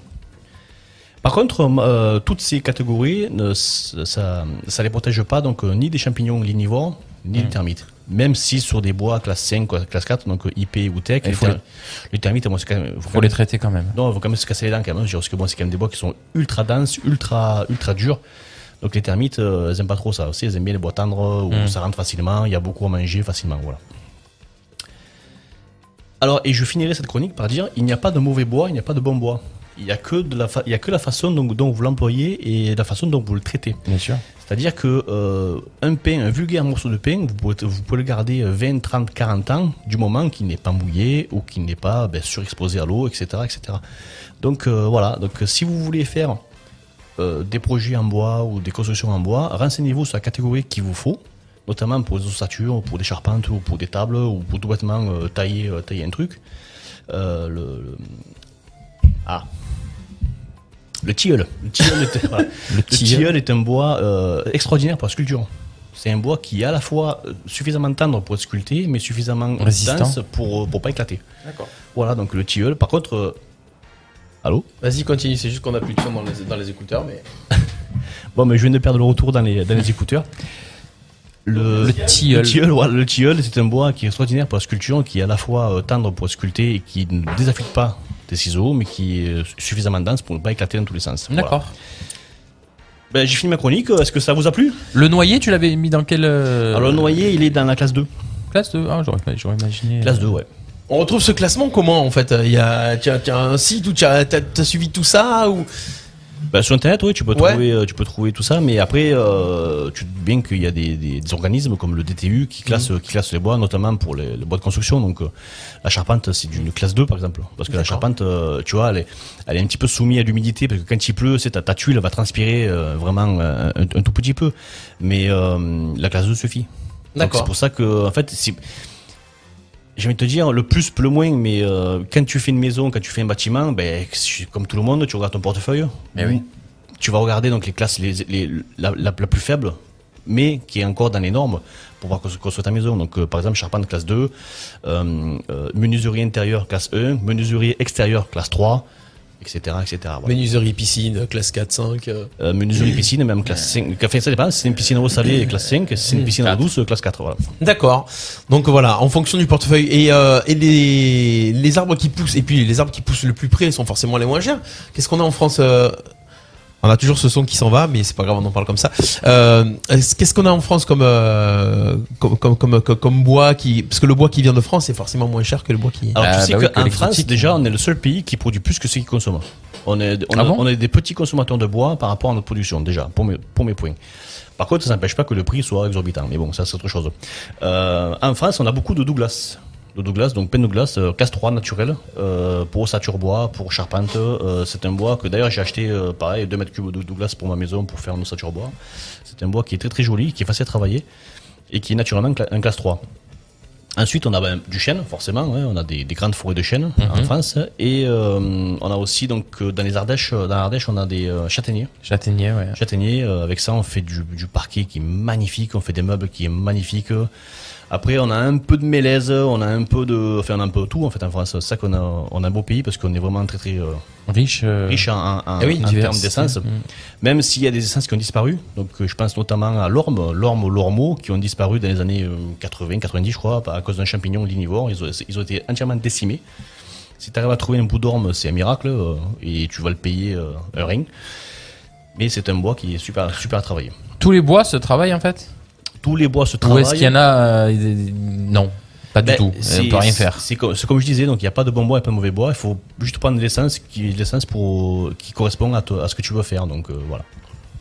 [SPEAKER 5] Par contre, euh, euh, toutes ces catégories, ne- ça ne les protège pas, donc euh, ni des champignons linivores,
[SPEAKER 4] Hmm.
[SPEAKER 5] ni des termites. Même si sur des bois classe 5, quoi, classe 4, donc euh, IP ou tech,
[SPEAKER 4] Il
[SPEAKER 5] les,
[SPEAKER 4] faut
[SPEAKER 5] ter-
[SPEAKER 4] les-
[SPEAKER 5] les termites, moi, c'est quand même. faut
[SPEAKER 4] Faut
[SPEAKER 5] quand
[SPEAKER 4] les
[SPEAKER 5] même-
[SPEAKER 4] traiter quand même.
[SPEAKER 5] non, il faut quand même se casser les dents quand même, je veux dire, parce que bon, c'est quand même des bois qui sont ultra denses, ultra, ultra durs. Donc les termites, euh, elles aiment pas trop ça aussi, elles aiment bien les bois tendres où
[SPEAKER 4] Hmm.
[SPEAKER 5] ça rentre facilement, il y a beaucoup à manger facilement, voilà. Alors, et je finirai cette chronique par dire, il n'y a pas de mauvais bois, il n'y a pas de bon bois. Il n'y a, que de la fa- il y a que la façon dont, dont vous l'employez et la façon dont vous le traitez.
[SPEAKER 4] Bien sûr.
[SPEAKER 5] C'est-à-dire que euh, un pain, un vulgaire morceau de pain, vous pouvez, vous pouvez le garder euh, 20, 30, 40 ans du moment qu'il n'est pas mouillé ou qu'il n'est pas ben, surexposé à l'eau, etc., etc. Donc euh, voilà. Donc euh, si vous voulez faire euh, des projets en bois ou des constructions en bois, renseignez-vous sur la catégorie qu'il vous faut. notamment pour les ossature, pour des charpentes, ou pour des tables, ou pour tout bêtement euh, tailler, euh, tailler un truc. Euh, le, le- Ah. Le tilleul. Le tilleul est, voilà. Le
[SPEAKER 4] tilleul.
[SPEAKER 5] tilleul est un bois euh, extraordinaire pour la sculpture. C'est un bois qui est à la fois euh, suffisamment tendre pour être sculpté, mais suffisamment
[SPEAKER 4] Résistant.
[SPEAKER 5] dense pour euh, pour pas éclater. Voilà, donc le tilleul. Par contre, euh, allô.
[SPEAKER 6] Vas-y, continue, c'est juste qu'on a plus de son dans les, dans les écouteurs, mais.
[SPEAKER 5] Bon, mais je viens de perdre le retour dans les, dans les écouteurs. Le,
[SPEAKER 4] Le tilleul.
[SPEAKER 5] Le tilleul, voilà, le tilleul, c'est un bois qui est extraordinaire pour la sculpture, qui est à la fois euh, tendre pour sculpter et qui ne désaffûte pas des ciseaux, mais qui est euh, suffisamment dense pour ne pas éclater dans tous les sens. Voilà.
[SPEAKER 4] D'accord.
[SPEAKER 5] Ben, J'ai fini ma chronique, est-ce que ça vous a plu
[SPEAKER 4] Le noyer, tu l'avais mis dans quelle euh,
[SPEAKER 5] Alors, le noyer, il est dans la classe 2.
[SPEAKER 4] classe de... Ah, j'aurais, j'aurais imaginé.
[SPEAKER 5] Classe 2, ouais.
[SPEAKER 6] On retrouve ce classement comment en fait Il y a, tu as- tu as un site où tu as, t'as- t'as suivi tout ça ou
[SPEAKER 5] Ben, sur Internet, oui, tu peux,
[SPEAKER 6] Ouais.
[SPEAKER 5] trouver, euh, tu peux trouver tout ça, mais après, euh, tu te doutes bien qu'il y a des, des- des organismes comme le DTU qui classent,
[SPEAKER 6] Mhm.
[SPEAKER 5] qui classent les bois, notamment pour les, les bois de construction. Donc, euh, la charpente, c'est d'une classe 2, par exemple. Parce que la charpente, euh, tu vois, elle est, elle est un petit peu soumise à l'humidité, parce que quand il pleut, c'est ta, ta tuile va transpirer euh, vraiment euh, un, un tout petit peu. Mais euh, la classe 2 suffit. Donc,
[SPEAKER 6] D'accord.
[SPEAKER 5] C'est pour ça que, en fait, c'est. Je vais te dire, le plus, le moins, mais euh, quand tu fais une maison, quand tu fais un bâtiment, ben, comme tout le monde, tu regardes ton portefeuille.
[SPEAKER 4] Mais oui.
[SPEAKER 5] Tu vas regarder donc les classes, les, les- la, la- la plus faible, mais qui est encore dans les normes pour voir qu'on se- qu'on soit à la maison. Donc, euh, par exemple, charpente classe 2, euh, euh, menuiserie intérieure classe 1, menuiserie extérieure classe 3, etc. etc. voilà.
[SPEAKER 6] Menuiserie piscine, classe 4, 5. euh.
[SPEAKER 5] Euh, menuiserie piscine, même classe 5. Enfin, ça dépend, si c'est une piscine à eau salée, classe 5, si
[SPEAKER 3] Hmm.
[SPEAKER 5] c'est une piscine à eau douce, classe 4. Voilà.
[SPEAKER 3] D'accord. Donc voilà, en fonction du portefeuille et, euh, et les, les arbres qui poussent et puis les arbres qui poussent le plus près sont forcément les moins chers. Qu'est-ce qu'on a en France euh, On a toujours ce son qui s'en va, mais c'est pas grave, on en parle comme ça. Euh, est-ce- Qu'est-ce qu'on a en France comme, euh, comme, comme, comme, comme- comme bois qui parce que le bois qui vient de France est forcément moins cher que le bois qui.
[SPEAKER 5] Alors,
[SPEAKER 4] Ah,
[SPEAKER 5] tu sais
[SPEAKER 4] bah oui, que
[SPEAKER 5] qu'en
[SPEAKER 4] les
[SPEAKER 5] France,
[SPEAKER 4] critiques-
[SPEAKER 5] déjà, on est le seul pays qui produit plus que ce qu'il consomme. On est, on,
[SPEAKER 4] Ah
[SPEAKER 5] est-
[SPEAKER 4] bon
[SPEAKER 5] on est des petits consommateurs de bois par rapport à notre production, déjà, pour mes, pour mes points. Par contre, ça n'empêche pas que le prix soit exorbitant, mais bon, ça, c'est autre chose. Euh, en France, on a beaucoup de Douglas. De Douglas, donc Pen Douglas, euh, classe 3 naturel, euh, pour ossature bois, pour charpente. euh, c'est un bois que d'ailleurs j'ai acheté, euh, pareil, 2 mètres cubes de Douglas pour ma maison pour faire une ossature bois. C'est un bois qui est très très joli, qui est facile à travailler et qui est naturellement cla- un classe 3. Ensuite, on a ben, du chêne, forcément. ouais, on a des, des grandes forêts de chêne hein, en
[SPEAKER 4] Mhm.
[SPEAKER 5] France. Et euh, on a aussi, donc, euh, dans les Ardèches, euh, dans l'Ardèche, on a des euh, châtaigniers.
[SPEAKER 4] Châtaignier, ouais.
[SPEAKER 5] Châtaigniers, euh, avec ça, on fait du, du parquet qui est magnifique, on fait des meubles qui est magnifique. Après, on a un peu de mélèze, on a un peu de. Enfin, on a un peu tout, en fait, en France. C'est ça qu'on a, on a un beau pays parce qu'on est vraiment très, très. euh,
[SPEAKER 4] Riche. euh,
[SPEAKER 5] riche en, en-
[SPEAKER 4] Eh oui,
[SPEAKER 5] en termes
[SPEAKER 4] diversité.
[SPEAKER 5] d'essence. Même s'il y a des essences qui ont disparu, donc euh, je pense notamment à l'orme, l'orme ou l'ormeau, qui ont disparu dans les années 80-90, je crois, à cause d'un champignon linivore. Ils ont, ils ont été entièrement décimés. Si tu arrives à trouver un bout d'orme, c'est un miracle, euh, et tu vas le payer euh, un ring. Mais c'est un bois qui est super, super à travailler.
[SPEAKER 4] Tous les bois se travaillent en fait
[SPEAKER 5] Tous les bois se
[SPEAKER 4] Ou
[SPEAKER 5] travaillent.
[SPEAKER 4] est-ce qu'il y en a. euh, des- des- Non, pas du
[SPEAKER 5] Ben,
[SPEAKER 4] tout.
[SPEAKER 5] c'est-
[SPEAKER 4] On peut rien
[SPEAKER 5] c'est-
[SPEAKER 4] faire.
[SPEAKER 5] C'est comme, c'est comme je disais, donc il n'y a pas de bon bois et pas de mauvais bois. Il faut juste prendre l'essence qui, l'essence pour, qui correspond à, toi- à ce que tu veux faire. Donc euh, voilà.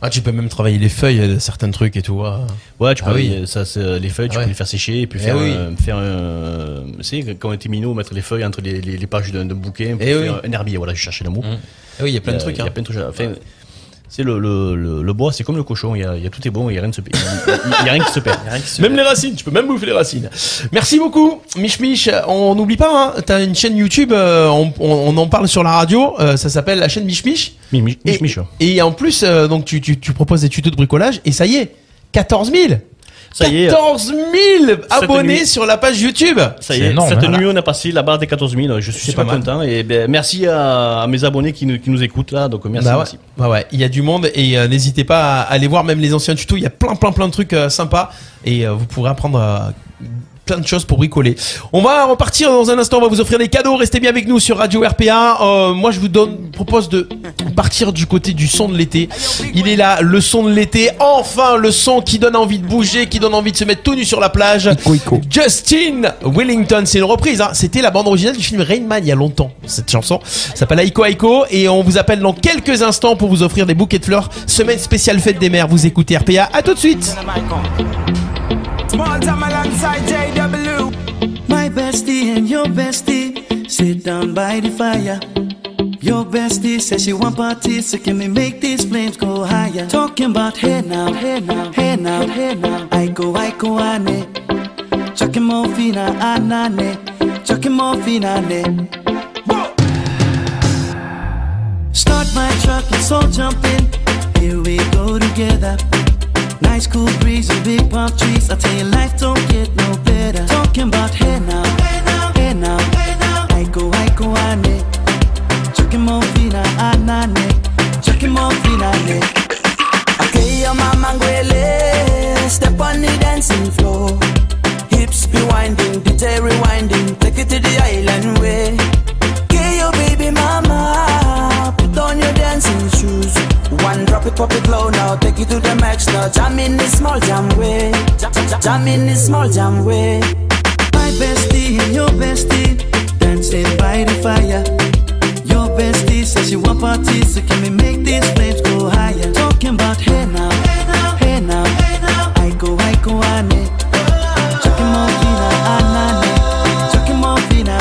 [SPEAKER 6] Ah, tu peux même travailler les feuilles de certains trucs et tout. ah.
[SPEAKER 5] Ouais, tu peux,
[SPEAKER 6] Ah oui.
[SPEAKER 5] euh, ça, c'est, euh, les feuilles, tu
[SPEAKER 6] Ah ouais.
[SPEAKER 5] peux les faire sécher et puis
[SPEAKER 6] Eh
[SPEAKER 5] faire,
[SPEAKER 6] oui.
[SPEAKER 5] un- faire un. Tu sais, quand on était minot, mettre les feuilles entre les, les, les pages d'un d'un bouquin pour
[SPEAKER 6] Eh
[SPEAKER 5] faire
[SPEAKER 6] oui.
[SPEAKER 5] un herbier. Voilà, je cherchais le mot.
[SPEAKER 6] Ah oui, il y a plein
[SPEAKER 5] Il y
[SPEAKER 6] de
[SPEAKER 5] a-
[SPEAKER 6] trucs.
[SPEAKER 5] Il y
[SPEAKER 6] hein.
[SPEAKER 5] a plein de trucs. à- Enfin, c'est le, le, le, le bois, c'est comme le cochon. Il y a, il y a tout est bon, il y a rien de se perd. Il y a rien qui se perd.
[SPEAKER 3] Même les racines, tu peux même bouffer les racines. Merci beaucoup, Mich Mich. Euh, On n'oublie pas, hein, t'as une chaîne YouTube, euh, on, on- on en parle sur la radio, euh, ça s'appelle la chaîne Mich Mich.
[SPEAKER 5] Mi- mi-
[SPEAKER 3] Et-
[SPEAKER 5] Mich Mich.
[SPEAKER 3] Et en plus, euh, donc tu, tu, tu proposes des tutos de bricolage et ça y est, 14 000
[SPEAKER 5] Ça y est.
[SPEAKER 3] 14 000 abonnés
[SPEAKER 5] nuit.
[SPEAKER 3] sur la page YouTube
[SPEAKER 5] Ça y
[SPEAKER 4] C'est
[SPEAKER 5] est,
[SPEAKER 4] énorme,
[SPEAKER 5] cette
[SPEAKER 4] hein.
[SPEAKER 5] nuit, on a passé la barre des 14 000. Je suis
[SPEAKER 3] C'est
[SPEAKER 5] super
[SPEAKER 3] pas mal.
[SPEAKER 5] content. Et ben, merci à, à mes abonnés qui nous, qui nous écoutent là. Donc, merci.
[SPEAKER 3] bah ouais,
[SPEAKER 5] merci.
[SPEAKER 3] bah ouais, il y a du monde et euh, n'hésitez pas à aller voir même les anciens tutos, il y a plein plein plein de trucs euh, sympas et euh, vous pourrez apprendre euh, plein de choses pour bricoler. On va repartir dans un instant, on va vous offrir des cadeaux, restez bien avec nous sur Radio RPA. Euh, moi je vous donne propose de partir du côté du son de l'été. Il est là, le son de l'été, enfin le son qui donne envie de bouger, qui donne envie de se mettre tout nu sur la plage. Justin Wellington, c'est une reprise. hein. C'était la bande originale du film Rain Man il y a longtemps. Cette chanson s'appelle Aiko Aiko et on vous appelle dans quelques instants pour vous offrir des bouquets de fleurs. Semaine spéciale fête des mères. Vous écoutez RPA. À tout de suite.
[SPEAKER 7] Small time alongside JW.
[SPEAKER 8] My bestie and your bestie sit down by the fire. Your bestie says she want parties, so can we make these flames go higher? Talking about hey now, hey now, hey now, hey now. I go, I go, ane. Chucking morphine, ah, anane. Chucking morphine, ah, ane. Start my truck, let's all jump in. Here we go together. Nice cool breeze and big palm trees. I tell you, life don't get no better. Talking about hey now, hey now, hey now, hey now. I go, I go, ane. Chucking morphine, anane. Chucking morphine, ane.
[SPEAKER 9] Okay, your mama Ngwele, step on the dancing floor. Hips be winding, DJ rewinding, take it to the island way. Okay, your baby mama, put on your dancing shoes. One drop it, pop it low now, take it to the max now. Jam in the small jam way, jam, jam, jam in the small jam way.
[SPEAKER 8] My bestie and your bestie dancing by the fire. Your bestie says she want parties, so can we make these flames go higher? Talking about hey now, hey now, hey now, hey now. I go, I go, I need. Chucking more fina, I need. Chucking more fina,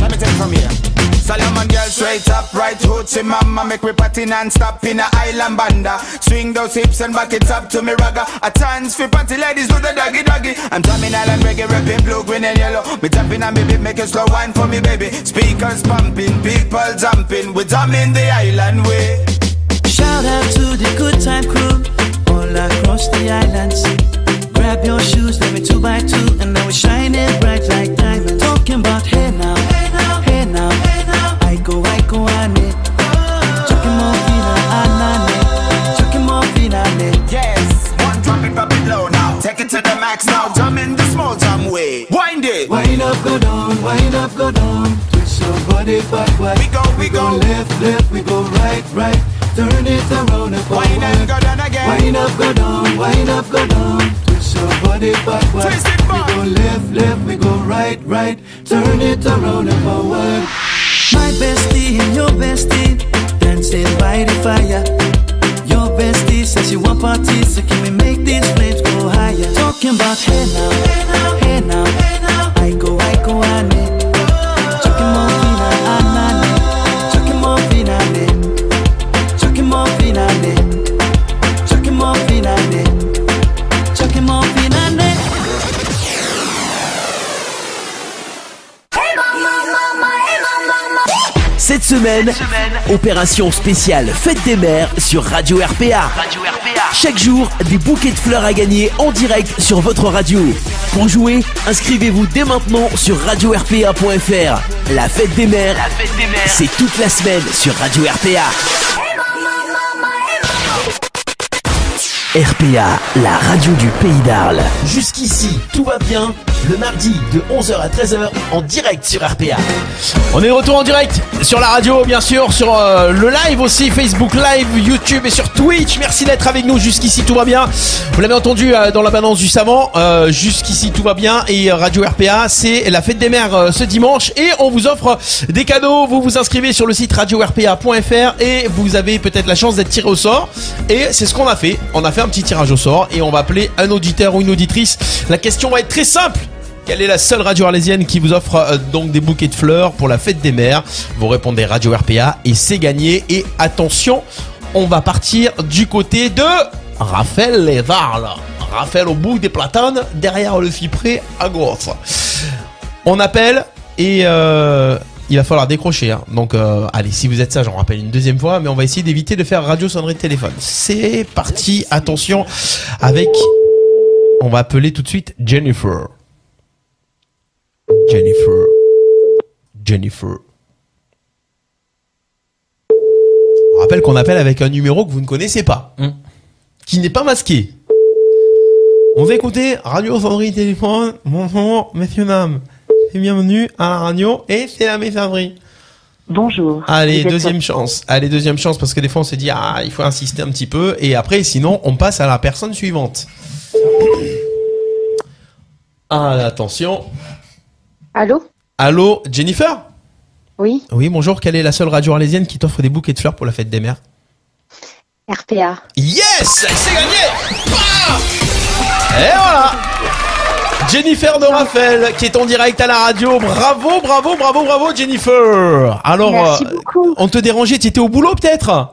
[SPEAKER 10] Let me take it from here. Solomon girl straight up, right hoochie mama Make me party non-stop in a island banda Swing those hips and back it up to me ragga A chance for party ladies do the doggy doggy I'm drumming island reggae, rapping blue, green and yellow Me jumping and baby, make a slow wine for me baby Speakers pumping, people jumping We drumming the island way
[SPEAKER 8] Shout out to the good time crew all across the islands. Grab your shoes, let me two by two, and now we shine it bright like diamonds. Talking about hey now, hey now, hey now, hey now. I go, I go, I need. Chucking more fina, I need. Chucking more fina, I need.
[SPEAKER 10] Yes, one drop it, pop it low now Take it to the max now Drumming the small jam way Wind it
[SPEAKER 8] Wind up, go down, wind up, go down. Twist your body backward.
[SPEAKER 10] We go, we go.
[SPEAKER 8] left, left, we go right, right. Turn it around and forward.
[SPEAKER 10] Wind and go down again
[SPEAKER 8] Wind up, go down, wind up, go down. Twist your body backward.
[SPEAKER 10] Twist it back.
[SPEAKER 8] We go left, left, we go right, right. Turn it around and forward. My bestie and your bestie dancing by the fire. Your bestie says she want parties, so can we make these flames go higher? Talking about hey now, hey now, hey now, hey now. I go, I go, I need. Chucking more fina, I need. Chucking more fina, I need. Chucking more fina, I need. Chucking more fina, I need. Chucking more fina, I need.
[SPEAKER 1] Cette semaine, opération spéciale Fête des Mères sur Radio RPA. Chaque jour, des bouquets de fleurs à gagner en direct sur votre radio. Pour jouer, inscrivez-vous dès maintenant sur radio-rpa.fr. La Fête des Mères, c'est toute la semaine sur Radio RPA. RPA, la radio du pays d'Arles.
[SPEAKER 3] Jusqu'ici, tout va bien. Le mardi de 11h à 13h en direct sur RPA. On est de retour en direct sur la radio, bien sûr, sur euh, le live aussi, Facebook Live, YouTube et sur Twitch. Merci d'être avec nous. Jusqu'ici, tout va bien. Vous l'avez entendu euh, dans la balance du savant. euh, Jusqu'ici, tout va bien. Et euh, Radio RPA, c'est la fête des mères euh, ce dimanche. Et on vous offre des cadeaux. Vous vous inscrivez sur le site radio-rpa.fr et vous avez peut-être la chance d'être tiré au sort. Et c'est ce qu'on a fait. On a fait un petit tirage au sort et on va appeler un auditeur ou une auditrice. La question va être très simple. Quelle est la seule radio arlésienne qui vous offre euh, donc des bouquets de fleurs pour la fête des mères Vous répondez Radio RPA et c'est gagné. Et attention, on va partir du côté de Raphaël Les Varles. Raphaël au bout des platanes, derrière le cyprès à gauche. On appelle et euh, il va falloir décrocher. hein. Donc euh, allez, si vous êtes sage, on rappelle une deuxième fois, mais on va essayer d'éviter de faire radio sonnerie de téléphone. C'est parti, attention, avec... On va appeler tout de suite Jennifer. Jennifer. Jennifer. On rappelle qu'on appelle avec un numéro que vous ne connaissez pas,
[SPEAKER 4] Mm.
[SPEAKER 3] qui n'est pas masqué. On va écouter Radio Sonnerie Téléphone. Bonjour, messieurs, dames. Et bienvenue à la radio et c'est la messagerie.
[SPEAKER 11] Bonjour.
[SPEAKER 3] Allez,
[SPEAKER 11] Vous êtes-
[SPEAKER 3] deuxième chance. Allez, deuxième chance parce que des fois on s'est dit, ah, il faut insister un petit peu et après, sinon, on passe à la personne suivante. Ah, attention.
[SPEAKER 11] Allô
[SPEAKER 3] Allô, Jennifer?
[SPEAKER 11] Oui,
[SPEAKER 3] Oui, bonjour. Quelle est la seule radio arlésienne qui t'offre des bouquets de fleurs pour la fête des mères
[SPEAKER 11] RPA.
[SPEAKER 3] Yes C'est gagné Bam Et voilà Eh, oh, Jennifer de Raphaël qui est en direct à la radio. Bravo, bravo, bravo, bravo Jennifer. Alors,
[SPEAKER 11] Merci
[SPEAKER 3] euh,
[SPEAKER 11] beaucoup.
[SPEAKER 3] on te dérangeait, tu étais au boulot peut-être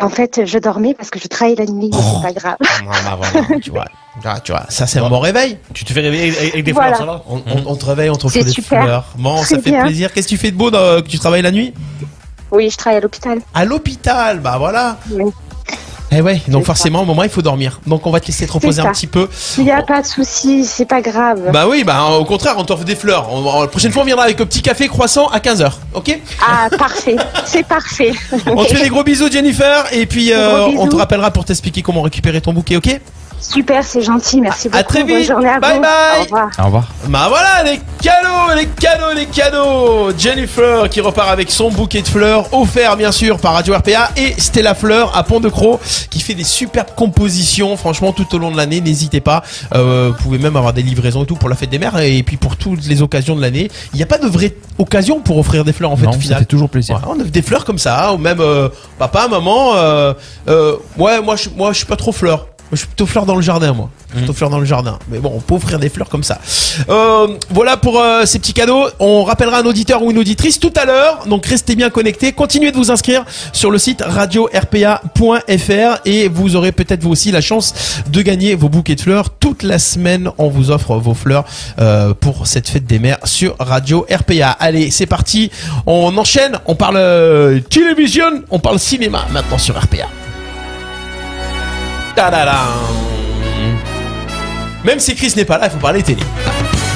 [SPEAKER 11] En fait, je dormais parce que je travaillais la nuit, mais c'est pas grave.
[SPEAKER 3] Non, bah, voilà, tu vois. Ah, tu vois, ça c'est un bon réveil.
[SPEAKER 5] Tu te fais réveiller avec, avec des
[SPEAKER 11] Voilà.
[SPEAKER 5] fleurs, ça va
[SPEAKER 3] On, on- on te réveille, on te
[SPEAKER 11] C'est
[SPEAKER 3] fait des
[SPEAKER 11] super.
[SPEAKER 3] fleurs. Bon, ça
[SPEAKER 11] Très
[SPEAKER 3] fait
[SPEAKER 11] bien.
[SPEAKER 3] plaisir. Qu'est-ce que tu fais de beau euh, que tu travailles la nuit
[SPEAKER 11] Oui, je travaille à l'hôpital.
[SPEAKER 3] À l'hôpital, bah voilà.
[SPEAKER 11] Oui.
[SPEAKER 3] Eh ouais, donc
[SPEAKER 11] ça.
[SPEAKER 3] forcément, au moment il faut dormir. Donc on va te laisser te reposer un
[SPEAKER 11] ça.
[SPEAKER 3] petit peu.
[SPEAKER 11] Il n'y a pas de souci, c'est pas grave.
[SPEAKER 3] Bah oui, bah au contraire, on t'offre des fleurs. On- on- la prochaine fois, on viendra avec un petit café croissant à 15h, ok
[SPEAKER 11] Ah, parfait. C'est parfait.
[SPEAKER 3] On te fait des gros bisous, Jennifer, et puis euh,
[SPEAKER 11] Des gros
[SPEAKER 3] on te
[SPEAKER 11] bisous.
[SPEAKER 3] rappellera pour t'expliquer comment récupérer ton bouquet, ok
[SPEAKER 11] Super, c'est gentil. Merci beaucoup.
[SPEAKER 3] À très
[SPEAKER 11] Bonne
[SPEAKER 3] vite.
[SPEAKER 11] journée à
[SPEAKER 3] Bye
[SPEAKER 11] vous.
[SPEAKER 3] bye.
[SPEAKER 11] Au revoir.
[SPEAKER 4] Au revoir.
[SPEAKER 3] Bah voilà, les cadeaux, les cadeaux, les cadeaux Jennifer qui repart avec son bouquet de fleurs, offert bien sûr par Radio RPA et Stella Fleur à Pont de Croix qui fait des superbes compositions, franchement tout au long de l'année, n'hésitez pas, Euh, vous pouvez même avoir des livraisons et tout pour la fête des mères et puis pour toutes les occasions de l'année. Il n'y a pas de vraie occasion pour offrir des fleurs en fait
[SPEAKER 4] non,
[SPEAKER 3] au
[SPEAKER 4] ça
[SPEAKER 3] final.
[SPEAKER 4] fait toujours plaisir.
[SPEAKER 3] Ouais, on a des fleurs comme ça, hein, ou même euh, papa, maman. euh, euh, ouais, moi je, moi, je suis pas trop fleur. Moi, Je suis plutôt fleur dans le jardin, moi. Je suis Plutôt fleur dans le jardin. Mais bon, on peut offrir des fleurs comme ça. Euh, voilà pour euh, ces petits cadeaux. On rappellera un auditeur ou une auditrice tout à l'heure. Donc restez bien connectés. Continuez de vous inscrire sur le site radio-rpa.fr et vous aurez peut-être vous aussi la chance de gagner vos bouquets de fleurs. Toute la semaine, on vous offre vos fleurs euh, pour cette fête des mères sur Radio RPA. Allez, c'est parti. On enchaîne. On parle euh, télévision. On parle cinéma maintenant sur RPA. Ta-da-da. Même si Chris n'est pas là, il faut parler télé.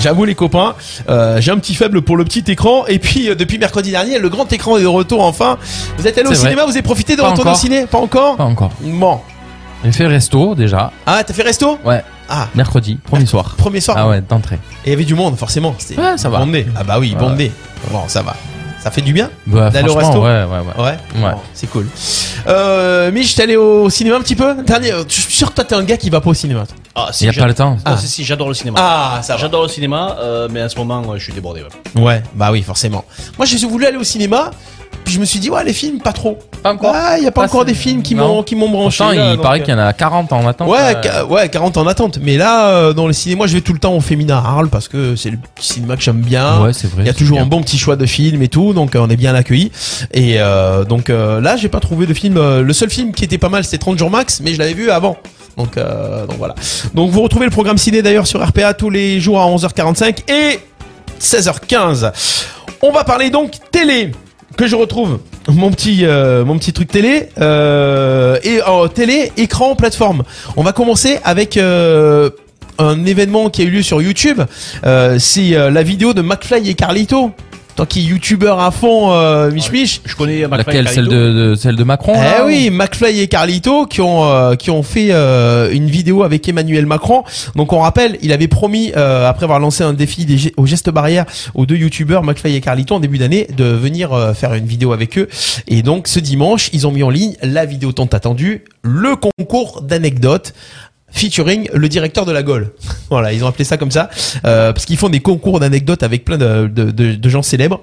[SPEAKER 3] J'avoue les copains, euh, j'ai un petit faible pour le petit écran et puis euh, depuis mercredi dernier, le grand écran est de retour enfin. Vous êtes allé au
[SPEAKER 4] C'est vrai.
[SPEAKER 3] cinéma, vous avez profité de
[SPEAKER 4] Pas
[SPEAKER 3] retour au
[SPEAKER 4] encore.
[SPEAKER 3] ciné Pas encore
[SPEAKER 4] Pas encore.
[SPEAKER 3] Bon.
[SPEAKER 4] J'ai fait le resto déjà.
[SPEAKER 3] Ah, t'as fait resto
[SPEAKER 4] Ouais.
[SPEAKER 3] Ah,
[SPEAKER 4] Mercredi, premier soir.
[SPEAKER 3] premier soir.
[SPEAKER 4] Ah ouais, d'entrée.
[SPEAKER 3] Et il y avait du monde forcément. C'était
[SPEAKER 4] Ouais, ça va.
[SPEAKER 3] bon de nez. Ah bah oui, bon
[SPEAKER 4] Ouais.
[SPEAKER 3] de nez. Bon, ça va. Ça fait du bien.
[SPEAKER 4] Bah,
[SPEAKER 3] D'aller au
[SPEAKER 4] franchement,
[SPEAKER 3] resto
[SPEAKER 4] ouais, ouais, ouais.
[SPEAKER 3] Ouais.
[SPEAKER 4] Ouais.
[SPEAKER 3] Bon, c'est cool. Euh, Mich, t'es allé au cinéma un petit peu Dernier, euh, je suis sûr que toi t'es un gars qui va pas au cinéma. toi.
[SPEAKER 5] Ah, si,
[SPEAKER 4] Il a
[SPEAKER 5] j'ad-
[SPEAKER 4] pas le temps.
[SPEAKER 5] Ah, si, si, j'adore le cinéma.
[SPEAKER 3] Ah, ça va.
[SPEAKER 5] J'adore le cinéma, euh, mais à ce moment, ouais, je suis débordé. ouais.
[SPEAKER 3] Ouais, bah oui, forcément. Moi, j'ai voulu aller au cinéma, puis je me suis dit, ouais, les films, pas trop.
[SPEAKER 4] Pas encore.
[SPEAKER 3] Ah, il y a pas
[SPEAKER 4] Ah,
[SPEAKER 3] encore
[SPEAKER 4] c'est-
[SPEAKER 3] des films qui
[SPEAKER 4] non.
[SPEAKER 3] m'ont qui m'ont branché.
[SPEAKER 4] Pourtant,
[SPEAKER 3] là,
[SPEAKER 4] il
[SPEAKER 3] donc,
[SPEAKER 4] paraît
[SPEAKER 3] euh,
[SPEAKER 4] qu'il y en a 40 en attente.
[SPEAKER 3] Ouais,
[SPEAKER 4] euh,
[SPEAKER 3] ca- ouais, 40 en attente. Mais là, euh, dans les cinémas, je vais tout le temps au Féminin à Arles parce que c'est le petit cinéma que j'aime bien.
[SPEAKER 4] ouais, c'est vrai.
[SPEAKER 3] Il y a
[SPEAKER 4] c'est
[SPEAKER 3] toujours
[SPEAKER 4] bien.
[SPEAKER 3] un bon petit choix de films et tout, donc euh, on est bien accueillis. Et euh, donc euh, là, j'ai pas trouvé de film. euh, le seul film qui était pas mal, c'était 30 jours max, mais je l'avais vu avant. Donc, euh, donc voilà. Donc vous retrouvez le programme ciné d'ailleurs sur RPA tous les jours à 11h45 et 16h15. On va parler donc télé que je retrouve mon petit euh, mon petit truc télé euh, et euh, télé écran plateforme. On va commencer avec euh, un événement qui a eu lieu sur YouTube. Euh, c'est euh, la vidéo de McFly et Carlito. Tant qu'il est youtubeur à fond, euh, Mich Mich.
[SPEAKER 5] Je connais McFly
[SPEAKER 4] Laquelle
[SPEAKER 5] et
[SPEAKER 4] celle de,
[SPEAKER 5] Carlito.
[SPEAKER 4] de- celle de Macron hein,
[SPEAKER 3] Eh
[SPEAKER 4] là,
[SPEAKER 3] oui, McFly et Carlito qui ont euh, qui ont fait euh, une vidéo avec Emmanuel Macron. Donc on rappelle, il avait promis euh, après avoir lancé un défi des ge- aux gestes barrières aux deux youtubeurs McFly et Carlito en début d'année de venir euh, faire une vidéo avec eux. Et donc ce dimanche, ils ont mis en ligne la vidéo tant attendue, le concours d'anecdotes featuring le directeur de la Gaule. voilà, ils ont appelé ça comme ça euh, parce qu'ils font des concours d'anecdotes avec plein de- de- de- de gens célèbres.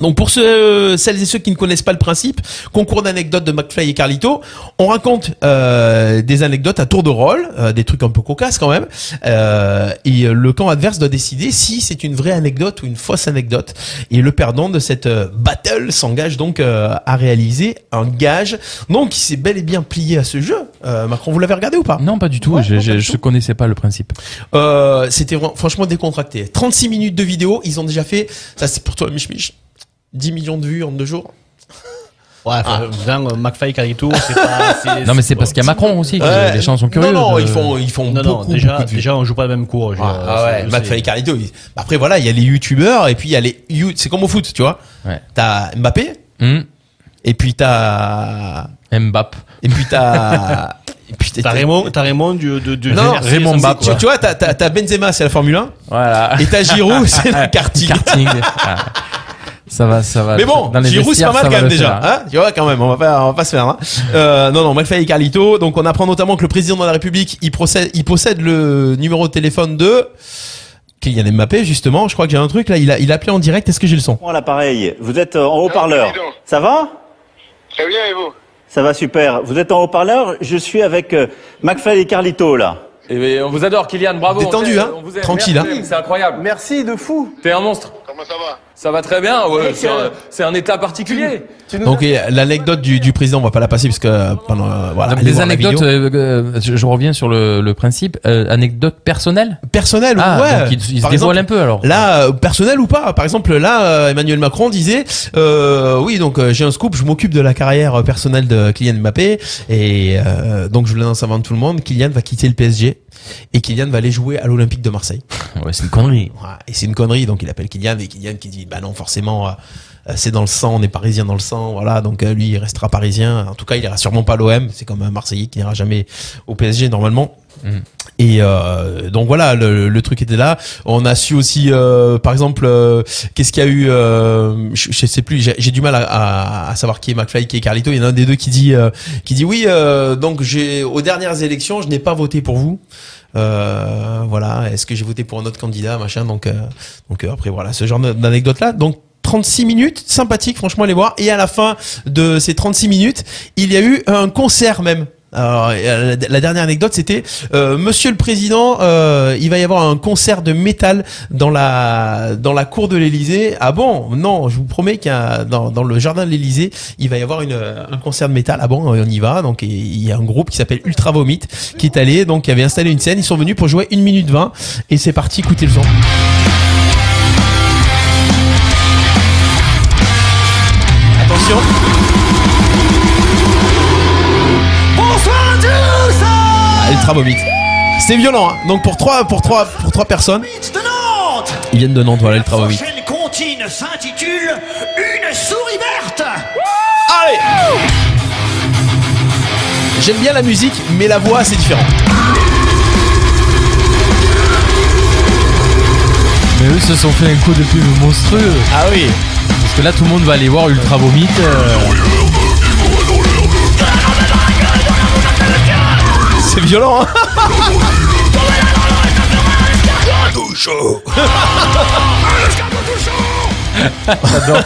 [SPEAKER 3] Donc pour ceux, celles et ceux qui ne connaissent pas le principe, concours d'anecdotes de McFly et Carlito, on raconte euh, des anecdotes à tour de rôle, euh, des trucs un peu cocasses quand même, euh, et euh, le camp adverse doit décider si c'est une vraie anecdote ou une fausse anecdote. Et le perdant de cette euh, battle s'engage donc euh, à réaliser un gage. Donc il s'est bel et bien plié à ce jeu. Euh, Macron, vous l'avez regardé ou pas
[SPEAKER 4] Non, pas du tout.
[SPEAKER 3] Ouais,
[SPEAKER 4] je
[SPEAKER 3] non, pas
[SPEAKER 4] je,
[SPEAKER 3] du
[SPEAKER 4] je
[SPEAKER 3] tout.
[SPEAKER 4] connaissais pas le principe.
[SPEAKER 3] euh, C'était vra- franchement décontracté. 36 minutes de vidéo, ils ont déjà fait, ça c'est pour toi Mich Mich, 10 millions de vues en deux jours. Ah.
[SPEAKER 5] Ouais, enfin, vraiment, euh, McFly et Carlito, c'est pas. c'est-
[SPEAKER 4] Non, mais c'est parce qu'il y a Macron aussi. que
[SPEAKER 3] Ouais.
[SPEAKER 4] Les gens sont curieux.
[SPEAKER 3] Non, non,
[SPEAKER 4] de-
[SPEAKER 3] ils font, ils font
[SPEAKER 5] Non,
[SPEAKER 3] beaucoup,
[SPEAKER 5] non, déjà,
[SPEAKER 3] beaucoup de vues.
[SPEAKER 5] déjà, on joue pas le même cours. je-
[SPEAKER 3] Ah, ah
[SPEAKER 5] c'est-
[SPEAKER 3] ouais,
[SPEAKER 5] c'est-
[SPEAKER 3] McFly et Carlito. ils- bah Après, voilà, il y a les youtubeurs et puis il y a les. you- C'est comme au foot, tu vois.
[SPEAKER 4] Ouais.
[SPEAKER 3] T'as Mbappé
[SPEAKER 4] Hum,
[SPEAKER 3] et puis t'as.
[SPEAKER 4] Mbappé.
[SPEAKER 3] Et puis t'as. et puis t'as-
[SPEAKER 5] T'as Raymond, t'as Raymond du, de, de-
[SPEAKER 3] Non,
[SPEAKER 5] du-
[SPEAKER 4] Raymond
[SPEAKER 5] c'est-
[SPEAKER 4] Bach,
[SPEAKER 3] Tu, tu vois, t'as, t'as, t'as Benzema, c'est la Formule 1.
[SPEAKER 4] Voilà.
[SPEAKER 3] Et t'as Giroud, c'est le karting.
[SPEAKER 4] Karting. Ah. ça va, ça va.
[SPEAKER 3] Mais bon,
[SPEAKER 4] Dans les
[SPEAKER 3] Giroud, c'est
[SPEAKER 4] vestiaires,
[SPEAKER 3] pas mal
[SPEAKER 4] ça
[SPEAKER 3] quand
[SPEAKER 4] va
[SPEAKER 3] même
[SPEAKER 4] le
[SPEAKER 3] déjà.
[SPEAKER 4] faire.
[SPEAKER 3] Hein tu vois, quand même, on va pas, on va pas se faire. Hein euh, non, non, McFly et Carlito. Donc, on apprend notamment que le président de la République, il possède, il possède le numéro de téléphone de Kylian Mbappé, justement. Je crois que j'ai un truc là. Il a, il a appelé en direct. Est-ce que j'ai le son
[SPEAKER 12] à l'appareil, vous êtes euh, en haut-parleur.
[SPEAKER 2] président.
[SPEAKER 12] Ça va
[SPEAKER 2] Très bien, et vous
[SPEAKER 12] Ça va super. Vous êtes en haut-parleur, je suis avec euh, McFly et Carlito là.
[SPEAKER 13] Et ben, on vous adore, Kylian, bravo.
[SPEAKER 3] Détendu,
[SPEAKER 13] on
[SPEAKER 3] hein.
[SPEAKER 13] on vous aime.
[SPEAKER 3] Tranquille,
[SPEAKER 13] Merci,
[SPEAKER 3] hein.
[SPEAKER 13] C'est incroyable. Merci de fou. T'es un monstre. Comment ça va euh, Ça va très bien, ouais. C'est un, c'est un état particulier.
[SPEAKER 3] Donc et l'anecdote du, du président, on va pas la passer parce que pendant euh, voilà, allez
[SPEAKER 4] les
[SPEAKER 3] voir la
[SPEAKER 4] anecdotes,
[SPEAKER 3] vidéo.
[SPEAKER 4] euh, euh, je, je reviens sur le, le principe, euh, anecdotes personnelles.
[SPEAKER 3] Personnelles,
[SPEAKER 4] Ah,
[SPEAKER 3] ouais.
[SPEAKER 4] donc il, il se
[SPEAKER 3] Par
[SPEAKER 4] dévoile
[SPEAKER 3] exemple,
[SPEAKER 4] un peu alors.
[SPEAKER 3] Là, euh, personnel ou pas Par exemple, là, euh, Emmanuel Macron disait, euh, oui, donc euh, j'ai un scoop, je m'occupe de la carrière euh, personnelle de Kylian Mbappé, et euh, donc je vous l'annonce avant tout le monde, Kylian va quitter le PSG, et Kylian va aller jouer à l'Olympique de Marseille.
[SPEAKER 4] Ouais, c'est une connerie.
[SPEAKER 3] et c'est une connerie, donc il appelle Kylian, et Kylian qui dit, bah non, forcément, euh, euh, c'est dans le sang, on est parisien dans le sang, voilà, donc euh, lui, il restera parisien, en tout cas, il ira sûrement pas à l'OM, c'est comme un Marseillais qui n'ira jamais au PSG normalement.
[SPEAKER 2] Mmh.
[SPEAKER 3] Et euh, donc voilà, le, le truc était là. On a su aussi, euh, par exemple, euh, qu'est-ce qu'il y a eu euh, je, je sais plus. J'ai j'ai du mal à, à- à savoir qui est McFly, qui est Carlito. Il y en a un des deux qui dit, euh, qui dit oui. euh, donc j'ai aux dernières élections, je n'ai pas voté pour vous. Euh, voilà. Est-ce que j'ai voté pour un autre candidat, machin. Donc euh, donc euh, après voilà, ce genre d'anecdote là. Donc 36 minutes, sympathique, franchement, allez voir. Et à la fin de ces 36 minutes, il y a eu un concert même. Alors, euh, la la dernière anecdote, c'était euh, Monsieur le Président, euh, il va y avoir un concert de métal dans la dans la cour de l'Élysée. Ah bon Non, je vous promets qu'il y a dans, dans le jardin de l'Élysée, il va y avoir une, euh, un concert de métal. Ah bon euh, On y va. Donc et il y a un groupe qui s'appelle Ultra Vomit qui est allé, donc qui avait installé une scène. Ils sont venus pour jouer 1 minute 20 et c'est parti. Écoutez le son. Attention.
[SPEAKER 2] Bonsoir Dieu
[SPEAKER 3] Ah, Ultra Vomit. C'était violent. hein. Donc pour trois pour trois pour trois personnes,
[SPEAKER 2] de Nantes
[SPEAKER 3] ils viennent de Nantes. Voilà Ultra Vomit.
[SPEAKER 2] Prochaine comptine s'intitule Une souris verte
[SPEAKER 3] Allez J'aime bien la musique, mais la voix c'est différent.
[SPEAKER 4] Mais eux se sont fait un coup de pub monstrueux.
[SPEAKER 3] Ah oui.
[SPEAKER 4] Parce que là, tout le monde va aller voir Ultra Vomit. euh,
[SPEAKER 3] C'est violent, hein
[SPEAKER 4] J'adore.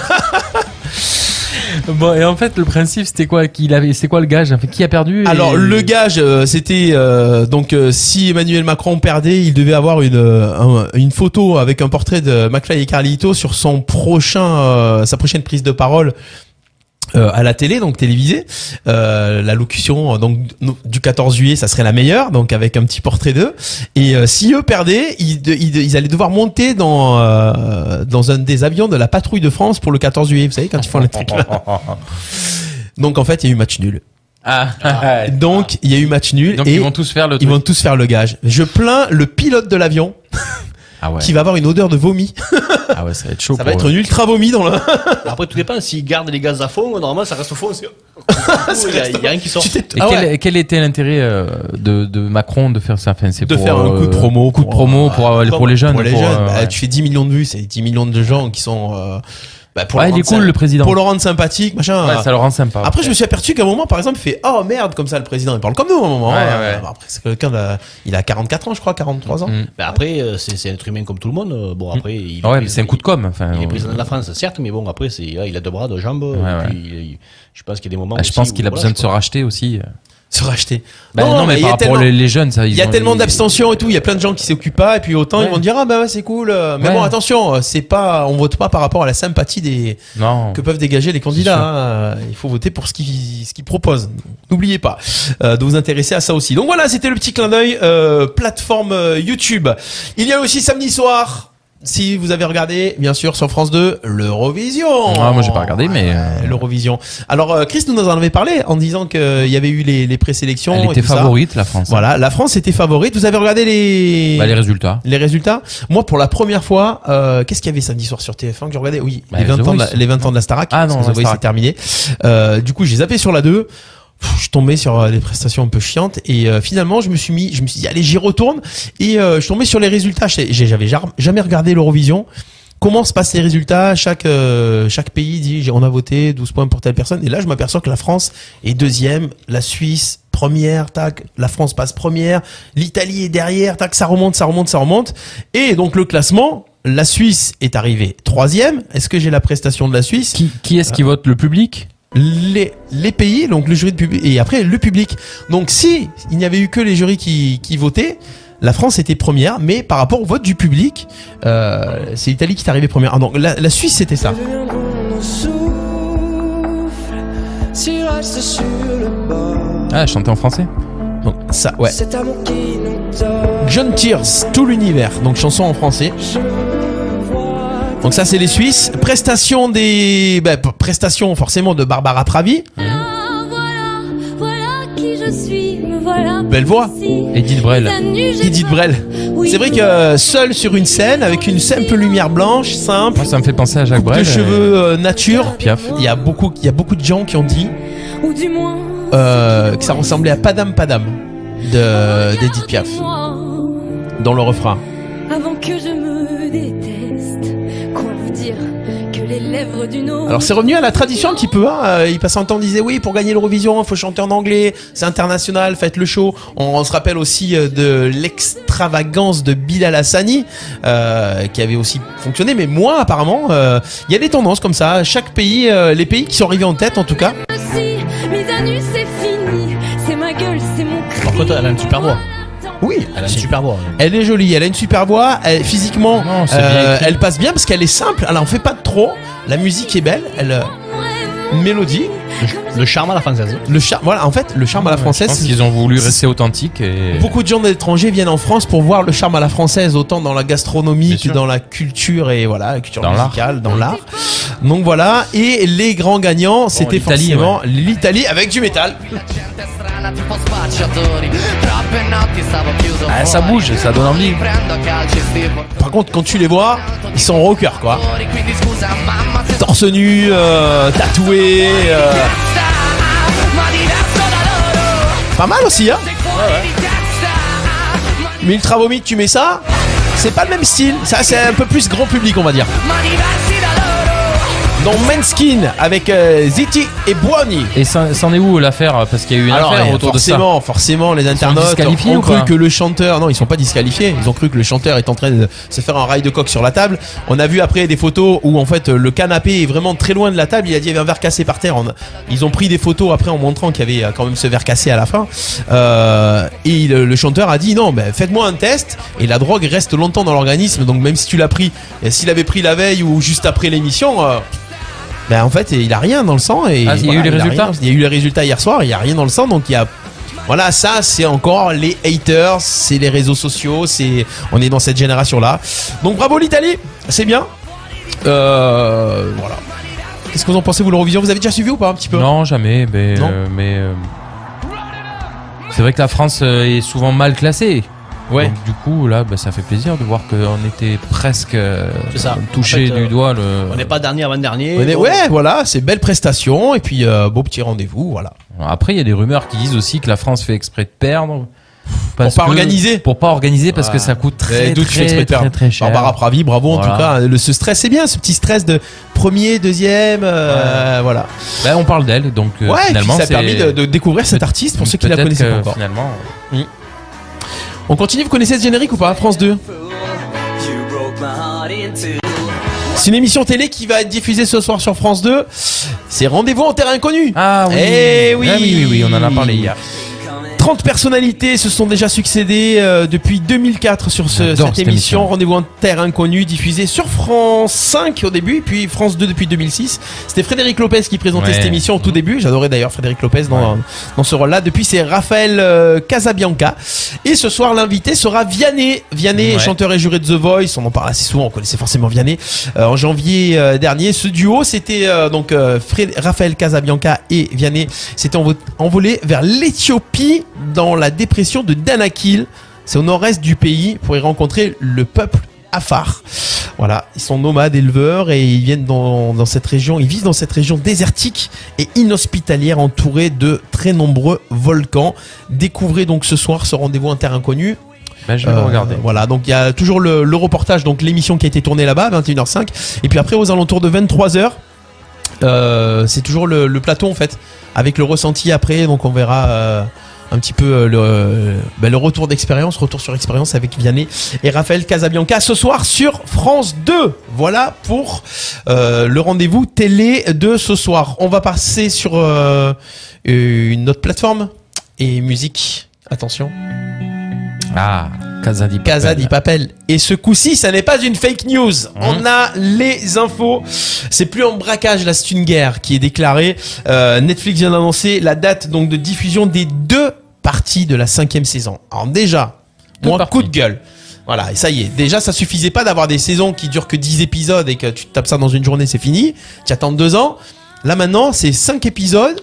[SPEAKER 4] bon, et en fait, le principe, c'était quoi Qu'il avait, c'est quoi le gage En fait, Qui a perdu et-
[SPEAKER 3] Alors le gage, euh, c'était euh, donc euh, si Emmanuel Macron perdait, il devait avoir une euh, un- une photo avec un portrait de McFly et Carlito sur son prochain euh, sa prochaine prise de parole. euh, à la télé donc télévisée Euh, la locution euh, donc no- du 14 juillet ça serait la meilleure donc avec un petit portrait d'eux et euh, si eux perdaient ils, de- ils, de- ils allaient devoir monter dans euh, dans un des avions de la patrouille de France pour le 14 juillet vous savez quand ils font le truc là. donc en fait il y a eu match nul
[SPEAKER 4] Ah, ah,
[SPEAKER 3] donc il y a eu match nul
[SPEAKER 4] Donc,
[SPEAKER 3] et
[SPEAKER 4] ils vont tous faire le
[SPEAKER 3] ils
[SPEAKER 4] truc.
[SPEAKER 3] vont tous faire le gage. Je plains le pilote de l'avion
[SPEAKER 4] ah ouais.
[SPEAKER 3] qui va avoir une odeur de vomi.
[SPEAKER 4] Ah ouais, ça va être chaud.
[SPEAKER 3] Ça va
[SPEAKER 4] pour
[SPEAKER 3] être
[SPEAKER 4] eux.
[SPEAKER 3] un ultra vomi dans le.
[SPEAKER 5] Après, tout dépend. S'ils gardent les gaz à fond, normalement, ça reste au fond. c'est- Il y a- il y a rien qui sort.
[SPEAKER 4] Et
[SPEAKER 3] Ah
[SPEAKER 4] quel,
[SPEAKER 3] ouais.
[SPEAKER 4] quel était l'intérêt euh, de, de Macron de faire ça enfin, c'est
[SPEAKER 3] De
[SPEAKER 4] pour,
[SPEAKER 3] faire un coup de
[SPEAKER 4] euh,
[SPEAKER 3] promo,
[SPEAKER 4] coup de promo pour, euh, pour les jeunes.
[SPEAKER 3] Pour les jeunes,
[SPEAKER 4] euh,
[SPEAKER 3] bah,
[SPEAKER 4] ouais.
[SPEAKER 3] tu fais 10 millions de vues, c'est 10 millions de gens qui sont. euh, bah, pour
[SPEAKER 4] Ouais,
[SPEAKER 3] le
[SPEAKER 4] Ah, il est
[SPEAKER 3] rendre
[SPEAKER 4] cool,
[SPEAKER 3] symp-
[SPEAKER 4] le président.
[SPEAKER 3] Pour le rendre sympathique, machin.
[SPEAKER 4] Ouais, ça le rend sympa.
[SPEAKER 3] Après, je me suis aperçu qu'à un moment, par exemple, il fait Oh merde, comme ça, le président, il parle comme nous à un moment.
[SPEAKER 4] Ouais,
[SPEAKER 3] Euh,
[SPEAKER 4] ouais.
[SPEAKER 3] bah, Après, c'est quelqu'un, de- il a 44 ans, je crois, 43 ans. Bah,
[SPEAKER 4] Mm.
[SPEAKER 5] Mais après, euh, c'est c'est un être humain comme tout le monde. euh,
[SPEAKER 4] Hmm.
[SPEAKER 5] Bon, après, il est
[SPEAKER 4] Ouais, mais
[SPEAKER 5] pris-
[SPEAKER 4] c'est un coup de com. Enfin,
[SPEAKER 3] Ah
[SPEAKER 5] Il est
[SPEAKER 4] on-
[SPEAKER 5] président de la France, certes, mais bon, après, c'est, ah, il a deux bras, deux jambes. et
[SPEAKER 4] ouais.
[SPEAKER 5] puis, il- il- je pense qu'il y a des moments.
[SPEAKER 4] Ah, je
[SPEAKER 5] aussi
[SPEAKER 4] pense
[SPEAKER 5] où,
[SPEAKER 4] qu'il a
[SPEAKER 5] voilà,
[SPEAKER 4] besoin
[SPEAKER 5] je
[SPEAKER 4] de se racheter aussi. euh.
[SPEAKER 3] Se racheter.
[SPEAKER 4] Bah, non, mais
[SPEAKER 3] il y
[SPEAKER 4] par
[SPEAKER 3] a
[SPEAKER 4] rapport
[SPEAKER 3] tellement-
[SPEAKER 4] les, les jeunes, ça.
[SPEAKER 3] Il
[SPEAKER 4] ils
[SPEAKER 3] y a
[SPEAKER 4] ont-
[SPEAKER 3] tellement
[SPEAKER 4] ils-
[SPEAKER 3] d'abstention et tout, il y a plein de gens qui s'occupent pas, et puis autant ils vont dire, ah bah ouais, c'est cool, euh, mais
[SPEAKER 4] Ouais.
[SPEAKER 3] bon, attention, euh, c'est pas, on vote pas par rapport à la sympathie des,
[SPEAKER 4] Non.
[SPEAKER 3] que peuvent dégager les candidats. hein. Il faut voter pour ce qu'ils ce qu'ils proposent. N'oubliez pas euh, de vous intéresser à ça aussi. Donc voilà, c'était le petit clin d'œil euh, plateforme euh, YouTube. Il y a aussi samedi soir. Si vous avez regardé, bien sûr, sur France 2, l'Eurovision.
[SPEAKER 4] Ah, moi, j'ai pas regardé, mais, euh,
[SPEAKER 3] Ouais, l'Eurovision. Alors, euh, Chris nous en avait parlé en disant qu'il y avait eu les, les présélections.
[SPEAKER 4] Elle
[SPEAKER 3] et
[SPEAKER 4] était
[SPEAKER 3] tout ça.
[SPEAKER 4] favorite, la France. hein.
[SPEAKER 3] Voilà, la France était favorite. Vous avez regardé les
[SPEAKER 4] Bah, les résultats.
[SPEAKER 3] les résultats. Moi, pour la première fois, euh, qu'est-ce qu'il y avait samedi soir sur TF1 que je regardais Oui,
[SPEAKER 4] Bah,
[SPEAKER 3] les, 20
[SPEAKER 4] The
[SPEAKER 3] ans de la,
[SPEAKER 4] Voice.
[SPEAKER 3] les 20 ans de la Starac.
[SPEAKER 4] Ah
[SPEAKER 3] parce
[SPEAKER 4] non,
[SPEAKER 3] que
[SPEAKER 4] la
[SPEAKER 3] The Voice, c'est
[SPEAKER 4] Starac.
[SPEAKER 3] terminé. Euh, du coup, j'ai zappé sur la 2. Pff, Je suis tombé sur euh, des prestations un peu chiantes et euh, finalement je me suis mis, je me suis dit allez j'y retourne et euh, je suis tombé sur les résultats. J'ai- j'ai- J'avais jar- jamais regardé l'Eurovision. Comment se passent les résultats Chaque euh, chaque pays dit j'ai- on a voté 12 points pour telle personne et là je m'aperçois que la France est deuxième, la Suisse première, tac, la France passe première, l'Italie est derrière, tac, ça remonte, ça remonte, ça remonte. Et donc le classement, la Suisse est arrivée troisième. Est-ce que j'ai la prestation de la Suisse
[SPEAKER 4] Qui, qui est-ce qui vote Le public
[SPEAKER 3] les, les pays, donc le jury de public, et après le public. Donc si il n'y avait eu que les jurys qui, qui votaient, la France était première, mais par rapport au vote du public, euh, c'est l'Italie qui est arrivée première. Ah non, la, la Suisse c'était ça.
[SPEAKER 4] Si reste sur le bord. Ah, chanté en français.
[SPEAKER 3] Donc ça, ouais. John Tears, tout l'univers, donc chanson en français. Donc ça c'est les Suisses. Prestation des, bah, prestation forcément de Barbara Pravi.
[SPEAKER 14] Ah, voilà, voilà qui je suis, me voilà.
[SPEAKER 3] Belle voix.
[SPEAKER 4] Edith Brel.
[SPEAKER 3] Edith Brel. C'est vrai que seul sur une scène avec une simple lumière blanche, simple.
[SPEAKER 4] Moi, ça me fait penser à Jacques
[SPEAKER 3] coupe de
[SPEAKER 4] Brel.
[SPEAKER 3] cheveux euh, nature.
[SPEAKER 4] Piaf.
[SPEAKER 3] Il y a beaucoup, il y a beaucoup de gens qui ont dit
[SPEAKER 14] Ou du moins.
[SPEAKER 3] euh, que ça ressemblait à Padam Padam de d'Edith Piaf dans le refrain.
[SPEAKER 14] Avant que je me déteste, quoi vous dire que les lèvres d'une autre.
[SPEAKER 3] Alors c'est revenu à la tradition un petit peu. Hein. Euh, Il passait un temps, il disait oui, pour gagner l'Eurovision, il faut chanter en anglais, c'est international, faites le show. On, on se rappelle aussi euh, de l'extravagance de Bilal Hassani, euh, qui avait aussi fonctionné. Mais moi, apparemment, euh, il y a des tendances comme ça. Chaque pays, euh, les pays qui sont arrivés en tête, en tout cas.
[SPEAKER 14] Si mes anus c'est fini, c'est ma gueule, c'est mon cri.
[SPEAKER 5] Par contre, elle a une super voix.
[SPEAKER 3] Oui,
[SPEAKER 5] Elle a une super voix.
[SPEAKER 3] elle est jolie, elle a une super voix, elle- physiquement,
[SPEAKER 4] Non, c'est
[SPEAKER 3] euh,
[SPEAKER 4] bien écrit.
[SPEAKER 3] elle passe bien parce qu'elle est simple, elle en fait pas de trop. La musique est belle, elle euh, une mélodie,
[SPEAKER 5] Le charme à la française.
[SPEAKER 3] le charme. Voilà, en fait, le charme à la
[SPEAKER 4] Je
[SPEAKER 3] française.
[SPEAKER 4] pense
[SPEAKER 3] c'est-
[SPEAKER 4] qu'ils ont voulu rester authentiques et.
[SPEAKER 3] Beaucoup de gens de l'étranger viennent en France pour voir le charme à la française, autant dans la gastronomie
[SPEAKER 4] Bien
[SPEAKER 3] que
[SPEAKER 4] sûr.
[SPEAKER 3] dans la culture et voilà, la culture
[SPEAKER 4] Dans l'art.
[SPEAKER 3] musicale, dans l'art. Donc voilà, et les grands gagnants, c'était
[SPEAKER 4] l'Italie,
[SPEAKER 3] forcément l'Italie avec du métal.
[SPEAKER 4] Ah,
[SPEAKER 3] Eh,
[SPEAKER 4] ça bouge, ça donne envie.
[SPEAKER 3] Par contre, quand tu les vois, ils sont rockers quoi. Torse nu, euh, tatoué. euh. Pas mal aussi, hein Mais Ultra Vomit, tu mets ça C'est pas le même style, ça c'est un peu plus grand public on va dire. Dans Manskin avec euh, Ziti et Brownie.
[SPEAKER 4] Et ça- c'en est où l'affaire Parce qu'il y a eu une
[SPEAKER 3] Alors,
[SPEAKER 4] affaire
[SPEAKER 3] euh,
[SPEAKER 4] autour de ça.
[SPEAKER 3] forcément, forcément, les internautes
[SPEAKER 4] disqualifiés
[SPEAKER 3] ont
[SPEAKER 4] ou
[SPEAKER 3] cru
[SPEAKER 4] pas
[SPEAKER 3] hein. que le chanteur, non, ils sont pas disqualifiés. Ils ont cru que le chanteur est en train de se faire un rail de coq sur la table. On a vu après des photos où en fait le canapé est vraiment très loin de la table. Il a dit il y avait un verre cassé par terre. On- Ils ont pris des photos après en montrant qu'il y avait euh, quand même ce verre cassé à la fin. Euh, et le, le chanteur a dit non, ben faites-moi un test. Et la drogue reste longtemps dans l'organisme. Donc même si tu l'as pris, et s'il avait pris la veille ou juste après l'émission. euh, ben en fait, il a rien dans le sang et
[SPEAKER 4] Ah, il y a eu les
[SPEAKER 3] rien.
[SPEAKER 4] résultats
[SPEAKER 3] Il y a eu les résultats hier soir. Il y a rien dans le sang, donc il y a voilà, ça c'est encore les haters, c'est les réseaux sociaux, c'est on est dans cette génération là. Donc bravo l'Italie, c'est bien. Euh, voilà. Qu'est-ce que vous en pensez vous l'Eurovision Vous avez déjà suivi ou pas un petit peu
[SPEAKER 4] Non, jamais. Mais,
[SPEAKER 3] Non.
[SPEAKER 4] euh, mais euh, c'est vrai que la France euh, est souvent mal classée.
[SPEAKER 3] Ouais.
[SPEAKER 4] Donc, du coup, là, bah, ça fait plaisir de voir qu'on était presque euh,
[SPEAKER 5] C'est ça. En
[SPEAKER 4] touché
[SPEAKER 5] fait, euh,
[SPEAKER 4] du doigt. Le...
[SPEAKER 5] On n'est pas dernier avant dernier. euh,
[SPEAKER 3] On est- ouais, voilà, c'est belle prestation et puis euh, beau petit rendez-vous, voilà.
[SPEAKER 4] Après, il y a des rumeurs qui disent aussi que la France fait exprès de perdre. parce
[SPEAKER 3] pas
[SPEAKER 4] que-
[SPEAKER 3] organiser.
[SPEAKER 4] Pour pas organiser parce
[SPEAKER 3] Ouais.
[SPEAKER 4] que ça coûte
[SPEAKER 3] Eh,
[SPEAKER 4] très,
[SPEAKER 3] d'où
[SPEAKER 4] très,
[SPEAKER 3] tu fais exprès
[SPEAKER 4] très,
[SPEAKER 3] de perdre.
[SPEAKER 4] très, cher.
[SPEAKER 3] Barbara Pravi, bravo en tout
[SPEAKER 4] Voilà.
[SPEAKER 3] cas. Le, ce stress, c'est bien, ce petit stress de premier, deuxième, euh, voilà.
[SPEAKER 4] Bah, on parle d'elle, donc euh,
[SPEAKER 3] ouais, et puis
[SPEAKER 4] finalement,
[SPEAKER 3] ça a
[SPEAKER 4] c'est-
[SPEAKER 3] permis de, de découvrir cet artiste pour ceux qui la
[SPEAKER 4] peut-être
[SPEAKER 3] connaissaient
[SPEAKER 4] que,
[SPEAKER 3] pas encore.
[SPEAKER 4] Finalement,
[SPEAKER 3] On continue, vous connaissez ce générique ou pas France 2 C'est une émission télé qui va être diffusée ce soir sur France 2. C'est Rendez-vous en terrain inconnu.
[SPEAKER 4] Ah oui.
[SPEAKER 3] Eh oui.
[SPEAKER 4] Ah oui, oui, oui, on en a parlé hier.
[SPEAKER 3] 30 personnalités se sont déjà succédées euh, depuis 2004 sur ce- cette
[SPEAKER 4] J'adore cette
[SPEAKER 3] émission.
[SPEAKER 4] émission.
[SPEAKER 3] Rendez-vous en terre inconnue, diffusée sur France 5 au début, puis France 2 depuis 2006. C'était Frédéric Lopez qui présentait
[SPEAKER 4] Ouais.
[SPEAKER 3] cette émission au tout début. J'adorais d'ailleurs Frédéric Lopez dans, dans ce rôle-là. Depuis, c'est Raphaël euh, Casabianca. Et ce soir, l'invité sera Vianney. Vianney,
[SPEAKER 4] Ouais.
[SPEAKER 3] chanteur et juré de The Voice. On en parle assez souvent, on connaissait forcément Vianney. Euh, en janvier euh, dernier, ce duo, c'était euh, donc euh, Fred- Raphaël Casabianca et Vianney s'étaient envo- envolés vers l'Éthiopie dans la dépression de Danakil. C'est au nord-est du pays pour y rencontrer le peuple Afar. Voilà, ils sont nomades, éleveurs et ils viennent dans, dans cette région, ils vivent dans cette région désertique et inhospitalière entourée de très nombreux volcans. Découvrez donc ce soir ce rendez-vous inter inconnu.
[SPEAKER 4] bah, je vais le
[SPEAKER 3] Euh,
[SPEAKER 4] regarder.
[SPEAKER 3] Voilà, donc il y a toujours le, le reportage, donc l'émission qui a été tournée là-bas, 21h05. Et puis après, aux alentours de 23h, euh, c'est toujours le, le plateau en fait, avec le ressenti après. Donc on verra, euh, un petit peu euh, le, euh, bah, le retour d'expérience, retour sur expérience avec Vianney et Raphaël Casabianca ce soir sur France 2. Voilà pour euh, le rendez-vous télé de ce soir. On va passer sur euh, une autre plateforme et musique. Attention.
[SPEAKER 4] Ah, Casa di Papel. Hum.
[SPEAKER 3] Casa di Papel. Et ce coup-ci, ça n'est pas une fake news. On a les infos. C'est plus un braquage, là, c'est une guerre qui est déclarée. Euh, Netflix vient d'annoncer la date donc de diffusion des deux parties de la cinquième saison. Alors déjà,
[SPEAKER 4] Deux
[SPEAKER 3] moi,
[SPEAKER 4] parties.
[SPEAKER 3] coup de gueule. Voilà, et ça y est. Déjà, ça suffisait pas d'avoir des saisons qui durent que 10 épisodes et que tu te tapes ça dans une journée, c'est fini. Tu attends deux ans. Là maintenant, c'est 5 épisodes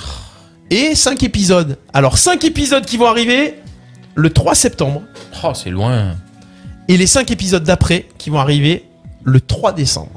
[SPEAKER 3] et 5 épisodes. Alors 5 épisodes qui vont arriver le 3 septembre
[SPEAKER 4] Oh, c'est loin.
[SPEAKER 3] et les 5 épisodes d'après qui vont arriver le 3 décembre.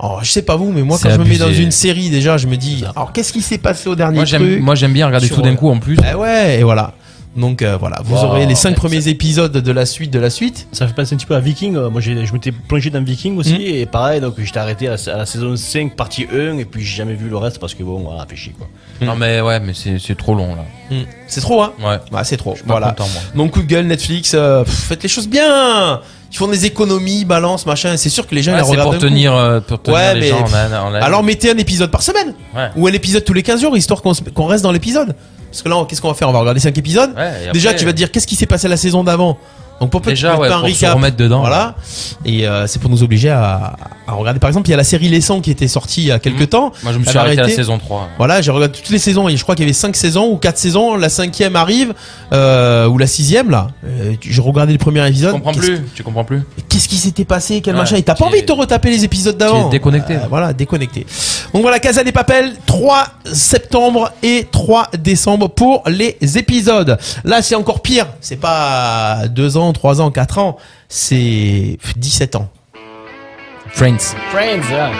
[SPEAKER 3] Oh, je sais pas vous, mais moi quand
[SPEAKER 4] C'est
[SPEAKER 3] je me mets dans
[SPEAKER 4] abusé.
[SPEAKER 3] une série déjà, je me dis alors qu'est-ce qui s'est passé au dernier
[SPEAKER 4] Moi, j'aime
[SPEAKER 3] truc
[SPEAKER 4] moi, j'aime bien regarder
[SPEAKER 3] Sur,
[SPEAKER 4] tout d'un coup en plus.
[SPEAKER 3] Eh ouais, et voilà. Donc euh, voilà, vous
[SPEAKER 5] Wow.
[SPEAKER 3] aurez les 5
[SPEAKER 5] Ouais,
[SPEAKER 3] premiers épisodes de la suite de la suite.
[SPEAKER 5] Ça fait passer un petit peu à Viking. euh, Moi, j'ai- je m'étais plongé dans Viking aussi.
[SPEAKER 3] Mhm.
[SPEAKER 5] Et pareil, donc j'étais arrêté à la, à la saison 5, partie 1. Et puis, j'ai jamais vu le reste parce que bon, voilà, fait chier quoi.
[SPEAKER 4] Non, mais ouais, mais c'est c'est trop long là.
[SPEAKER 3] Hmm. C'est trop hein
[SPEAKER 4] Ouais.
[SPEAKER 3] Bah c'est trop.
[SPEAKER 4] Pas
[SPEAKER 3] Voilà.
[SPEAKER 4] content, moi.
[SPEAKER 3] Donc coup de gueule Netflix, euh, pff, faites les choses bien. Ils font des économies, balance, machin, et c'est sûr que les gens
[SPEAKER 4] Ouais,
[SPEAKER 3] les
[SPEAKER 4] c'est
[SPEAKER 3] regardent
[SPEAKER 4] pour
[SPEAKER 3] d'un coup.
[SPEAKER 4] tenir, euh, pour tenir
[SPEAKER 3] Ouais,
[SPEAKER 4] les
[SPEAKER 3] mais
[SPEAKER 4] gens en,
[SPEAKER 3] pff,
[SPEAKER 4] haleine- en haleine.
[SPEAKER 3] Alors mettez un épisode par semaine
[SPEAKER 4] Ouais.
[SPEAKER 3] ou un épisode tous les 15 jours histoire qu'on se- qu'on reste dans l'épisode. Parce que là, on- qu'est-ce qu'on va faire On va regarder 5 épisodes.
[SPEAKER 4] Ouais, et
[SPEAKER 3] Déjà,
[SPEAKER 4] après-
[SPEAKER 3] tu vas te dire qu'est-ce qui s'est passé la saison d'avant. Donc pour peu que
[SPEAKER 4] Déjà,
[SPEAKER 3] tu mettes
[SPEAKER 4] ouais,
[SPEAKER 3] pas un
[SPEAKER 4] pour se
[SPEAKER 3] recap,
[SPEAKER 4] remettre dedans.
[SPEAKER 3] Voilà. Et euh, c'est pour nous obliger à, à regarder. Par exemple, il y a la série Les 100 qui était sortie il y a quelques temps.
[SPEAKER 4] Mhm. Moi, je me
[SPEAKER 3] Elle
[SPEAKER 4] suis
[SPEAKER 3] a
[SPEAKER 4] arrêté à la
[SPEAKER 3] arrêté.
[SPEAKER 4] saison 3.
[SPEAKER 3] Voilà, j'ai regardé toutes les saisons et je crois qu'il y avait 5 saisons ou 4 saisons. La cinquième arrive, euh, ou la sixième là. Euh, tu- j'ai regardé le premier
[SPEAKER 4] Tu
[SPEAKER 3] épisode.
[SPEAKER 4] comprends
[SPEAKER 3] Qu'est-ce-
[SPEAKER 4] plus Tu comprends plus
[SPEAKER 3] Qu'est-ce qui s'était passé Quel
[SPEAKER 4] Ouais,
[SPEAKER 3] machin Et t'as pas
[SPEAKER 4] tu
[SPEAKER 3] envie
[SPEAKER 4] es-
[SPEAKER 3] de te retaper les épisodes d'avant
[SPEAKER 4] tu es déconnecté.
[SPEAKER 3] Euh,
[SPEAKER 4] hein.
[SPEAKER 3] Voilà, déconnecté. Donc voilà, Casa des Papels, 3 septembre et 3 décembre pour les épisodes. Là, c'est encore pire. C'est pas 2 ans, 3 ans, 4 ans. C'est 17 ans.
[SPEAKER 4] Friends.
[SPEAKER 5] Friends,
[SPEAKER 3] hein.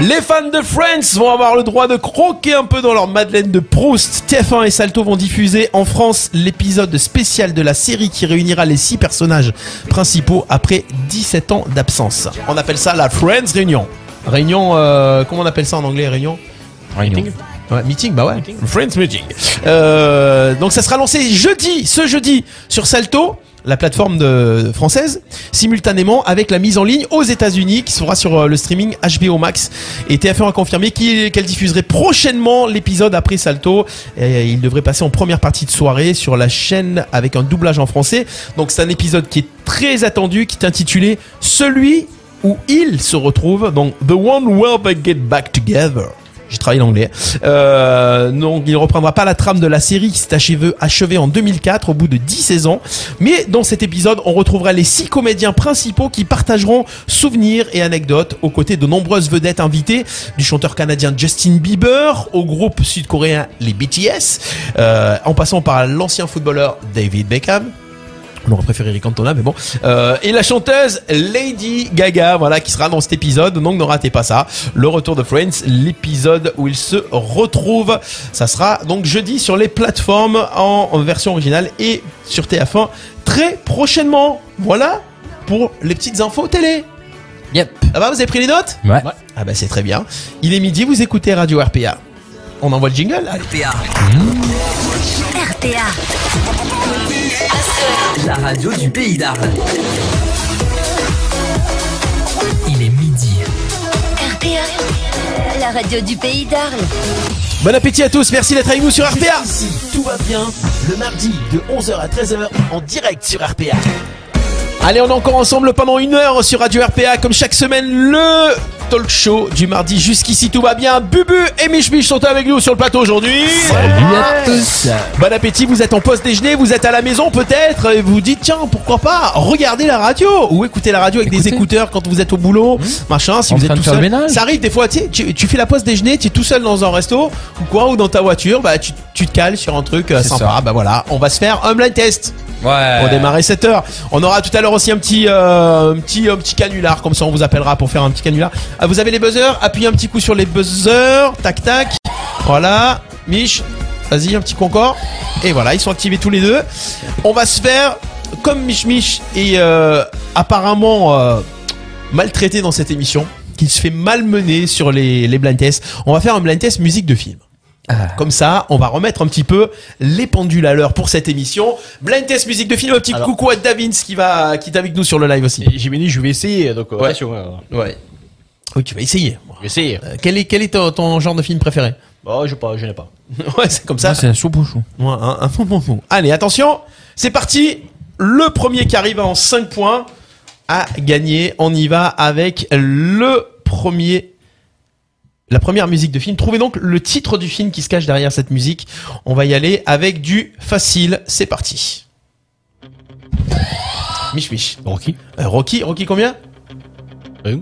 [SPEAKER 3] Les fans de Friends vont avoir le droit de croquer un peu dans leur madeleine de Proust. TF1 et Salto vont diffuser en France l'épisode spécial de la série qui réunira les six personnages principaux après 17 ans d'absence. On appelle ça la Friends Réunion. Réunion, euh, comment on appelle ça en anglais, réunion
[SPEAKER 4] Réunion.
[SPEAKER 3] Ouais, meeting, bah ouais. Friends meeting. Euh, donc ça sera lancé jeudi, ce jeudi, sur Salto, la plateforme de, française, simultanément avec la mise en ligne aux États-Unis, qui sera sur euh, le streaming HBO Max. Et TF1 a confirmé qu'il- qu'elle diffuserait prochainement l'épisode après Salto. Et euh, il devrait passer en première partie de soirée sur la chaîne avec un doublage en français. Donc c'est un épisode qui est très attendu, qui est intitulé Celui où ils se retrouvent, donc The One Where They Get Back Together. J'ai travaillé l'anglais. Euh, donc, il ne reprendra pas la trame de la série qui s'est achevée achevée en 2004 au bout de 10 saisons. Mais dans cet épisode, on retrouvera les six comédiens principaux qui partageront souvenirs et anecdotes aux côtés de nombreuses vedettes invitées, du chanteur canadien Justin Bieber au groupe sud-coréen les BTS, euh, en passant par l'ancien footballeur David Beckham. On aurait préféré Eric Cantona, mais bon. Euh, et la chanteuse Lady Gaga, voilà, qui sera dans cet épisode. Donc ne ratez pas ça. Le retour de Friends, l'épisode où ils se retrouvent. Ça sera donc jeudi sur les plateformes en, en version originale et sur TF1 très prochainement. Voilà pour les petites infos télé.
[SPEAKER 4] Yep.
[SPEAKER 3] Ça va, vous avez pris les notes
[SPEAKER 4] Ouais.
[SPEAKER 3] Ah bah c'est très bien. Il est midi, vous écoutez Radio RPA. On envoie le jingle Allez.
[SPEAKER 15] RPA. La radio du pays d'Arles. Il est midi.
[SPEAKER 14] RPA, la radio du pays d'Arles.
[SPEAKER 3] Bon appétit à tous, merci d'être avec nous sur RPA
[SPEAKER 1] Ici, tout va bien. Le mardi de 11h à 13h en direct sur RPA.
[SPEAKER 3] Allez, on est encore ensemble pendant une heure sur Radio RPA, comme chaque semaine, le talk show du mardi. Jusqu'ici, tout va bien. Bubu et Mich Mich sont avec nous sur le plateau aujourd'hui.
[SPEAKER 4] Salut à tous.
[SPEAKER 3] Bon appétit, vous êtes en pause déjeuner, vous êtes à la maison peut-être, et vous dites, tiens, pourquoi pas, regardez la radio, ou écoutez la radio avec des
[SPEAKER 4] Écoutez. Mmh.
[SPEAKER 3] écouteurs quand vous êtes au boulot, machin, si
[SPEAKER 4] En
[SPEAKER 3] vous
[SPEAKER 4] train
[SPEAKER 3] êtes tout
[SPEAKER 4] de faire le
[SPEAKER 3] seul.
[SPEAKER 4] ménage.
[SPEAKER 3] Ça arrive des fois, tu, sais, tu, tu fais la pause déjeuner, tu es tout seul dans un resto, ou quoi, ou dans ta voiture, bah tu, tu te cales sur un truc euh,
[SPEAKER 4] C'est
[SPEAKER 3] sympa,
[SPEAKER 4] ça.
[SPEAKER 3] bah voilà, on va se faire un blind test.
[SPEAKER 4] Ouais.
[SPEAKER 3] Pour démarrer 7h. On aura tout à l'heure aussi un petit, euh, un petit, un petit canular, comme ça on vous appellera pour faire un petit canular. Ah, vous avez les buzzers, appuyez un petit coup sur les buzzers, tac tac. Voilà, Mich, vas-y, un petit coup encore. Et voilà, ils sont activés tous les deux. On va se faire, comme Mich Mich est euh, apparemment euh, maltraité dans cette émission, qu'il se fait malmener sur les, les blind tests, on va faire un blind test musique de film.
[SPEAKER 5] Ah.
[SPEAKER 3] Comme ça, on va remettre un petit peu les pendules à l'heure pour cette émission. Blind test musique de film. Un petit
[SPEAKER 5] Alors-
[SPEAKER 3] coucou à Davins qui va, qui est avec nous sur le live aussi.
[SPEAKER 5] Et J'ai dit, je vais essayer, donc
[SPEAKER 3] Ouais.
[SPEAKER 5] attention. hein.
[SPEAKER 3] Ouais. Oui, tu vas essayer.
[SPEAKER 5] Je vais essayer.
[SPEAKER 3] Euh, quel est, quel est ton, ton genre de film préféré
[SPEAKER 5] Bon, Oh, je pas, je n'ai pas.
[SPEAKER 3] Ouais, c'est comme ça.
[SPEAKER 4] c'est un chou-pou-chou.
[SPEAKER 3] Ouais, un, un fond, fond, fond. Allez, attention, c'est parti. Le premier qui arrive en 5 points a gagné. On y va avec le premier. La première musique de film. Trouvez donc le titre du film qui se cache derrière cette musique. On va y aller avec du facile. C'est parti. Mich Mich.
[SPEAKER 5] Rocky
[SPEAKER 3] Euh, Rocky, Rocky combien
[SPEAKER 5] Euh.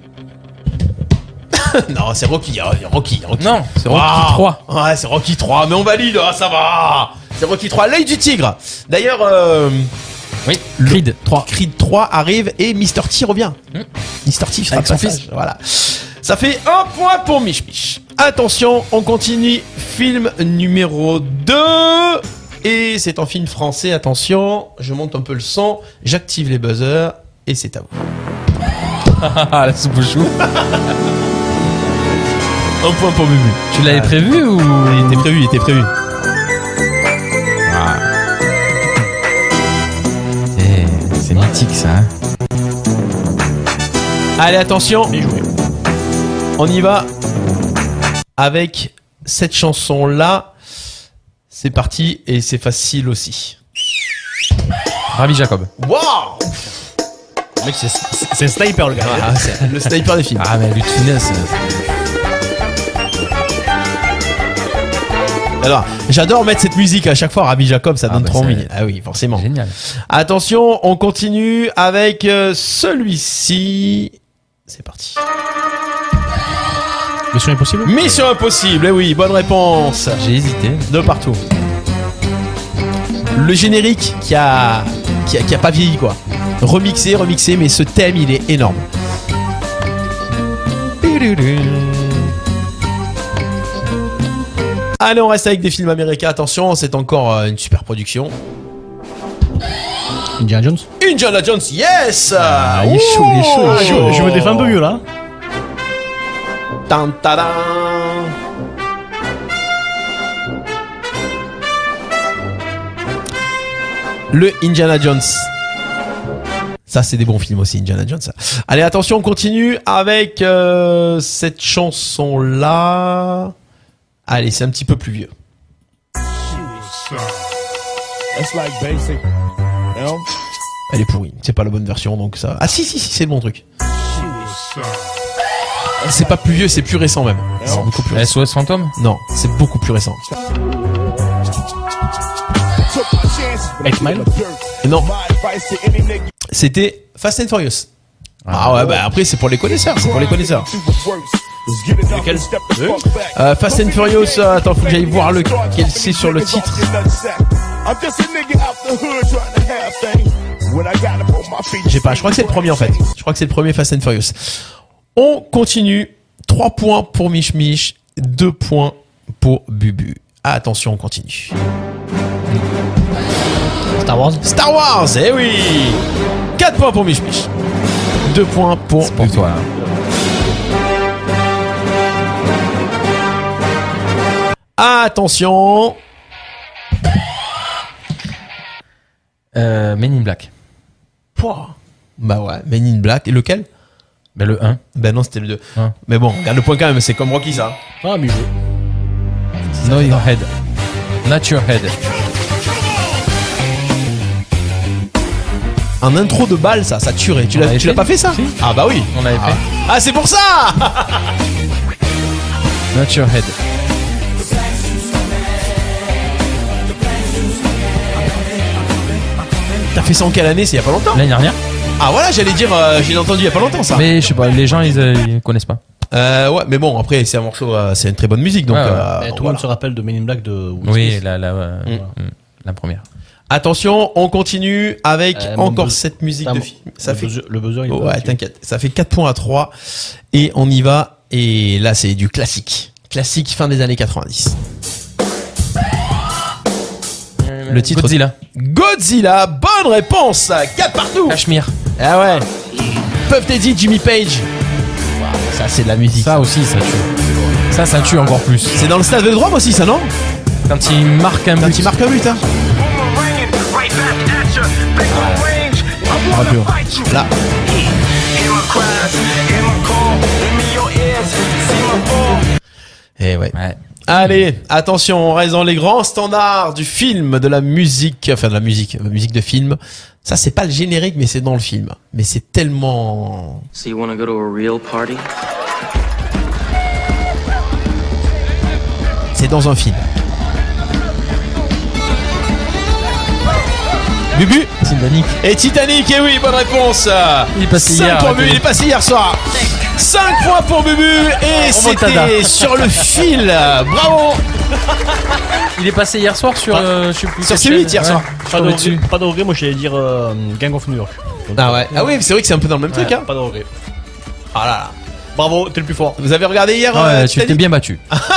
[SPEAKER 3] Non, c'est Rocky, euh, Rocky, Rocky.
[SPEAKER 4] Non, c'est Rocky
[SPEAKER 3] Waouh.
[SPEAKER 4] 3.
[SPEAKER 3] Ouais, c'est Rocky 3, mais on valide, ah, ça va. C'est Rocky 3, l'œil du tigre. D'ailleurs, euh,
[SPEAKER 4] Oui, Creed 3.
[SPEAKER 3] Creed 3 arrive et Mr. T revient. Mr. T fera
[SPEAKER 4] Avec son
[SPEAKER 3] le passage,
[SPEAKER 4] fils.
[SPEAKER 3] Voilà. Ça fait un point pour Mich Mich. Attention, on continue. Film numéro 2. Et c'est un film français, attention. Je monte un peu le son, j'active les buzzers et c'est à vous.
[SPEAKER 4] Ah, la soupe au chou.
[SPEAKER 3] Un point pour Bubu.
[SPEAKER 4] Tu l'avais prévu ou
[SPEAKER 3] Ah, Il était prévu, il était prévu.
[SPEAKER 4] Eh, C'est mythique ça. hein.
[SPEAKER 3] Allez, attention. On y va avec cette chanson-là. C'est parti et c'est facile aussi.
[SPEAKER 4] Ravi Jacob.
[SPEAKER 3] Waouh Ah,
[SPEAKER 5] Mec, c'est- c'est c'est sniper le gars.
[SPEAKER 3] Le sniper des films.
[SPEAKER 4] Ah mais Lucina, c'est...
[SPEAKER 3] Alors, j'adore mettre cette musique à chaque fois. Rabbi Jacob, ça
[SPEAKER 4] Ah,
[SPEAKER 3] donne
[SPEAKER 4] bah,
[SPEAKER 3] trop
[SPEAKER 4] c'est-
[SPEAKER 3] envie. Ah oui, forcément.
[SPEAKER 4] génial.
[SPEAKER 3] Attention, on continue avec euh, celui-ci. C'est parti.
[SPEAKER 5] Mission impossible
[SPEAKER 3] Mission impossible, eh oui, bonne réponse.
[SPEAKER 4] J'ai hésité.
[SPEAKER 3] de partout. Le générique qui a, qui a, qui a pas vieilli quoi. Remixé, remixé, mais ce thème il est énorme. Allez, on reste avec des films américains. Attention, c'est encore euh, une super production.
[SPEAKER 5] Indiana Jones
[SPEAKER 3] Indiana Jones, yes Oh.
[SPEAKER 4] il est chaud, il est chaud, il
[SPEAKER 5] Ah,
[SPEAKER 4] est
[SPEAKER 5] je, je me défends un peu mieux là.
[SPEAKER 3] Tan, tadam. Le Indiana Jones. Ça, c'est des bons films aussi, Indiana Jones. ça. Allez, attention, on continue avec euh, cette chanson-là. Allez, c'est un petit peu plus vieux. Elle est pourrie. C'est pas la bonne version, donc ça. Ah si, si, si, c'est le bon truc. Eh, C'est pas plus vieux, c'est plus récent même. C'est beaucoup plus récent.
[SPEAKER 4] SOS Fantôme
[SPEAKER 3] Non, c'est beaucoup plus récent. Non, c'était Fast and Furious. Ah ouais, bah après c'est pour les connaisseurs, c'est pour les connaisseurs. Euh, Fast and Furious, euh, attends, faut que j'aille voir lequel c'est sur le titre. J'ai pas, je crois que c'est le premier en fait. Je crois que c'est le premier Fast and Furious. On continue. 3 points pour Mich Mich, 2 points pour Bubu. Ah, Attention, on continue.
[SPEAKER 5] Star Wars
[SPEAKER 3] Star Wars, eh oui 4 points pour Mich Mich. 2 points pour
[SPEAKER 4] C'est pour toi.
[SPEAKER 3] Attention
[SPEAKER 4] Euh, Men in Black.
[SPEAKER 3] Pouah. Bah ouais, Men in Black. Et lequel
[SPEAKER 4] Ben, le 1.
[SPEAKER 3] Ben non, c'était le 2.
[SPEAKER 4] Hein.
[SPEAKER 3] Mais bon, regarde le point quand même, c'est comme Rocky ça.
[SPEAKER 5] Ah, mais je.
[SPEAKER 4] Know your head. Not your head.
[SPEAKER 3] Un intro de balle ça, ça tuerait. Tu
[SPEAKER 4] On
[SPEAKER 3] l'as
[SPEAKER 4] l'avait
[SPEAKER 3] tu l'as
[SPEAKER 4] fait
[SPEAKER 3] pas fait ça
[SPEAKER 4] Si.
[SPEAKER 3] Ah bah oui
[SPEAKER 4] On l'avait
[SPEAKER 3] Ah, ah, c'est pour ça
[SPEAKER 4] fait. Not your head.
[SPEAKER 3] T'as fait ça en quelle année C'est il y a pas longtemps
[SPEAKER 4] L'année dernière
[SPEAKER 3] Ah voilà, j'allais dire, euh, j'ai entendu il y a pas longtemps ça.
[SPEAKER 4] Mais je sais pas, les gens ils, euh, ils connaissent pas.
[SPEAKER 3] Euh, ouais, mais bon, après, c'est un morceau, euh, c'est une très bonne musique donc.
[SPEAKER 4] Ouais, ouais.
[SPEAKER 3] euh,
[SPEAKER 5] Eh, tout le
[SPEAKER 3] voilà.
[SPEAKER 5] monde se rappelle de Men in Black de Will
[SPEAKER 4] Oui,
[SPEAKER 5] Smith.
[SPEAKER 4] la, la, euh,
[SPEAKER 3] Mm.
[SPEAKER 4] voilà. la première.
[SPEAKER 3] Attention, on continue avec
[SPEAKER 5] Euh, mon
[SPEAKER 3] encore
[SPEAKER 5] buzz-
[SPEAKER 3] cette musique
[SPEAKER 5] Attends,
[SPEAKER 3] de
[SPEAKER 5] mon-
[SPEAKER 3] film. Ça
[SPEAKER 5] le
[SPEAKER 3] fait
[SPEAKER 5] buzzer- le buzzer il est pas
[SPEAKER 3] Ouais,
[SPEAKER 5] activé.
[SPEAKER 3] t'inquiète. Ça fait 4 points à 3. Et on y va. Et là, c'est du classique. Classique fin des années 90. Le titre
[SPEAKER 4] Godzilla.
[SPEAKER 3] Godzilla, bonne réponse 4 partout
[SPEAKER 4] Cachemire.
[SPEAKER 3] Ah ouais Puff Daddy, Jimmy Page. Waouh, ça, c'est de la musique.
[SPEAKER 4] Ça aussi, ça tue.
[SPEAKER 3] Ça,
[SPEAKER 4] Ça, Ah, ça tue encore plus.
[SPEAKER 3] C'est dans le stade de droit aussi, ça, non
[SPEAKER 4] Quand il marque un but.
[SPEAKER 3] Quand il marque un but, hein.
[SPEAKER 4] Ah,
[SPEAKER 3] Là. Et Eh ouais.
[SPEAKER 4] Ouais.
[SPEAKER 3] Allez, attention, on reste dans les grands standards du film, de la musique, enfin de la musique, la musique de film. Ça, c'est pas le générique, mais c'est dans le film. Mais c'est tellement...
[SPEAKER 16] So you want to go to a real party?
[SPEAKER 3] C'est dans un film. Bubu
[SPEAKER 4] Titanic.
[SPEAKER 3] Et Titanic, et oui, bonne réponse
[SPEAKER 4] Il est passé
[SPEAKER 3] Cinq
[SPEAKER 4] hier,
[SPEAKER 3] points
[SPEAKER 4] à la
[SPEAKER 3] Bubu,
[SPEAKER 4] télé.
[SPEAKER 3] il est passé hier soir 5 points pour Bubu
[SPEAKER 4] Oh,
[SPEAKER 3] et
[SPEAKER 4] Remontada.
[SPEAKER 3] c'était sur le fil. Bravo Ah.
[SPEAKER 4] Il est passé hier soir sur. euh, je sais plus.
[SPEAKER 3] Sur
[SPEAKER 4] quelle
[SPEAKER 3] C8 hier
[SPEAKER 4] chaîne.
[SPEAKER 3] soir.
[SPEAKER 4] Je
[SPEAKER 5] Pas
[SPEAKER 4] suis
[SPEAKER 5] de,
[SPEAKER 4] tombé
[SPEAKER 5] regret,
[SPEAKER 4] dessus.
[SPEAKER 5] pas de regret, moi j'allais dire euh, Gang of New York. Donc,
[SPEAKER 3] Ah ouais. Ah oui, c'est vrai que c'est un peu dans le même
[SPEAKER 5] ouais,
[SPEAKER 3] truc. Hein.
[SPEAKER 5] Pas de regret.
[SPEAKER 3] Ah là là.
[SPEAKER 5] Bravo, t'es le plus fort.
[SPEAKER 3] Vous avez regardé hier
[SPEAKER 4] Ah
[SPEAKER 3] euh,
[SPEAKER 4] ouais, tu t'es
[SPEAKER 3] Titanic
[SPEAKER 4] bien battu.
[SPEAKER 3] Vous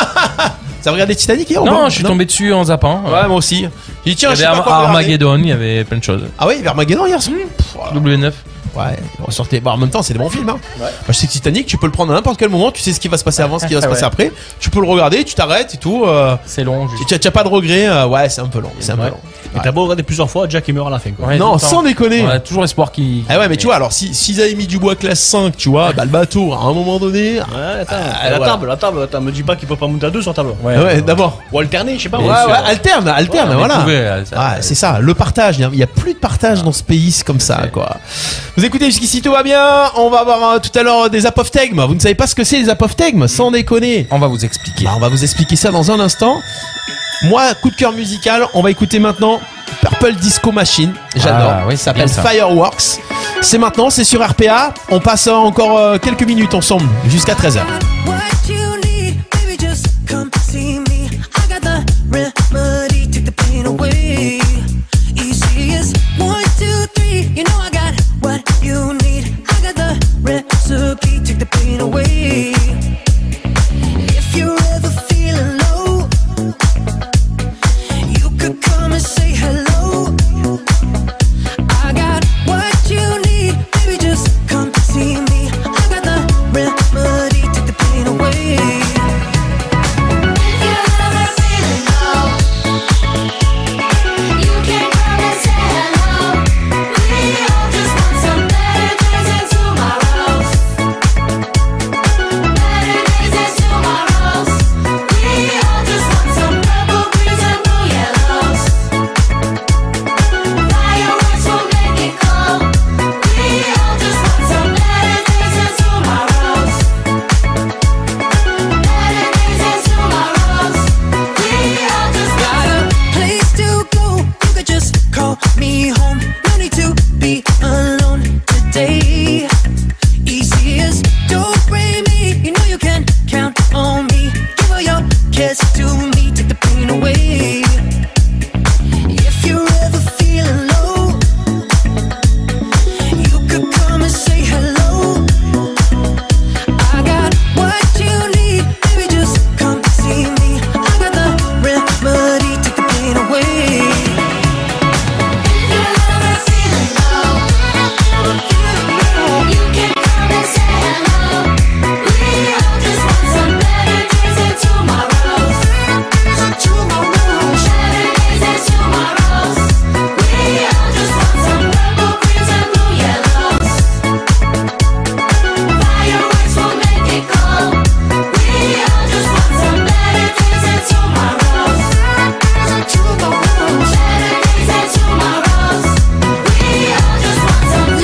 [SPEAKER 3] avez regardé Titanic hier ou
[SPEAKER 4] non,
[SPEAKER 3] pas
[SPEAKER 4] je suis tombé dessus en zappant.
[SPEAKER 3] Ouais, moi aussi. J'ai dit,
[SPEAKER 4] il
[SPEAKER 3] tiens,
[SPEAKER 4] y
[SPEAKER 3] je
[SPEAKER 4] avait
[SPEAKER 3] sais pas
[SPEAKER 4] Ar-
[SPEAKER 3] quoi regarder.
[SPEAKER 4] Armageddon, il y avait plein de choses.
[SPEAKER 3] Ah oui, il y avait Armageddon hier soir Pff, voilà.
[SPEAKER 4] W9.
[SPEAKER 3] Ouais, on sortait. Bah, en même temps, c'est des bons films. Hein. Bah, je sais que Titanic, tu peux le prendre à n'importe quel moment. Tu sais ce qui va se passer avant, ce qui va se passer
[SPEAKER 4] Ouais.
[SPEAKER 3] après. Tu peux le regarder, tu t'arrêtes et tout. Euh,
[SPEAKER 4] C'est long, juste.
[SPEAKER 3] tu n'as pas de regret. ouais, c'est un peu long. C'est un peu
[SPEAKER 5] Ouais.
[SPEAKER 3] long.
[SPEAKER 5] Et t'as beau regarder plusieurs fois, Jack il meurt à la fin quoi.
[SPEAKER 4] Ouais,
[SPEAKER 3] Non,
[SPEAKER 4] tout le temps.
[SPEAKER 3] sans déconner.
[SPEAKER 4] On a toujours espoir qu'il.
[SPEAKER 3] Ah ouais, mais tu vois, alors si s'ils avaient mis Dubois classe 5, tu vois, bah le bateau, à un moment donné.
[SPEAKER 5] Ouais, attends,
[SPEAKER 3] Ah,
[SPEAKER 5] la
[SPEAKER 3] voilà.
[SPEAKER 5] table, la table, attends, me dis pas qu'il peut pas monter à deux sur table.
[SPEAKER 3] Ouais, d'abord.
[SPEAKER 5] Ou alterner, je sais pas.
[SPEAKER 3] Ouais,
[SPEAKER 5] ou-
[SPEAKER 3] ouais, alterne, alterne,
[SPEAKER 4] mais
[SPEAKER 3] voilà.
[SPEAKER 4] pouvez, euh, ça- Ah.
[SPEAKER 3] Ah, c'est ça, le partage. Il n'y a plus de partage dans ce pays c'est comme ça, quoi. Vous écoutez jusqu'ici, tout va bien. On va avoir euh, tout à l'heure des apophthegmes. Vous ne savez pas ce que c'est les apophthegmes, sans déconner.
[SPEAKER 4] Mm. On va vous expliquer.
[SPEAKER 3] Bah, on va vous expliquer ça dans un instant. Moi, coup de cœur musical, on va écouter maintenant Purple Disco Machine. J'adore.
[SPEAKER 4] Ah, ouais,
[SPEAKER 3] ça s'appelle
[SPEAKER 4] c'est bien, ça.
[SPEAKER 3] Fireworks. C'est maintenant, c'est sur RPA. On passe euh, encore euh, quelques minutes ensemble jusqu'à 13h.
[SPEAKER 17] What you need, baby, just come see me. I got the remedy, take the pain away. Easy is one, two, three. You know I got what you need. I got the recipe, take the pain away. If you're ever feeling low, you could come and say hello. I got what you need, baby. Just come see me. I got the remedy, take the pain away. Got a place to go. You could just call me home. No need to be alone today. Easy as don't blame me. You know you can count on me. Give all your cares to me. Take the pain away. If you're ever feeling low, you could come and say hello. I got what you need, baby. Just come see me. I got the remedy, take the pain away.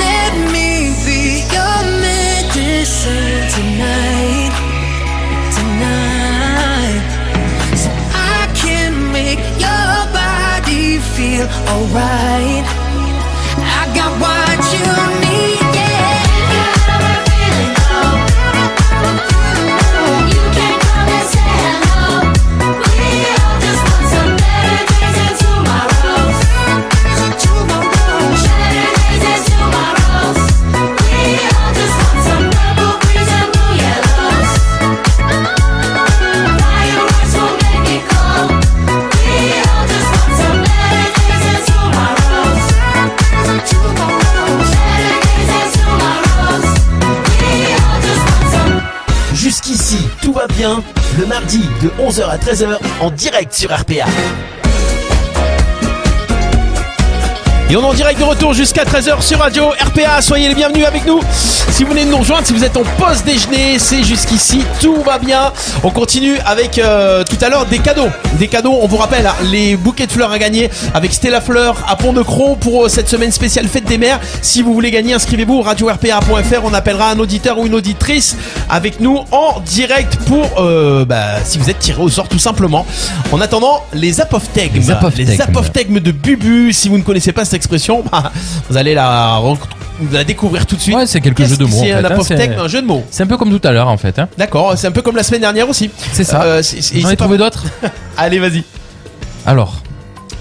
[SPEAKER 17] Let me be your medicine tonight, tonight. So I can make your body feel alright. I got what you need, yeah.
[SPEAKER 18] Jusqu'ici, tout va bien.
[SPEAKER 1] le mardi de 11h à 13h en direct sur RPA.
[SPEAKER 3] Et on est en direct de retour jusqu'à 13h sur Radio RPA. Soyez les bienvenus avec nous. Si vous venez de nous rejoindre, si vous êtes en pause déjeuner, c'est jusqu'ici, tout va bien. On continue avec euh, tout à l'heure des cadeaux. Des cadeaux, on vous rappelle, hein, les bouquets de fleurs à gagner avec Stella Fleur à Pont de Croix pour euh, cette semaine spéciale Fête des Mères. Si vous voulez gagner, inscrivez-vous au radio-rpa.fr. On appellera un auditeur ou une auditrice avec nous en direct pour, euh, bah, si vous êtes tiré au sort tout simplement. En attendant, les apophthegmes.
[SPEAKER 4] Les apophthegmes.
[SPEAKER 3] Les apophthegmes de Bubu. Si vous ne connaissez pas cette expression, bah, vous allez la, ren- la découvrir tout de suite.
[SPEAKER 4] Ouais, c'est quelques
[SPEAKER 3] Qu'est-ce
[SPEAKER 4] jeux de
[SPEAKER 3] que
[SPEAKER 4] mots, en
[SPEAKER 3] C'est
[SPEAKER 4] fait,
[SPEAKER 3] un
[SPEAKER 4] hein,
[SPEAKER 3] apophthegme,
[SPEAKER 4] c'est-
[SPEAKER 3] un jeu de mots.
[SPEAKER 4] C'est un peu comme tout à l'heure en fait. Hein.
[SPEAKER 3] D'accord, c'est un peu comme la semaine dernière aussi.
[SPEAKER 4] C'est ça.
[SPEAKER 3] Euh, c'est- c'est-
[SPEAKER 4] J'en ai
[SPEAKER 3] c'est pas-
[SPEAKER 4] trouvé d'autres.
[SPEAKER 3] Allez, vas-y.
[SPEAKER 4] Alors,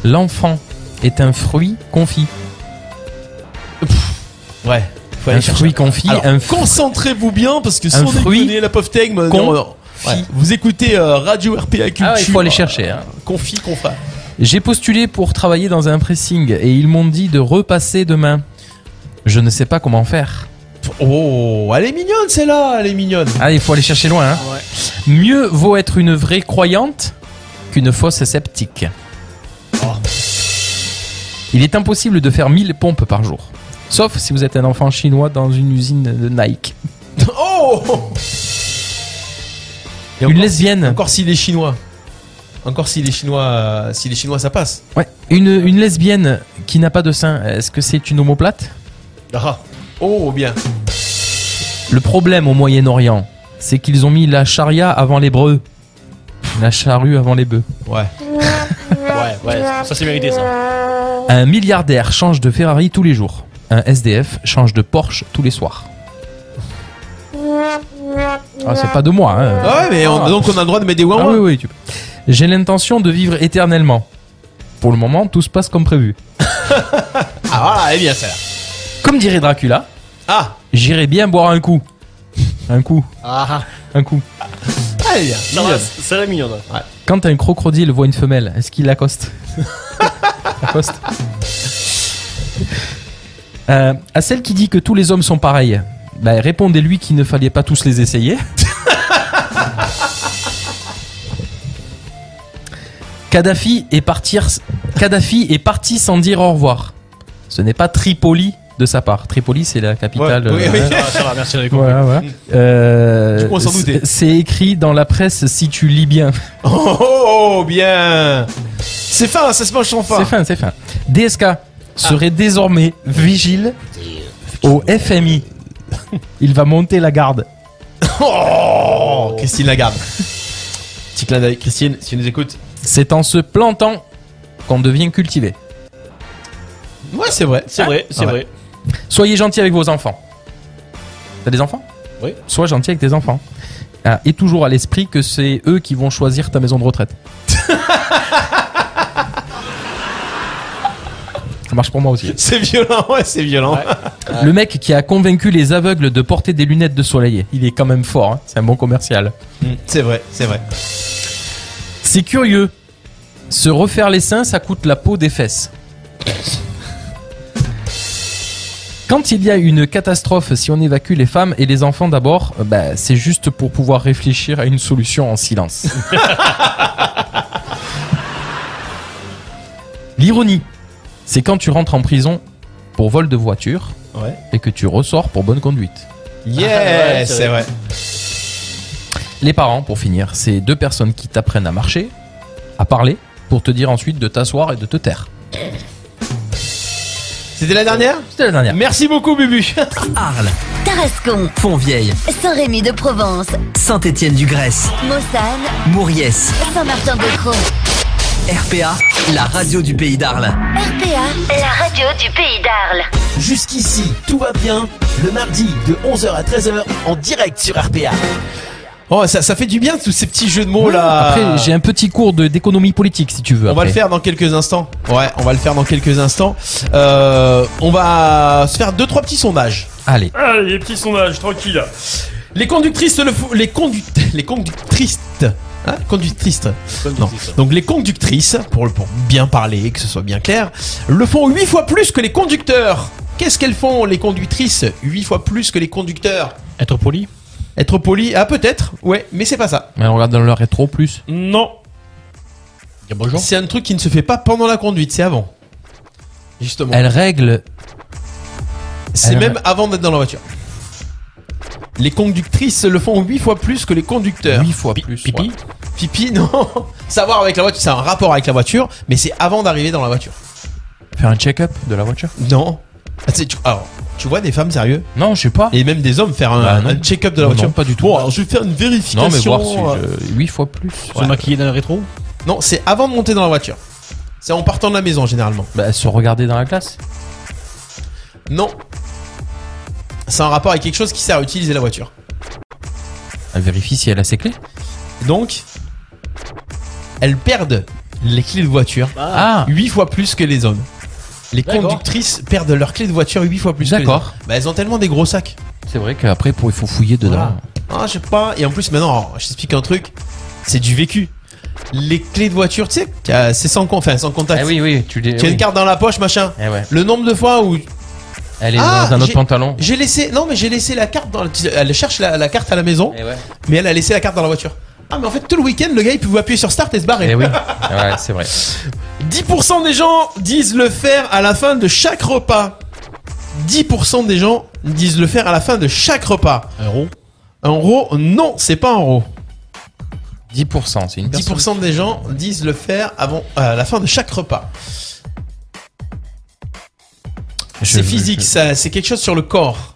[SPEAKER 4] l'enfant est un fruit confit.
[SPEAKER 3] Ouais.
[SPEAKER 1] Ah,
[SPEAKER 3] Faut aller
[SPEAKER 4] un
[SPEAKER 3] chercher.
[SPEAKER 4] fruit confit,
[SPEAKER 3] Alors,
[SPEAKER 4] un fr-
[SPEAKER 3] concentrez-vous bien parce que si
[SPEAKER 4] un
[SPEAKER 3] on
[SPEAKER 4] fruit
[SPEAKER 3] déconne la bah, pauvre
[SPEAKER 4] con-
[SPEAKER 3] vous écoutez euh, Radio RPA Culture. euh,
[SPEAKER 4] Ah ouais, il faut aller chercher, hein.
[SPEAKER 3] Confit, confat.
[SPEAKER 4] J'ai postulé pour travailler dans un pressing et ils m'ont dit de repasser demain. Je ne sais pas comment faire.
[SPEAKER 3] Oh, elle est mignonne celle-là, elle est mignonne.
[SPEAKER 4] Ah, il faut aller chercher loin. hein. Mieux vaut être une vraie croyante qu'une fausse sceptique.
[SPEAKER 3] Oh.
[SPEAKER 4] Il est impossible de faire 1000 pompes par jour. Sauf si vous êtes un enfant chinois dans une usine de Nike.
[SPEAKER 3] Oh
[SPEAKER 4] Une lesbienne.
[SPEAKER 3] Encore s'il est chinois. Encore s'il est chinois, euh, s'il est chinois, ça passe.
[SPEAKER 4] Ouais. Une, une lesbienne qui n'a pas de sein, est-ce que c'est une homoplate
[SPEAKER 3] Ah. Oh bien.
[SPEAKER 4] Le problème au Moyen-Orient, c'est qu'ils ont mis la charia avant l'hébreu. La charrue avant les bœufs.
[SPEAKER 3] Ouais.
[SPEAKER 5] Ouais, ouais, ça c'est mérité ça.
[SPEAKER 4] Un milliardaire change de Ferrari tous les jours. Un SDF change de Porsche tous les soirs. Ah, c'est pas de moi. hein.
[SPEAKER 3] Ah ouais, mais on- donc on a le droit de mettre des ouin
[SPEAKER 4] Ah oui, oui, tu peux. J'ai l'intention de vivre éternellement. Pour le moment, tout se passe comme prévu.
[SPEAKER 3] Ah voilà, elle est bien celle-là.
[SPEAKER 4] Comme dirait Dracula,
[SPEAKER 3] Ah,
[SPEAKER 4] j'irai bien boire un coup. Un coup,
[SPEAKER 5] Ah,
[SPEAKER 4] un coup.
[SPEAKER 3] elle est bien.
[SPEAKER 5] non,
[SPEAKER 3] Mignonne.
[SPEAKER 5] c'est la mignonne. Ouais.
[SPEAKER 4] Quand un crocodile voit une femelle, est-ce qu'il l'accoste Accoste. Euh, à celle qui dit que tous les hommes sont pareils, bah, répondez-lui qu'il ne fallait pas tous les essayer. Kadhafi est, partir, Kadhafi est parti sans dire au revoir. Ce n'est pas Tripoli de sa part. Tripoli, c'est la capitale.
[SPEAKER 3] Ouais, oui,
[SPEAKER 4] euh,
[SPEAKER 3] oui.
[SPEAKER 5] Ça va, ça va, merci d'avoir compris.
[SPEAKER 4] voilà, voilà. Euh,
[SPEAKER 3] Du coup, on s'en doutait.
[SPEAKER 4] c'est- c'est écrit dans la presse si tu lis bien.
[SPEAKER 3] Oh, oh, oh, bien. C'est fin, ça se mange sans fin.
[SPEAKER 4] C'est fin, c'est fin. DSK serait désormais vigile au FMI. Il va monter la garde.
[SPEAKER 3] Oh, Christine Lagarde. Petit clin d'œil, Christine, si tu nous écoutes.
[SPEAKER 4] C'est en se plantant qu'on devient cultivé. Ah.
[SPEAKER 3] Ouais, c'est vrai.
[SPEAKER 5] C'est vrai, c'est
[SPEAKER 4] ouais.
[SPEAKER 5] vrai.
[SPEAKER 4] Soyez gentil avec vos enfants. T'as des enfants
[SPEAKER 5] Oui.
[SPEAKER 4] Sois gentil avec tes enfants. Ah, et toujours à l'esprit que c'est eux qui vont choisir ta maison de retraite. Ça marche pour moi aussi.
[SPEAKER 3] C'est violent, ouais, c'est violent.
[SPEAKER 4] Le mec qui a convaincu les aveugles de porter des lunettes de soleil, il est quand même fort. hein. C'est un bon commercial.
[SPEAKER 3] Mm, C'est vrai, c'est vrai.
[SPEAKER 4] C'est curieux. Se refaire les seins, ça coûte la peau des fesses. Quand il y a une catastrophe, si on évacue les femmes et les enfants d'abord, euh, bah, c'est juste pour pouvoir réfléchir à une solution en silence. L'ironie, c'est quand tu rentres en prison pour vol de voiture
[SPEAKER 3] Ouais.
[SPEAKER 4] et que tu ressors pour bonne conduite.
[SPEAKER 3] Yeah,
[SPEAKER 5] Ah, ouais, c'est
[SPEAKER 3] c'est vrai.
[SPEAKER 4] Les parents, pour finir, c'est deux personnes qui t'apprennent à marcher, à parler, pour te dire ensuite de t'asseoir et de te taire.
[SPEAKER 3] C'était la dernière
[SPEAKER 4] C'était la dernière.
[SPEAKER 3] Merci beaucoup, Bubu.
[SPEAKER 15] Arles,
[SPEAKER 19] Tarascon,
[SPEAKER 15] Fontvieille,
[SPEAKER 19] Saint-Rémy de Provence,
[SPEAKER 15] Saint-Étienne-du-Grèce,
[SPEAKER 19] Mossane,
[SPEAKER 15] Mauriès,
[SPEAKER 19] Saint-Martin-de-Croix.
[SPEAKER 15] RPA, la radio du pays d'Arles.
[SPEAKER 19] RPA, la radio du pays d'Arles.
[SPEAKER 1] Jusqu'ici, tout va bien. Le mardi de 11h à 13h en direct sur RPA.
[SPEAKER 3] Oh, ça, ça fait du bien tous ces petits jeux de mots là.
[SPEAKER 4] Après, j'ai un petit cours de- d'économie politique si tu veux.
[SPEAKER 3] On va
[SPEAKER 4] après.
[SPEAKER 3] le faire dans quelques instants. Ouais, on va le faire dans quelques instants. Euh, on va se faire deux trois petits sondages.
[SPEAKER 4] Allez,
[SPEAKER 6] Allez, les petits sondages, tranquille.
[SPEAKER 3] Les conductrices le fou- les conduct les conductrices hein, conductrices. Non. Donc les conductrices pour le- pour bien parler que ce soit bien clair, le font huit fois plus que les conducteurs. Qu'est-ce qu'elles font les conductrices huit fois plus que les conducteurs
[SPEAKER 5] Être poli
[SPEAKER 3] Être poli, ah peut-être, ouais, mais c'est pas ça.
[SPEAKER 4] Mais on regarde dans le rétro plus.
[SPEAKER 3] Non. C'est un truc qui ne se fait pas pendant la conduite, c'est avant. Justement.
[SPEAKER 4] Elle règle.
[SPEAKER 3] C'est
[SPEAKER 4] Elle-
[SPEAKER 3] même avant d'être dans la voiture. Les conductrices le font 8 fois plus que les conducteurs.
[SPEAKER 4] 8 fois plus.
[SPEAKER 3] pipi
[SPEAKER 4] ouais.
[SPEAKER 3] Pipi, non. Savoir avec la voiture, c'est un rapport avec la voiture, mais c'est avant d'arriver dans la voiture.
[SPEAKER 4] Faire un check-up de la voiture.
[SPEAKER 3] Non. Ah, tu sais, tu- alors, tu vois des femmes sérieux
[SPEAKER 4] Non, je sais pas.
[SPEAKER 3] et même des hommes faire un,
[SPEAKER 4] Bah, non.
[SPEAKER 3] un check-up de la
[SPEAKER 4] Non,
[SPEAKER 3] voiture.
[SPEAKER 4] non, pas du tout.
[SPEAKER 3] Bon, alors je vais faire une vérification.
[SPEAKER 4] Non, mais voir si
[SPEAKER 3] euh,
[SPEAKER 4] je... 8 fois plus.
[SPEAKER 5] Se maquiller dans le rétro
[SPEAKER 3] Non, c'est avant de monter dans la voiture. C'est en partant de la maison généralement.
[SPEAKER 4] Bah, se regarder dans la classe.
[SPEAKER 3] Non. C'est un rapport avec quelque chose qui sert à utiliser la voiture.
[SPEAKER 4] Elle vérifie si elle a ses clés.
[SPEAKER 3] Donc, elles perdent les clés de voiture
[SPEAKER 4] Ah,
[SPEAKER 3] 8 fois plus que les hommes. Les
[SPEAKER 5] D'accord.
[SPEAKER 3] conductrices perdent leurs clés de voiture 8 fois plus que les
[SPEAKER 4] D'accord.
[SPEAKER 3] hommes. Bah, elles ont tellement des gros sacs.
[SPEAKER 4] c'est vrai qu'après, pour- il faut fouiller dedans.
[SPEAKER 3] Ah, je sais pas. Et en plus, maintenant, alors, je t'explique un truc. C'est du vécu. Les clés de voiture, tu sais, t'as- c'est sans, con- enfin, sans contact.
[SPEAKER 4] Eh oui, oui, tu l'es.
[SPEAKER 3] Tu as une carte dans la poche, machin.
[SPEAKER 4] Eh ouais.
[SPEAKER 3] Le nombre de fois où
[SPEAKER 4] Elle est
[SPEAKER 3] Ah,
[SPEAKER 4] dans un
[SPEAKER 3] j'ai-
[SPEAKER 4] autre pantalon.
[SPEAKER 3] j'ai laissé, non mais j'ai laissé la carte dans, le- elle cherche la, la carte à la maison,
[SPEAKER 4] Eh ouais.
[SPEAKER 3] mais elle a laissé la carte dans la voiture. Ah mais en fait tout le week-end le gars il pouvait appuyer sur start et se barrer.
[SPEAKER 4] Eh oui. ouais, c'est vrai.
[SPEAKER 3] 10% des gens disent le faire à la fin de chaque repas. 10% des gens disent le faire à la fin de chaque repas.
[SPEAKER 5] Un rond
[SPEAKER 3] En
[SPEAKER 4] Oh,
[SPEAKER 3] gros, non, c'est pas en gros.
[SPEAKER 4] 10%, c'est une personne.
[SPEAKER 3] 10% des gens disent le faire avant, euh, à la fin de chaque repas.
[SPEAKER 4] Je-
[SPEAKER 3] C'est physique,
[SPEAKER 4] je-
[SPEAKER 3] ça, c'est quelque chose sur le corps.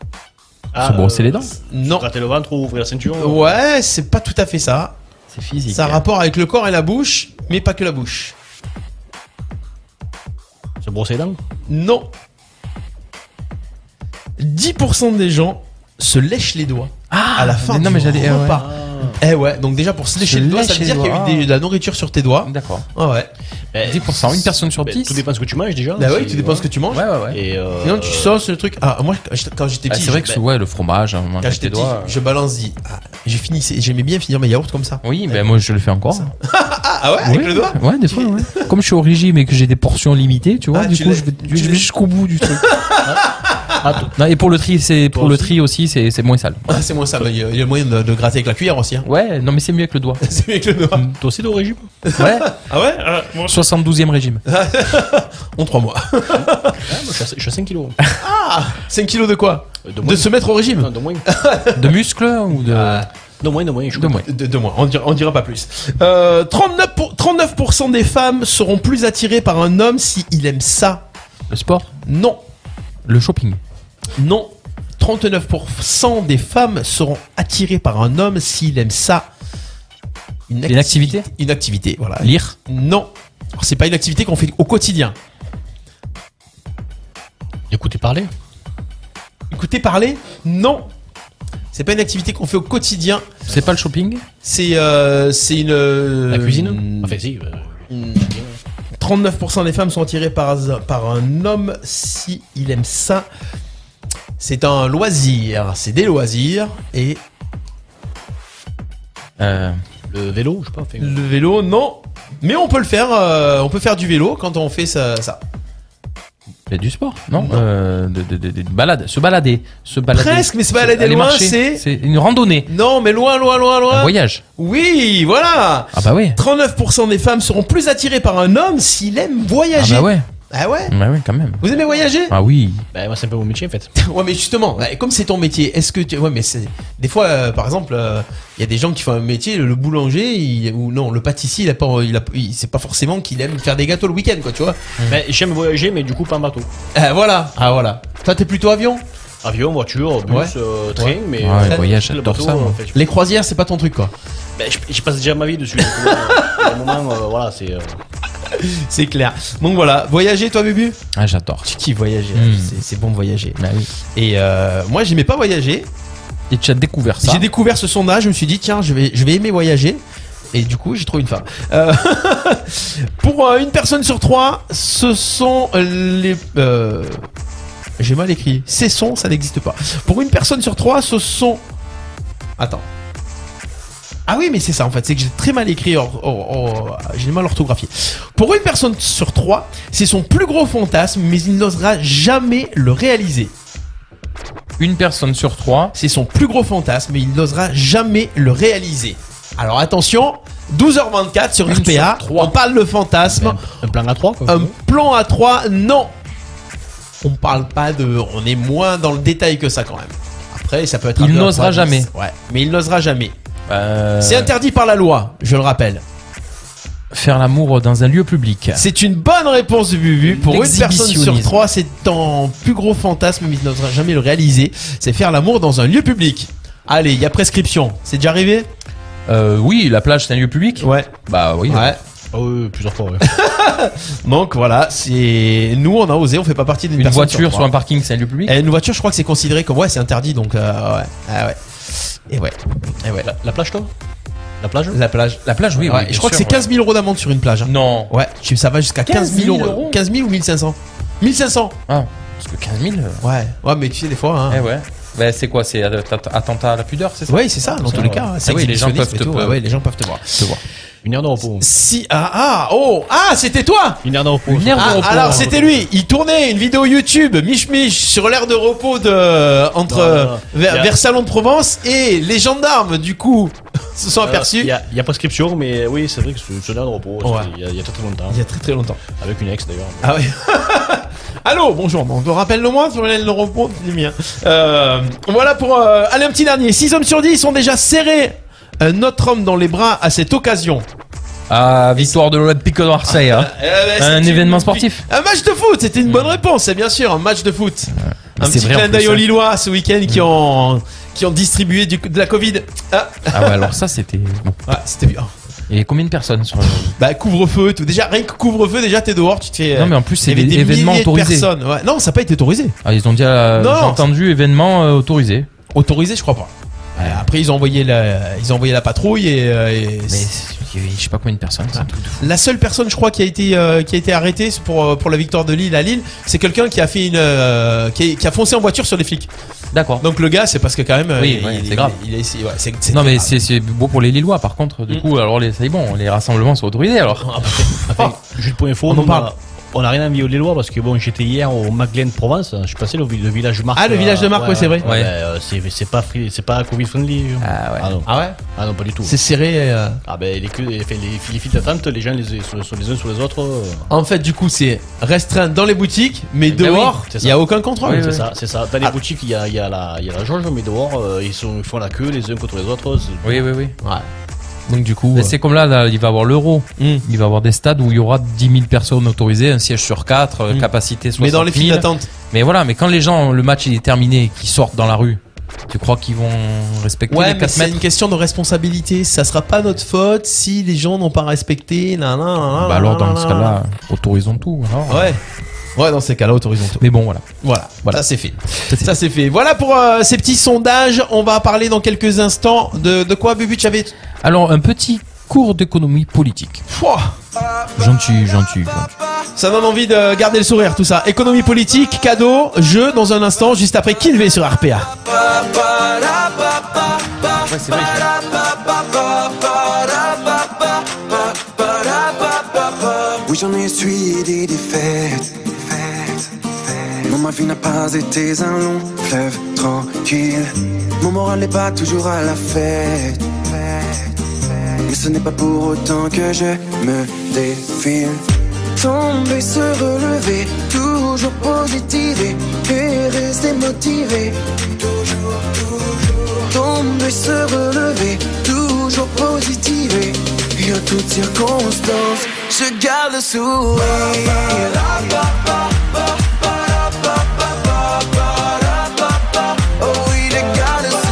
[SPEAKER 3] euh,
[SPEAKER 5] Ah,
[SPEAKER 4] Se brosser les dents.
[SPEAKER 3] Non.
[SPEAKER 5] Gratter le ventre ou ouvrir la ceinture
[SPEAKER 3] Ouais, c'est pas tout à fait ça.
[SPEAKER 4] C'est physique.
[SPEAKER 3] Ça a rapport avec le corps et la bouche, mais pas que la bouche.
[SPEAKER 5] Se brosser les dents
[SPEAKER 3] Non. 10% des gens se lèchent les doigts à la fin
[SPEAKER 4] Ah, mais non,
[SPEAKER 3] du
[SPEAKER 4] mais j'allais- eh ouais.
[SPEAKER 3] repas. Eh ouais, donc déjà pour se lécher
[SPEAKER 4] Se
[SPEAKER 3] les doigts, ça
[SPEAKER 4] lèche
[SPEAKER 3] veut
[SPEAKER 4] les
[SPEAKER 3] dire qu'il y a
[SPEAKER 4] doigts.
[SPEAKER 3] eu des- de la nourriture sur tes doigts.
[SPEAKER 4] D'accord.
[SPEAKER 3] Ah ouais.
[SPEAKER 5] Ben,
[SPEAKER 4] 10%, une personne sur
[SPEAKER 5] ben,
[SPEAKER 4] 10.
[SPEAKER 5] Tout dépend ce que tu manges déjà.
[SPEAKER 3] Bah
[SPEAKER 5] si-
[SPEAKER 3] ouais, tu dépends ce que tu manges.
[SPEAKER 4] Ouais, ouais, ouais.
[SPEAKER 5] Et euh,
[SPEAKER 3] Sinon tu sauces le truc. Ah moi quand- quand j'étais
[SPEAKER 4] Ah,
[SPEAKER 3] petit,
[SPEAKER 4] c'est vrai que
[SPEAKER 3] je-
[SPEAKER 4] sous- ouais, le fromage, hein, manger
[SPEAKER 3] quand j'étais
[SPEAKER 4] tes
[SPEAKER 3] petit,
[SPEAKER 4] doigts. euh.
[SPEAKER 3] je balance. dis, Ah, je finissais, j'aimais bien finir mes yaourts comme ça.
[SPEAKER 4] Oui, ben moi je le fais encore.
[SPEAKER 3] Ah, ah ouais, avec
[SPEAKER 4] Ouais,
[SPEAKER 3] le doigt.
[SPEAKER 4] Ouais, des fois, ouais. Comme je suis au régime et que j'ai des portions limitées, tu vois,
[SPEAKER 3] Ah,
[SPEAKER 4] du
[SPEAKER 3] tu
[SPEAKER 4] coup,
[SPEAKER 3] l'as-
[SPEAKER 4] je vais,
[SPEAKER 3] tu
[SPEAKER 4] je vais
[SPEAKER 3] l'as-
[SPEAKER 4] jusqu'au bout du truc. Non, et pour le tri, c'est pour le tri aussi, c'est c'est moins sale.
[SPEAKER 3] Ah, c'est moins ça. Il y a il y a moyen de, de gratter avec la cuillère aussi. hein.
[SPEAKER 4] Ouais, non mais c'est mieux avec le doigt. Mm.
[SPEAKER 3] c'est mieux avec le doigt.
[SPEAKER 5] Toi aussi, t'es au régime
[SPEAKER 4] Ouais,
[SPEAKER 3] Ah ouais, Ah,
[SPEAKER 4] 72e régime.
[SPEAKER 3] en trois mois.
[SPEAKER 5] Ah, moi, je suis à- je suis à 5 kilos. Euh,
[SPEAKER 3] 5 kilos de quoi
[SPEAKER 5] De
[SPEAKER 3] De
[SPEAKER 5] moins.
[SPEAKER 3] se mettre au régime
[SPEAKER 5] Non, de moins. Ah.
[SPEAKER 4] De muscles ou de
[SPEAKER 5] De moins, de moins. je-
[SPEAKER 4] de moins.
[SPEAKER 3] De, de moins, on dira, on dira pas plus. Euh, 39%, pour- 39% des femmes seront plus attirées par un homme si il aime ça.
[SPEAKER 4] Le sport,
[SPEAKER 3] Non,
[SPEAKER 4] le shopping,
[SPEAKER 3] non. 39% des femmes seront attirées par un homme s'il aime ça. Une,
[SPEAKER 4] Une activité
[SPEAKER 3] Une activité, voilà.
[SPEAKER 4] lire,
[SPEAKER 3] Non. Alors, C'est pas une activité qu'on fait au quotidien.
[SPEAKER 5] Écoutez parler.
[SPEAKER 3] Écoutez parler Non. C'est pas une activité qu'on fait au quotidien.
[SPEAKER 4] c'est pas le shopping
[SPEAKER 3] C'est euh, c'est une. euh,
[SPEAKER 5] La cuisine
[SPEAKER 3] une-
[SPEAKER 5] Enfin, si. euh,
[SPEAKER 3] 39% des femmes sont attirées par, par un homme si il aime ça. C'est un loisir, c'est des loisirs et
[SPEAKER 4] Euh,
[SPEAKER 5] Le vélo, je sais pas. enfin,
[SPEAKER 3] le vélo non. Mais on peut le faire, euh, on peut faire du vélo quand on fait ça. ça.
[SPEAKER 4] ben, du sport, non, Euh, de, de, de- de- de balade, se balader, se balader.
[SPEAKER 3] Presque, mais se balader
[SPEAKER 4] Aller
[SPEAKER 3] loin,
[SPEAKER 4] marcher,
[SPEAKER 3] c'est-
[SPEAKER 4] c'est une randonnée,
[SPEAKER 3] Non, mais loin, loin, loin,
[SPEAKER 4] un
[SPEAKER 3] loin.
[SPEAKER 4] voyage.
[SPEAKER 3] Oui, voilà.
[SPEAKER 4] Ah bah ouais.
[SPEAKER 3] 39% des femmes seront plus attirées par un homme s'il aime
[SPEAKER 4] Ah
[SPEAKER 3] voyager.
[SPEAKER 4] bah ouais.
[SPEAKER 3] Ah ouais
[SPEAKER 4] Bah ouais, quand même.
[SPEAKER 3] Vous aimez voyager
[SPEAKER 4] Ah oui.
[SPEAKER 5] Bah, moi, c'est un peu mon métier en fait.
[SPEAKER 3] Ouais, mais justement, bah, comme c'est ton métier, est-ce que tu. Ouais, mais c'est. Des fois, euh, par exemple, il y a des gens qui font un métier, le, le boulanger, il- ou non, le pâtissier, il a pas. Il a, il- c'est pas forcément qu'il aime faire des gâteaux le week-end, quoi, tu vois.
[SPEAKER 5] Bah, J'aime voyager, mais du coup, pas en bateau.
[SPEAKER 3] Ah, voilà, ah, voilà. Toi, t'es plutôt avion
[SPEAKER 5] Avion, voiture, bus,
[SPEAKER 3] Ouais.
[SPEAKER 5] euh, train, mais.
[SPEAKER 4] Ouais,
[SPEAKER 5] euh,
[SPEAKER 4] voyage,
[SPEAKER 5] le
[SPEAKER 4] j'adore
[SPEAKER 5] bateau,
[SPEAKER 4] ça, moi.
[SPEAKER 5] en fait, je-
[SPEAKER 3] Les croisières, c'est pas ton truc, quoi.
[SPEAKER 5] bah, je, je passe déjà ma vie dessus. donc, euh, à un moment, euh, voilà, c'est. euh,
[SPEAKER 3] C'est clair. Donc voilà, voyager, toi, Bubu
[SPEAKER 4] Ah j'adore.
[SPEAKER 3] Tu kiffes voyager,
[SPEAKER 4] Hmm.
[SPEAKER 3] c'est, c'est bon de voyager.
[SPEAKER 4] Ah oui.
[SPEAKER 3] Et euh, moi, j'aimais pas voyager.
[SPEAKER 4] Et tu as découvert ça.
[SPEAKER 3] J'ai découvert ce sondage, je me suis dit, tiens, je vais, je vais aimer voyager. Et du coup, j'ai trouvé une femme. Euh, pour euh, une personne sur trois, ce sont les. euh, j'ai mal écrit. Cessons, ça n'existe pas. Pour une personne sur trois, ce sont. Attends. Ah oui, mais c'est ça en fait. C'est que j'ai très mal écrit. or- or- or- j'ai mal orthographié. Pour une personne sur trois, c'est son plus gros fantasme, mais il n'osera jamais le réaliser.
[SPEAKER 4] une personne sur trois.
[SPEAKER 3] C'est son plus gros fantasme et il n'osera jamais le réaliser. Alors attention, 12h24 sur RPA, on parle de
[SPEAKER 4] Ben,
[SPEAKER 3] fantasme.
[SPEAKER 5] Un, plan à 3 quoi.
[SPEAKER 3] Un plan à 3, non. On parle pas de. On est moins dans le détail que ça quand même. Après, ça peut être un
[SPEAKER 4] Il
[SPEAKER 3] peu un
[SPEAKER 4] n'osera
[SPEAKER 3] point
[SPEAKER 4] jamais.
[SPEAKER 3] dix. Ouais, mais il n'osera jamais.
[SPEAKER 4] Euh,
[SPEAKER 3] C'est interdit par la loi, je le rappelle.
[SPEAKER 4] Faire l'amour dans un lieu public.
[SPEAKER 3] C'est une bonne réponse de Bubu. Pour une personne sur
[SPEAKER 4] L'exhibitionnisme.
[SPEAKER 3] trois, c'est ton plus gros fantasme, mais il n'osera jamais le réaliser. C'est faire l'amour dans un lieu public. Allez, il y a prescription. C'est déjà arrivé
[SPEAKER 4] Euh, oui, la plage, c'est un lieu public
[SPEAKER 3] Ouais.
[SPEAKER 4] Bah oui.
[SPEAKER 3] Ouais.
[SPEAKER 5] Ah oui, plusieurs fois, ouais.
[SPEAKER 3] Donc voilà, c'est nous on a osé, on fait pas partie d'une
[SPEAKER 4] Une
[SPEAKER 3] personne
[SPEAKER 4] voiture sur
[SPEAKER 3] trois.
[SPEAKER 4] un parking, c'est un lieu public
[SPEAKER 3] Et une voiture, je crois que c'est considéré comme ouais, c'est interdit donc euh, ouais. Ah ouais. Et ouais. Et ouais.
[SPEAKER 5] La, la plage, toi La plage
[SPEAKER 3] La plage.
[SPEAKER 4] La plage, oui.
[SPEAKER 3] Ouais,
[SPEAKER 4] oui,
[SPEAKER 3] je
[SPEAKER 4] bien
[SPEAKER 3] crois que
[SPEAKER 4] sûr,
[SPEAKER 3] c'est 15 000 euros d'amende sur une plage. hein.
[SPEAKER 4] ouais. Non.
[SPEAKER 3] Ouais, tu- ça va jusqu'à 15 000 euros. 15 000 ou 1500 1500
[SPEAKER 4] Ah, parce que 15 000. euh,
[SPEAKER 3] Ouais. Ouais, mais tu sais, des fois. Hein.
[SPEAKER 4] Eh ouais. Bah, c'est quoi C'est att- att- attentat à la pudeur, c'est ça
[SPEAKER 3] Ouais, c'est ça, dans tous les cas.
[SPEAKER 4] Ah
[SPEAKER 3] c'est
[SPEAKER 4] oui, les gens
[SPEAKER 3] exhibitionniste
[SPEAKER 4] peuvent
[SPEAKER 3] et
[SPEAKER 4] te
[SPEAKER 3] tout, hein, ouais,
[SPEAKER 4] voir.
[SPEAKER 3] ouais, les gens peuvent te voir.
[SPEAKER 4] Te voir.
[SPEAKER 5] Une heure de repos.
[SPEAKER 3] Si, ah, ah, oh, ah, c'était toi
[SPEAKER 5] Une heure de repos.
[SPEAKER 4] Une heure de
[SPEAKER 3] Ah,
[SPEAKER 4] repos.
[SPEAKER 3] alors c'était lui, il tournait une vidéo YouTube, Mich Mich, sur l'aire de repos de entre
[SPEAKER 5] Non, non,
[SPEAKER 3] euh,
[SPEAKER 5] non.
[SPEAKER 3] vers,
[SPEAKER 5] Il y a-
[SPEAKER 3] vers Salon de Provence et les gendarmes du coup se sont
[SPEAKER 5] Euh,
[SPEAKER 3] aperçus.
[SPEAKER 5] Il y, a- il y a prescription, mais oui, c'est vrai que c'est c'est une heure de repos.
[SPEAKER 3] Ouais.
[SPEAKER 5] c'était Il y a- il y, a très très longtemps.
[SPEAKER 3] Il y a très très longtemps.
[SPEAKER 5] Avec une ex d'ailleurs.
[SPEAKER 3] Ah oui. Allô, bonjour. Bon, rappelle-le-moi sur l'aile de repos, c'est bien. Euh, voilà pour euh, allez un petit dernier. 6 hommes sur 10 ont déjà serré un autre homme dans les bras à cette occasion.
[SPEAKER 4] Ah, victoire de l'Olympique de Marseille. hein.
[SPEAKER 3] Eh ben,
[SPEAKER 4] Un
[SPEAKER 3] c'est
[SPEAKER 4] événement
[SPEAKER 3] une-
[SPEAKER 4] sportif.
[SPEAKER 3] Un match de foot, c'était une bonne réponse, c'est bien sûr, un match de foot. Un
[SPEAKER 4] c'est
[SPEAKER 3] petit
[SPEAKER 4] vrai, en
[SPEAKER 3] clin
[SPEAKER 4] plus,
[SPEAKER 3] d'œil aux
[SPEAKER 4] hein.
[SPEAKER 3] Lillois ce week-end qui ont qui ont distribué du- de la Covid. Ah,
[SPEAKER 4] Ah ouais, alors ça, c'était. Bon.
[SPEAKER 3] ouais, c'était bien.
[SPEAKER 4] Il y avait combien de personnes sur le-
[SPEAKER 3] Bah couvre-feu, et tout. Déjà rien que couvre-feu, déjà t'es dehors, tu te fais. euh,
[SPEAKER 4] Non, mais en plus, c'est
[SPEAKER 3] il y avait
[SPEAKER 4] des événements
[SPEAKER 3] milliers de
[SPEAKER 4] autorisés.
[SPEAKER 3] personnes, ouais. Non, ça n'a pas été autorisé.
[SPEAKER 4] Ah, ils ont dit, euh,
[SPEAKER 3] Non,
[SPEAKER 4] j'ai entendu, événement euh, autorisé.
[SPEAKER 3] Autorisé, je crois pas. Euh, Après ils ont envoyé la ils ont envoyé la patrouille et, euh, et
[SPEAKER 4] Mais c'est- il y avait, je sais pas combien de personnes, c'est un truc de fou.
[SPEAKER 3] La seule personne, je crois, qui a été euh, qui a été arrêtée c'est pour euh, pour la victoire de Lille à Lille, c'est quelqu'un qui a fait une euh, qui, a, qui a foncé en voiture sur des flics.
[SPEAKER 4] D'accord.
[SPEAKER 3] Donc le gars, c'est parce que quand même, euh,
[SPEAKER 4] Oui,
[SPEAKER 3] il-
[SPEAKER 4] ouais,
[SPEAKER 3] il-
[SPEAKER 4] c'est grave.
[SPEAKER 3] Il, il a essayé- ouais, c'est- c'est
[SPEAKER 4] Non, mais
[SPEAKER 3] grave.
[SPEAKER 4] c'est c'est beau pour les Lillois, par contre. Du
[SPEAKER 3] Mm.
[SPEAKER 4] coup, alors, les, c'est bon, les rassemblements sont autorisés, alors.
[SPEAKER 5] Enfin, juste pour info,
[SPEAKER 3] On en
[SPEAKER 5] nous,
[SPEAKER 3] parle.
[SPEAKER 5] a- On n'a rien envie aux Lillois parce que bon, j'étais hier au Maglen Provence. Je suis passé le, vi- le village de Marc. euh,
[SPEAKER 3] Ah, le village de Marc, ouais, c'est vrai.
[SPEAKER 5] Ouais. bah, euh, c'est c'est pas free- c'est pas Covid friendly.
[SPEAKER 4] Ah ouais.
[SPEAKER 5] non.
[SPEAKER 3] Ah ouais
[SPEAKER 5] Ah non, pas du tout.
[SPEAKER 3] C'est serré. euh,
[SPEAKER 5] Ah ben les, queues- les, les, les files d'attente, les gens les, sont, sont les uns sur les autres. euh,
[SPEAKER 3] En fait, du coup, c'est restreint dans les boutiques, mais
[SPEAKER 5] Ben
[SPEAKER 3] dehors,
[SPEAKER 5] oui,
[SPEAKER 3] il
[SPEAKER 5] c'est ça.
[SPEAKER 3] y a aucun contrôle. Ah.
[SPEAKER 5] C'est ça, c'est ça. Dans les boutiques, il y a, il y, a la- il y a la jauge, mais dehors, euh, ils, sont, ils font la queue les uns contre les autres. c'est-
[SPEAKER 4] Oui, oui, oui.
[SPEAKER 3] Donc du coup,
[SPEAKER 4] Mais
[SPEAKER 3] euh,
[SPEAKER 4] c'est comme là, là, il va y avoir l'euro.
[SPEAKER 3] Mm.
[SPEAKER 4] Il va y avoir des stades où il y aura 10 000 personnes autorisées, un siège sur 4,
[SPEAKER 3] Mm.
[SPEAKER 4] capacité 60
[SPEAKER 3] mais dans les files
[SPEAKER 4] 000.
[SPEAKER 3] d'attente.
[SPEAKER 4] Mais voilà, mais quand les gens, le match il est terminé, et qu'ils sortent dans la rue, tu crois qu'ils vont respecter
[SPEAKER 3] Ouais,
[SPEAKER 4] les
[SPEAKER 3] mais
[SPEAKER 4] 4
[SPEAKER 3] c'est
[SPEAKER 4] mètres
[SPEAKER 3] une question de responsabilité. Ça sera pas notre faute si les gens n'ont pas respecté. nan, nan, nan, nan,
[SPEAKER 4] Bah alors,
[SPEAKER 3] nan,
[SPEAKER 4] dans ce
[SPEAKER 3] nan,
[SPEAKER 4] cas-là, autorisons tout. alors.
[SPEAKER 3] nan. ouais. Ouais, dans ces cas-là, autorisons tout.
[SPEAKER 4] Mais bon, voilà.
[SPEAKER 3] Voilà,
[SPEAKER 4] Voilà.
[SPEAKER 3] ça c'est fait. Ça c'est fait. Voilà pour euh, ces petits sondages. On va parler dans quelques instants de, de quoi, Bubu, tu avais.
[SPEAKER 4] Alors, un petit cours d'économie politique.
[SPEAKER 3] Pouah
[SPEAKER 4] Gentil, gentil, gentil.
[SPEAKER 3] Ça donne envie de garder le sourire, tout ça. Économie politique, cadeau, jeu, dans un instant, juste après Kinvé sur RPA.
[SPEAKER 20] Oui, j'en ai essuyé des défaites. défaites, défaites. Non, ma vie n'a pas été un long fleuve tranquille. Mon moral n'est pas toujours à la fête. fête, fête. Mais ce n'est pas pour autant que je me défile. Tomber, se relever, toujours positiver et rester motivé. Toujours, toujours. Tomber, se relever, toujours positiver. Et en toutes circonstances, je garde le sourire. Oh oui, je garde le sourire.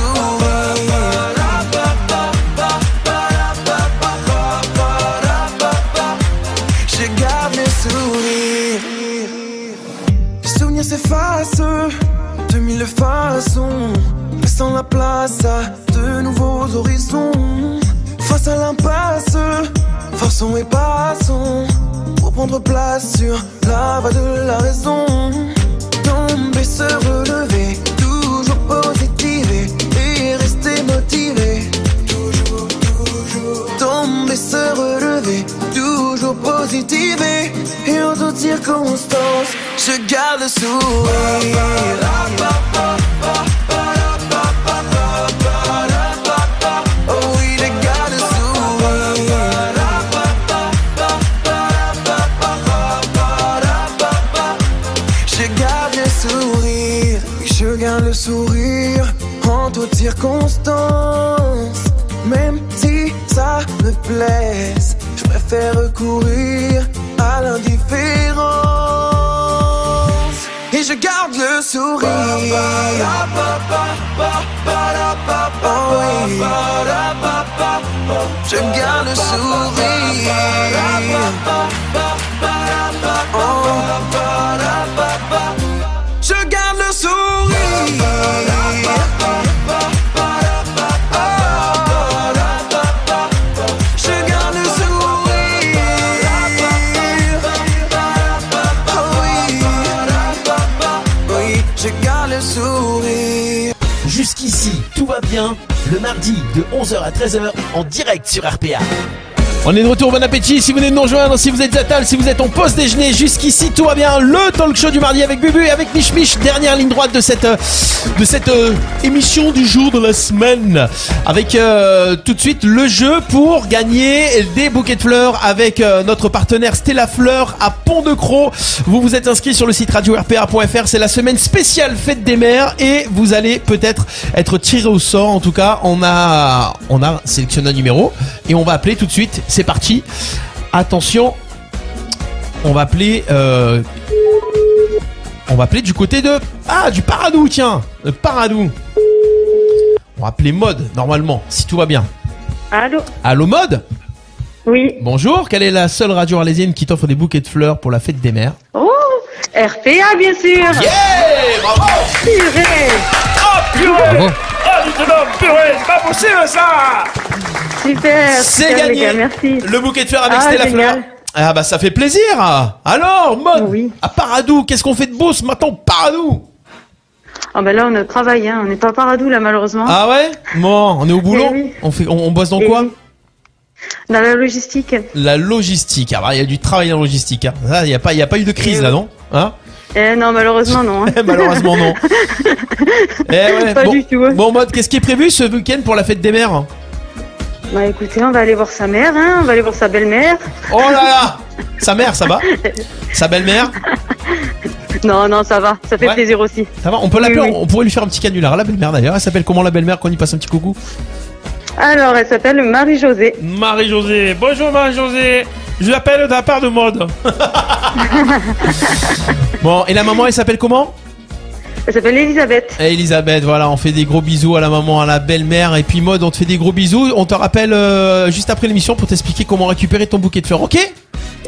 [SPEAKER 20] Je garde le sourire. Les souvenirs s'effacent de mille façons, laissant la place à de nouveaux horizons. Face à l'impasse, forçons et passons pour prendre place sur la voie de la raison. Tomber, se relever, toujours positiver et rester motivé. Toujours, toujours. Tomber, se relever, toujours positiver et en toutes circonstances, je garde le sourire. Oh sourire, je garde le sourire en toutes circonstances. Même si ça me blesse, je préfère recourir à l'indifférence. Et je garde le sourire. Oh oui. Je garde le sourire. Oh. Je garde le sourire. Je garde le sourire. Oh oui. Oui, je garde le sourire.
[SPEAKER 1] Jusqu'ici, tout va bien. Le mardi de 11h à 13h en direct sur RPA.
[SPEAKER 3] On est de retour, bon appétit. Si vous venez de nous rejoindre, si vous êtes à table, si vous êtes en pause déjeuner, jusqu'ici tout va bien. Le talk show du mardi avec Bubu et avec Mich Mich. Dernière ligne droite de cette euh, de cette euh, émission du jour de la semaine. Avec euh, tout de suite le jeu pour gagner des bouquets de fleurs avec euh, notre partenaire Stella Fleur à Pont de Croix. Vous vous êtes inscrit sur le site radio rpa.fr. C'est la semaine spéciale fête des mères et vous allez peut-être être tiré au sort. En tout cas, on a on a sélectionné un numéro et on va appeler tout de suite. C'est parti. Attention, on va appeler. euh, on va appeler du côté de ah du Paradou tiens le Paradou. On va appeler Mode normalement si tout va bien.
[SPEAKER 18] Allô
[SPEAKER 3] Allô Mode.
[SPEAKER 18] Oui.
[SPEAKER 3] Bonjour. Quelle est la seule radio arlésienne qui t'offre des bouquets de fleurs pour la fête des mères
[SPEAKER 18] Oh RPA, bien sûr
[SPEAKER 3] Yeah Bravo
[SPEAKER 18] Purée
[SPEAKER 21] Oh, purée
[SPEAKER 3] Bravo.
[SPEAKER 21] Oh, dis donc, purée, c'est pas possible, ça
[SPEAKER 18] Super
[SPEAKER 3] C'est
[SPEAKER 18] super, les
[SPEAKER 3] gagné.
[SPEAKER 18] gars, Merci
[SPEAKER 3] Le bouquet de fleurs avec
[SPEAKER 18] Ah,
[SPEAKER 3] Stella
[SPEAKER 18] génial.
[SPEAKER 3] Fleur. Ah bah ça fait plaisir. Alors Mode à Paradou qu'est-ce qu'on fait de beau ce matin au Paradou
[SPEAKER 18] Ah bah là, on travaille, hein. on n'est pas paradou là, malheureusement.
[SPEAKER 3] Ah ouais Bon, on est au
[SPEAKER 18] Eh
[SPEAKER 3] boulot on, fait, on, on bosse dans quoi
[SPEAKER 18] Dans la logistique.
[SPEAKER 3] La logistique. Ah bah, il y a du travail en logistique. hein. Ça, Il n'y a, pas- il y a pas eu de crise
[SPEAKER 18] Eh
[SPEAKER 3] là,
[SPEAKER 18] oui.
[SPEAKER 3] non Hein
[SPEAKER 18] Eh non, malheureusement, non. hein.
[SPEAKER 3] Malheureusement, non. Eh ouais,
[SPEAKER 18] Pas
[SPEAKER 3] bon,
[SPEAKER 18] du
[SPEAKER 3] bon, mode, qu'est-ce qui est prévu ce week-end pour la fête des mères
[SPEAKER 18] bah écoutez, on va aller voir sa mère, hein. on va aller voir sa belle-mère.
[SPEAKER 3] Oh là là Sa mère, ça va Sa belle-mère
[SPEAKER 18] Non, non, ça va, ça fait
[SPEAKER 3] Ouais.
[SPEAKER 18] plaisir aussi.
[SPEAKER 3] Ça va On peut l'appeler,
[SPEAKER 18] Oui, oui.
[SPEAKER 3] on pourrait lui faire un petit canular. La belle-mère d'ailleurs, elle s'appelle comment la belle-mère qu'on y passe un petit coucou
[SPEAKER 18] Alors, elle s'appelle Marie-Josée.
[SPEAKER 21] Marie-Josée, bonjour Marie-Josée. Je l'appelle de la part de mode.
[SPEAKER 3] Bon, et la maman, elle s'appelle comment
[SPEAKER 18] Elle s'appelle Elisabeth.
[SPEAKER 3] Eh, Elisabeth, voilà, on fait des gros bisous à la maman, à la belle-mère. Et puis, mode, on te fait des gros bisous. On te rappelle euh, juste après l'émission pour t'expliquer comment récupérer ton bouquet de fleurs, ok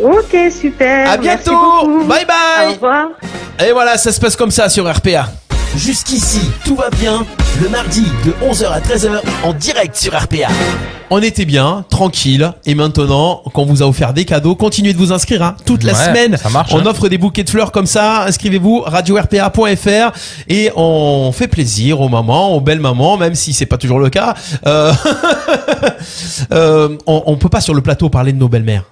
[SPEAKER 18] Ok, super.
[SPEAKER 3] À
[SPEAKER 18] merci
[SPEAKER 3] bientôt.
[SPEAKER 18] beaucoup.
[SPEAKER 3] Bye bye.
[SPEAKER 18] Au revoir.
[SPEAKER 3] Et voilà, ça se passe comme ça sur RPA.
[SPEAKER 1] Jusqu'ici, tout va bien. Le mardi de 11h à 13h en direct sur RPA.
[SPEAKER 3] On était bien, tranquille, et maintenant qu'on vous a offert des cadeaux, continuez de vous inscrire hein. toute la
[SPEAKER 4] Ouais,
[SPEAKER 3] semaine.
[SPEAKER 4] ça marche,
[SPEAKER 3] on
[SPEAKER 4] hein.
[SPEAKER 3] offre des bouquets de fleurs comme ça. Inscrivez-vous radio-rpa.fr et on fait plaisir aux mamans, aux belles mamans, même si c'est pas toujours le cas. Euh, euh, on, on peut pas sur le plateau parler de nos belles-mères.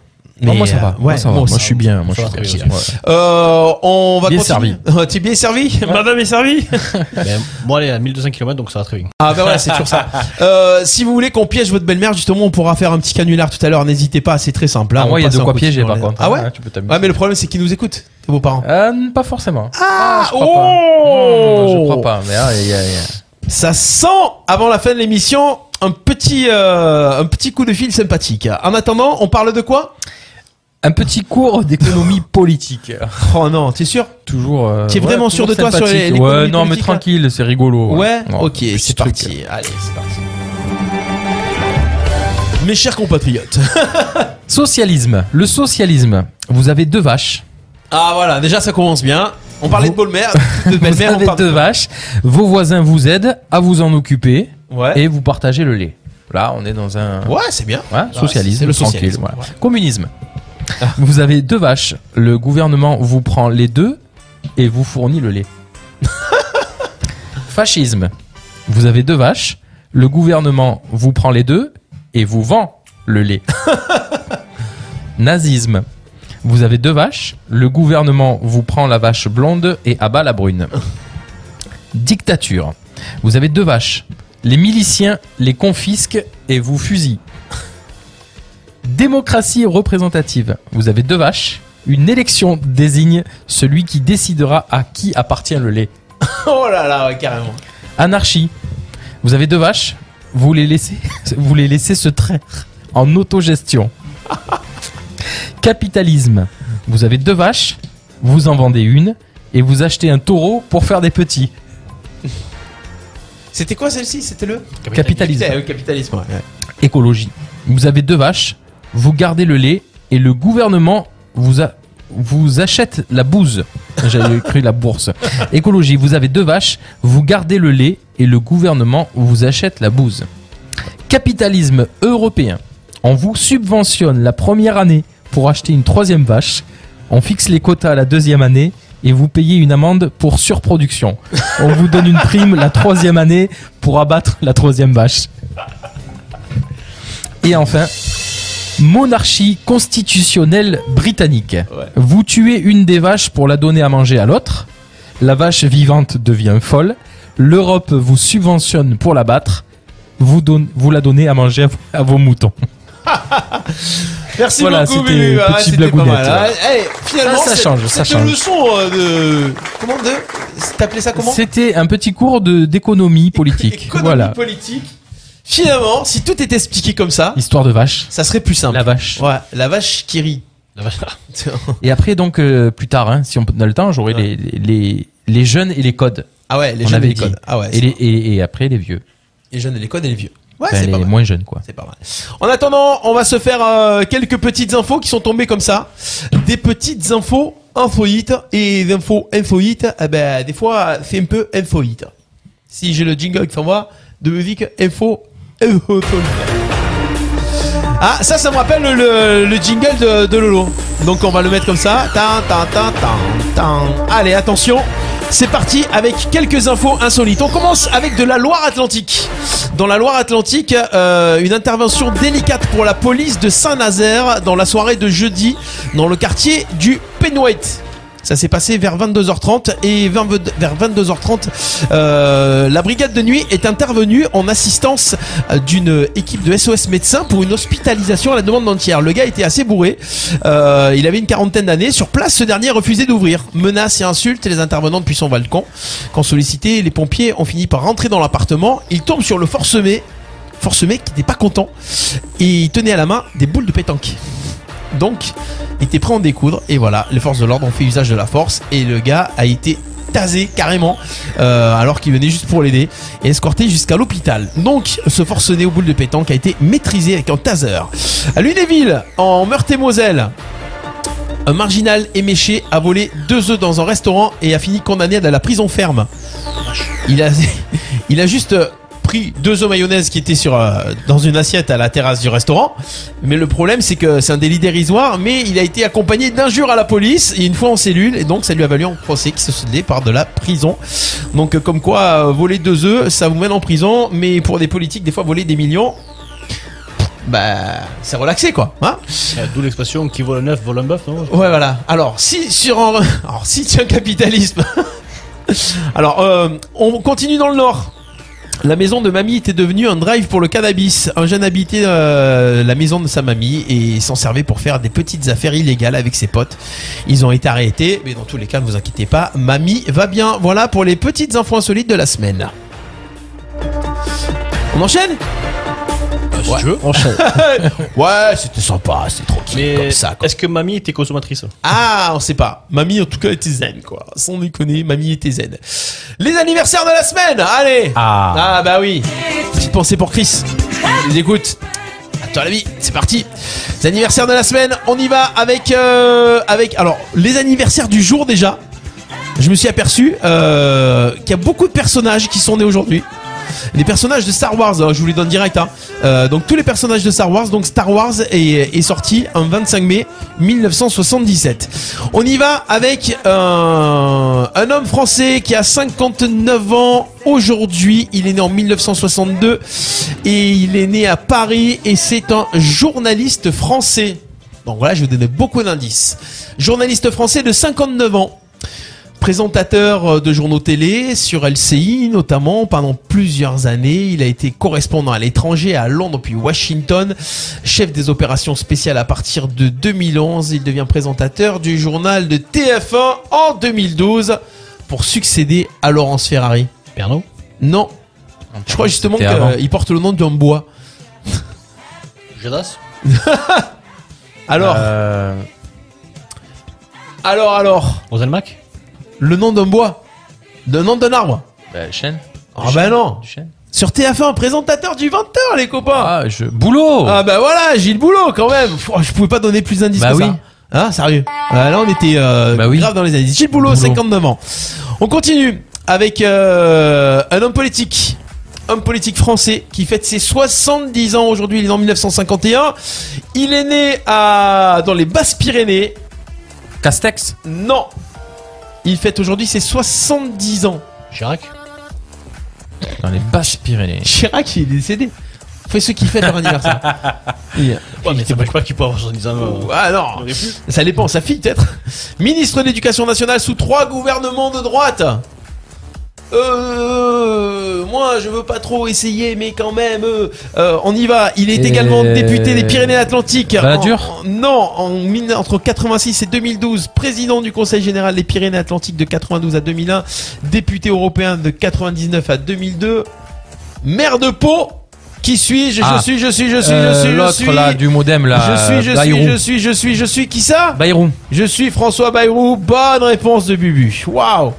[SPEAKER 4] Non, Oh, moi, ça
[SPEAKER 3] euh,
[SPEAKER 4] va.
[SPEAKER 3] ouais,
[SPEAKER 4] Moi, ça va.
[SPEAKER 3] moi
[SPEAKER 4] Moi,
[SPEAKER 3] aussi.
[SPEAKER 4] je suis bien. Moi,
[SPEAKER 3] Ça
[SPEAKER 4] je
[SPEAKER 3] va
[SPEAKER 4] suis
[SPEAKER 3] très
[SPEAKER 4] tranquille.
[SPEAKER 3] bien. Euh, on va
[SPEAKER 4] Bien
[SPEAKER 3] continuer. T'es bien servi, Madame est servie.
[SPEAKER 5] Ben, moi, elle est à 1200 km, donc ça va très bien.
[SPEAKER 3] Ah bah voilà, c'est toujours ça. Euh, si vous voulez qu'on piège votre belle-mère, justement, on pourra faire un petit canular tout à l'heure. N'hésitez pas, c'est très simple. Là,
[SPEAKER 4] Ah,
[SPEAKER 3] on
[SPEAKER 4] moi, il y a
[SPEAKER 3] passe
[SPEAKER 4] de
[SPEAKER 3] un
[SPEAKER 4] quoi
[SPEAKER 3] coup
[SPEAKER 4] piéger,
[SPEAKER 3] fil dans
[SPEAKER 4] par
[SPEAKER 3] les-
[SPEAKER 4] contre.
[SPEAKER 3] Ah ouais,
[SPEAKER 4] Ouais, tu peux t'amuser.
[SPEAKER 3] Ouais, mais le problème, c'est qu'ils nous écoutent, tes beaux-parents.
[SPEAKER 4] Euh, pas forcément.
[SPEAKER 3] Ah,
[SPEAKER 4] je crois pas. Non, je crois pas. Mais ah, il y a- il y a-
[SPEAKER 3] Oh. Ça sent, avant la fin de l'émission, un petit, euh, un petit coup de fil sympathique. En attendant, on parle de quoi
[SPEAKER 4] Un petit cours d'économie politique.
[SPEAKER 3] Oh non, t'es sûr
[SPEAKER 4] Toujours. euh,
[SPEAKER 3] T'es vraiment sûr de
[SPEAKER 4] toujours
[SPEAKER 3] toi sur les-
[SPEAKER 4] sympathique.
[SPEAKER 3] l'économie
[SPEAKER 4] Ouais, non, mais
[SPEAKER 3] politique, là
[SPEAKER 4] tranquille, c'est rigolo.
[SPEAKER 3] Ouais, ok,
[SPEAKER 4] petit
[SPEAKER 3] c'est
[SPEAKER 4] truc.
[SPEAKER 3] parti. Allez, c'est parti. Mes chers compatriotes.
[SPEAKER 4] Socialisme. Le socialisme. Vous avez deux vaches.
[SPEAKER 3] ah voilà, déjà ça commence bien. On parlait de belle-mère, de
[SPEAKER 4] Vous
[SPEAKER 3] belle-mère, on
[SPEAKER 4] avez
[SPEAKER 3] parle-
[SPEAKER 4] deux vaches. Vos voisins vous aident à vous en occuper.
[SPEAKER 3] Ouais.
[SPEAKER 4] Et vous partagez le lait. Là, on est dans un.
[SPEAKER 3] Ouais, c'est bien.
[SPEAKER 4] Ouais, socialisme,
[SPEAKER 3] c'est le
[SPEAKER 4] tranquille.
[SPEAKER 3] socialisme, Ah.
[SPEAKER 4] voilà. Communisme. Vous avez deux vaches. Le gouvernement vous prend les deux et vous fournit le lait. Fascisme. Vous avez deux vaches. Le gouvernement vous prend les deux et vous vend le lait. Nazisme. Vous avez deux vaches. Le gouvernement vous prend la vache blonde et abat la brune. Dictature. Vous avez deux vaches. Les miliciens les confisquent et vous fusillent. Démocratie représentative. Vous avez deux vaches. Une élection désigne celui qui décidera à qui appartient le lait.
[SPEAKER 3] oh là là, ouais, carrément.
[SPEAKER 4] Anarchie. Vous avez deux vaches, vous les laissez, vous les laissez se traire en autogestion. Capitalisme. Vous avez deux vaches, vous en vendez une et vous achetez un taureau pour faire des petits.
[SPEAKER 3] C'était quoi celle-ci C'était le
[SPEAKER 4] Capitalisme.
[SPEAKER 3] Capita- euh, capitalisme, ouais, ouais.
[SPEAKER 4] Écologie. Vous avez deux vaches, vous gardez le lait et le gouvernement vous a- vous achète la bouse. J'avais cru la bourse. Écologie, vous avez deux vaches, vous gardez le lait et le gouvernement vous achète la bouse. Capitalisme européen. On vous subventionne la première année pour acheter une troisième vache. On fixe les quotas la deuxième année et vous payez une amende pour surproduction. On vous donne une prime la troisième année pour abattre la troisième vache. Et enfin, monarchie constitutionnelle britannique. Vous tuez une des vaches pour la donner à manger à l'autre. La vache vivante devient folle. L'Europe vous subventionne pour la battre. Vous, donne- vous la donnez à manger à, vos- à vos moutons.
[SPEAKER 3] Merci
[SPEAKER 4] Voilà,
[SPEAKER 3] beaucoup,
[SPEAKER 4] c'était
[SPEAKER 3] Bubu. Ah,
[SPEAKER 4] petite
[SPEAKER 3] c'était pas mal.
[SPEAKER 4] blagounette,
[SPEAKER 3] Ah,
[SPEAKER 4] ouais.
[SPEAKER 3] eh, finalement,
[SPEAKER 4] Ça, ça
[SPEAKER 3] cette-
[SPEAKER 4] change, ça
[SPEAKER 3] cette
[SPEAKER 4] change.
[SPEAKER 3] leçon euh, de. Comment de. T'appelais ça comment
[SPEAKER 4] C'était un petit cours de- d'économie politique.
[SPEAKER 3] Économie
[SPEAKER 4] voilà.
[SPEAKER 3] politique. Finalement, si tout était expliqué comme ça,
[SPEAKER 4] Histoire de vache.
[SPEAKER 3] ça serait plus simple.
[SPEAKER 4] La vache.
[SPEAKER 3] Ouais, la vache qui rit. La vache.
[SPEAKER 4] Et après, donc, euh, plus tard, hein, si on a le temps, j'aurai les, les, les jeunes et les codes.
[SPEAKER 3] Ah ouais, les
[SPEAKER 4] On
[SPEAKER 3] jeunes
[SPEAKER 4] avait
[SPEAKER 3] et les
[SPEAKER 4] dit.
[SPEAKER 3] codes. Ah ouais,
[SPEAKER 4] et,
[SPEAKER 3] c'est
[SPEAKER 4] les- et- et après, les vieux.
[SPEAKER 3] les jeunes et les codes et les vieux. Ouais,
[SPEAKER 4] Enfin,
[SPEAKER 3] c'est
[SPEAKER 4] les
[SPEAKER 3] pas mal.
[SPEAKER 4] moins jeunes, quoi.
[SPEAKER 3] C'est pas mal. En attendant, on va se faire euh, quelques petites infos qui sont tombées comme ça. Des petites infos infoïtes et des infos infoïtes. Eh ben, des fois, c'est un peu infoïte. Si j'ai le jingle qui s'envoie de musique info infoïte. Ah, ça, ça me rappelle le, le jingle de, de Lolo. Donc, on va le mettre comme ça. Tan, tan, tan, tan, tan. Allez, attention. C'est parti avec quelques infos insolites. On commence avec de la Loire-Atlantique. Dans la Loire-Atlantique, euh, une intervention délicate pour la police de Saint-Nazaire dans la soirée de jeudi dans le quartier du Penouette. Ça s'est passé vers 22h30 et 20 vers 22h30, euh, la brigade de nuit est intervenue en assistance euh, d'une équipe de SOS médecins pour une hospitalisation à la demande entière. Le gars était assez bourré, euh, il avait une quarantaine d'années. Sur place, ce dernier refusait d'ouvrir. Menaces et insultes, les intervenants depuis son balcon. Quand sollicités, les pompiers ont fini par rentrer dans l'appartement. Ils tombent sur le forcené, forcené qui n'était pas content et il tenait à la main des boules de pétanque. Donc, il était prêt à en découdre. Et voilà, les forces de l'ordre ont fait usage de la force. Et le gars a été tasé carrément, euh, alors qu'il venait juste pour l'aider, et escorté jusqu'à l'hôpital. Donc, ce forcené aux boules de pétanque a été maîtrisé avec un taser. À Lunéville, en Meurthe-et-Moselle, un marginal éméché a volé deux œufs dans un restaurant et a fini condamné à la prison ferme. Il a, il a juste euh, pris deux œufs mayonnaise qui étaient sur, euh, dans une assiette à la terrasse du restaurant. Mais le problème, c'est que c'est un délit dérisoire, mais il a été accompagné d'injures à la police et une fois en cellule. Et donc, ça lui a valu un procès qui se soldait par de la prison. Donc, euh, comme quoi, euh, voler deux œufs, ça vous mène en prison. Mais pour des politiques, des fois, voler des millions, bah, c'est relaxé, quoi. Hein
[SPEAKER 5] Euh, D'où l'expression qui vole un œuf vole un bœuf, non
[SPEAKER 3] Ouais, voilà. Alors, si sur un... Alors, si tu as un capitalisme. Alors, euh, on continue dans le Nord. La maison de mamie était devenue un drive pour le cannabis. Un jeune habitait euh, la maison de sa mamie et s'en servait pour faire des petites affaires illégales avec ses potes. Ils ont été arrêtés, mais dans tous les cas, ne vous inquiétez pas, mamie va bien. Voilà pour les petites infos insolites de la semaine. On enchaîne
[SPEAKER 5] Si
[SPEAKER 3] Ouais.
[SPEAKER 5] tu veux.
[SPEAKER 3] Ouais, c'était sympa, c'était tranquille
[SPEAKER 5] Mais
[SPEAKER 3] comme ça. quoi.
[SPEAKER 5] est-ce que mamie était consommatrice
[SPEAKER 3] Ah, on sait pas. Mamie, en tout cas, était zen, quoi. Sans déconner, mamie était zen. Les anniversaires de la semaine, allez
[SPEAKER 4] Ah.
[SPEAKER 3] bah oui Petite pensée pour Chris. Il écoute. À toi la vie, c'est parti Les anniversaires de la semaine, on y va avec... euh, avec alors, les anniversaires du jour déjà. Je me suis aperçu euh, qu'il y a beaucoup de personnages qui sont nés aujourd'hui. Les personnages de Star Wars, hein, je vous les donne direct. hein. Euh, donc tous les personnages de Star Wars. Donc Star Wars est, est sorti un 25 mai 1977. On y va avec un, un homme français qui a 59 ans aujourd'hui. Il est né en 1962 et il est né à Paris et c'est un journaliste français. Donc voilà, je vais vous donner beaucoup d'indices. Journaliste français de 59 ans. présentateur euh, de journaux télé sur LCI notamment pendant plusieurs années. Il a été correspondant à l'étranger, à Londres puis Washington, chef des opérations spéciales à partir de 2011. Il devient présentateur du journal de TF1 en 2012 pour succéder à Laurence Ferrari.
[SPEAKER 5] Pernod
[SPEAKER 3] Non. Je crois justement qu'il porte le nom d'un bois.
[SPEAKER 5] Gédas
[SPEAKER 3] Alors,
[SPEAKER 4] Euh,
[SPEAKER 3] alors, alors,
[SPEAKER 5] Roselmack
[SPEAKER 3] le nom d'un bois, le nom d'un arbre.
[SPEAKER 4] bah, chaîne
[SPEAKER 3] Ah bah non.
[SPEAKER 4] Du chêne.
[SPEAKER 3] Sur TF1, présentateur du 20h, les copains.
[SPEAKER 4] Ah, je... Boulot
[SPEAKER 3] Ah bah voilà, Gilles Boulot quand même. Pouah, je pouvais pas donner plus d'indices
[SPEAKER 4] Bah
[SPEAKER 3] que
[SPEAKER 4] oui.
[SPEAKER 3] ça. Hein, sérieux. Ah, là, on était euh,
[SPEAKER 4] Bah oui.
[SPEAKER 3] grave dans les indices. Gilles Boulot,
[SPEAKER 4] Boulot.
[SPEAKER 3] 59 ans. On continue avec euh, un homme politique. Homme politique français qui fête ses 70 ans aujourd'hui, il est en 1951. Il est né à dans les Basses-Pyrénées.
[SPEAKER 4] Castex
[SPEAKER 3] Non. Il fête aujourd'hui ses 70 ans.
[SPEAKER 5] Chirac
[SPEAKER 4] Dans les Basses-Pyrénées.
[SPEAKER 3] Chirac, il est décédé. Fait ceux qui fêtent leur anniversaire. Il-
[SPEAKER 5] Ouais, mais t'empêches pas qu'il peut avoir 70 ans. euh,
[SPEAKER 3] Ah non, ça dépend, sa fille peut-être. Ministre de l'Éducation nationale sous trois gouvernements de droite. Euh, moi je veux pas trop essayer, mais quand même, euh, euh, on y va. Il est
[SPEAKER 4] Et-
[SPEAKER 3] également député des Pyrénées-Atlantiques.
[SPEAKER 4] Balladur
[SPEAKER 3] En- en- Non, en, mille- entre 86 et 2012, président du Conseil général des Pyrénées-Atlantiques de 92 à 2001, député européen de 99 à 2002, maire de Pau. Qui suis-je
[SPEAKER 4] Ah.
[SPEAKER 3] Je suis, je suis, je suis,
[SPEAKER 4] Euh,
[SPEAKER 3] je suis, je
[SPEAKER 4] L'autre
[SPEAKER 3] suis.
[SPEAKER 4] là, du modem là.
[SPEAKER 3] Je suis, je
[SPEAKER 4] Bayrou.
[SPEAKER 3] suis, je suis, je suis, je suis qui ça
[SPEAKER 4] Bayrou.
[SPEAKER 3] Je suis François Bayrou. Bonne réponse de Bubu. Waouh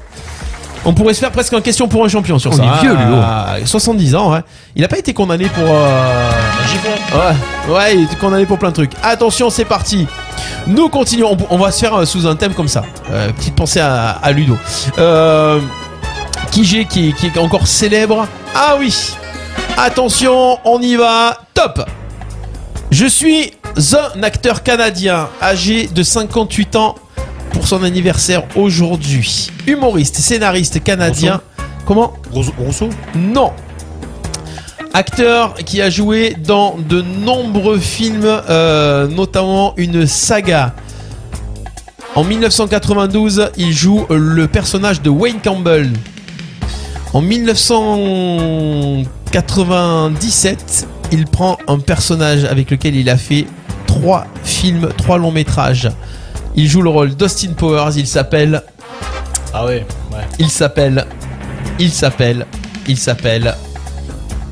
[SPEAKER 3] On pourrait se faire presque en question pour un champion sur
[SPEAKER 4] On
[SPEAKER 3] ça.
[SPEAKER 4] est vieux, lui, oh.
[SPEAKER 3] Ah, 70 ans. hein. Il n'a pas été condamné pour. euh, Ouais, ouais, il est condamné pour plein de trucs. Attention, c'est parti. Nous continuons. On- On va se faire euh, sous un thème comme ça. Euh, petite pensée à, à Ludo. Euh, qui j'ai qui, qui est encore célèbre Ah oui. Attention, on y va. Top. Je suis un acteur canadien âgé de 58 ans pour son anniversaire aujourd'hui. Humoriste, scénariste canadien. Comment
[SPEAKER 5] Rousseau- Rousseau
[SPEAKER 3] non. Acteur qui a joué dans de nombreux films, euh, notamment une saga. En 1992, il joue le personnage de Wayne Campbell. En 1997, il prend un personnage avec lequel il a fait trois films, trois longs métrages. Il joue le rôle d'Austin Powers. Il s'appelle
[SPEAKER 5] Ah ouais, ouais.
[SPEAKER 3] il s'appelle. Il s'appelle. Il s'appelle.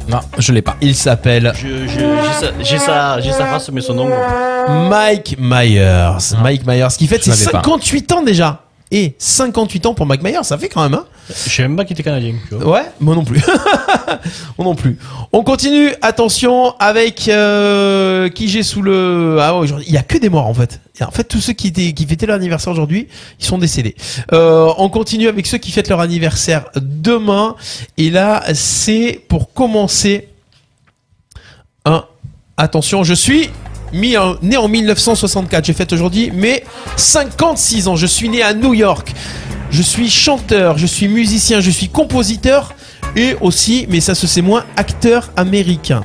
[SPEAKER 4] Non, je l'ai pas.
[SPEAKER 3] Il s'appelle
[SPEAKER 5] Je- je- J'ai sa- j'ai sa, j'ai sa face, mais son nom. euh,
[SPEAKER 3] Mike Myers.
[SPEAKER 5] Ah.
[SPEAKER 3] Mike Myers qui fête
[SPEAKER 4] Je
[SPEAKER 3] ses
[SPEAKER 4] l'avais pas.
[SPEAKER 3] 58 ans déjà. Et 58 ans pour Mike Myers, ça fait quand même, hein
[SPEAKER 5] Je sais même pas qu'il était canadien. Tu vois.
[SPEAKER 3] Ouais, moi non plus. Moi non plus. On continue, attention, avec euh, qui j'ai sous le... Ah ouais, aujourd'hui, il y a que des morts en fait. Et En fait, tous ceux qui, étaient, qui fêtaient leur anniversaire aujourd'hui, ils sont décédés. Euh, on continue avec ceux qui fêtent leur anniversaire demain. Et là, c'est pour commencer... Un... Attention, je suis... Mis en- né en 1964, j'ai fait aujourd'hui mais 56 ans. Je suis né à New York. Je suis chanteur, je suis musicien, je suis compositeur et aussi, mais ça se sait moins, acteur américain.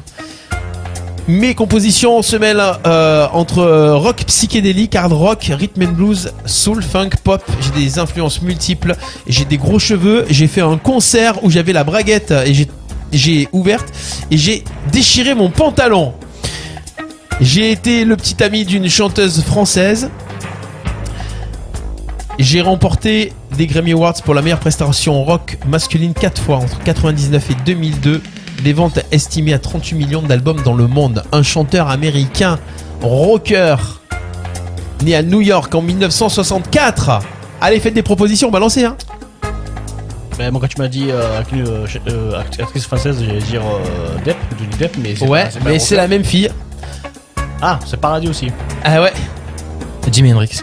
[SPEAKER 3] Mes compositions se mêlent euh, entre euh, rock psychédélique, hard rock, rhythm and blues, soul, funk, pop. J'ai des influences multiples. J'ai des gros cheveux. J'ai fait un concert où j'avais la braguette et j'ai j'ai ouverte et j'ai déchiré mon pantalon. J'ai été le petit ami d'une chanteuse française. J'ai remporté des Grammy Awards pour la meilleure prestation rock masculine 4 fois entre 99 et 2002. Des ventes estimées à 38 millions d'albums dans le monde. Un chanteur américain rocker né à New York en 1964. Allez, faites des propositions, balancez hein.
[SPEAKER 5] Mais moi, quand tu m'as dit euh, avec une, euh, ch- euh, act- actrice française, j'allais dire euh, Depp, Johnny Depp, mais c'est
[SPEAKER 3] Ouais,
[SPEAKER 5] pas- pas
[SPEAKER 3] mais
[SPEAKER 5] un
[SPEAKER 3] c'est
[SPEAKER 5] rocker.
[SPEAKER 3] la même fille.
[SPEAKER 5] Ah, c'est paradis aussi.
[SPEAKER 3] Ah ouais.
[SPEAKER 4] Jimi Hendrix.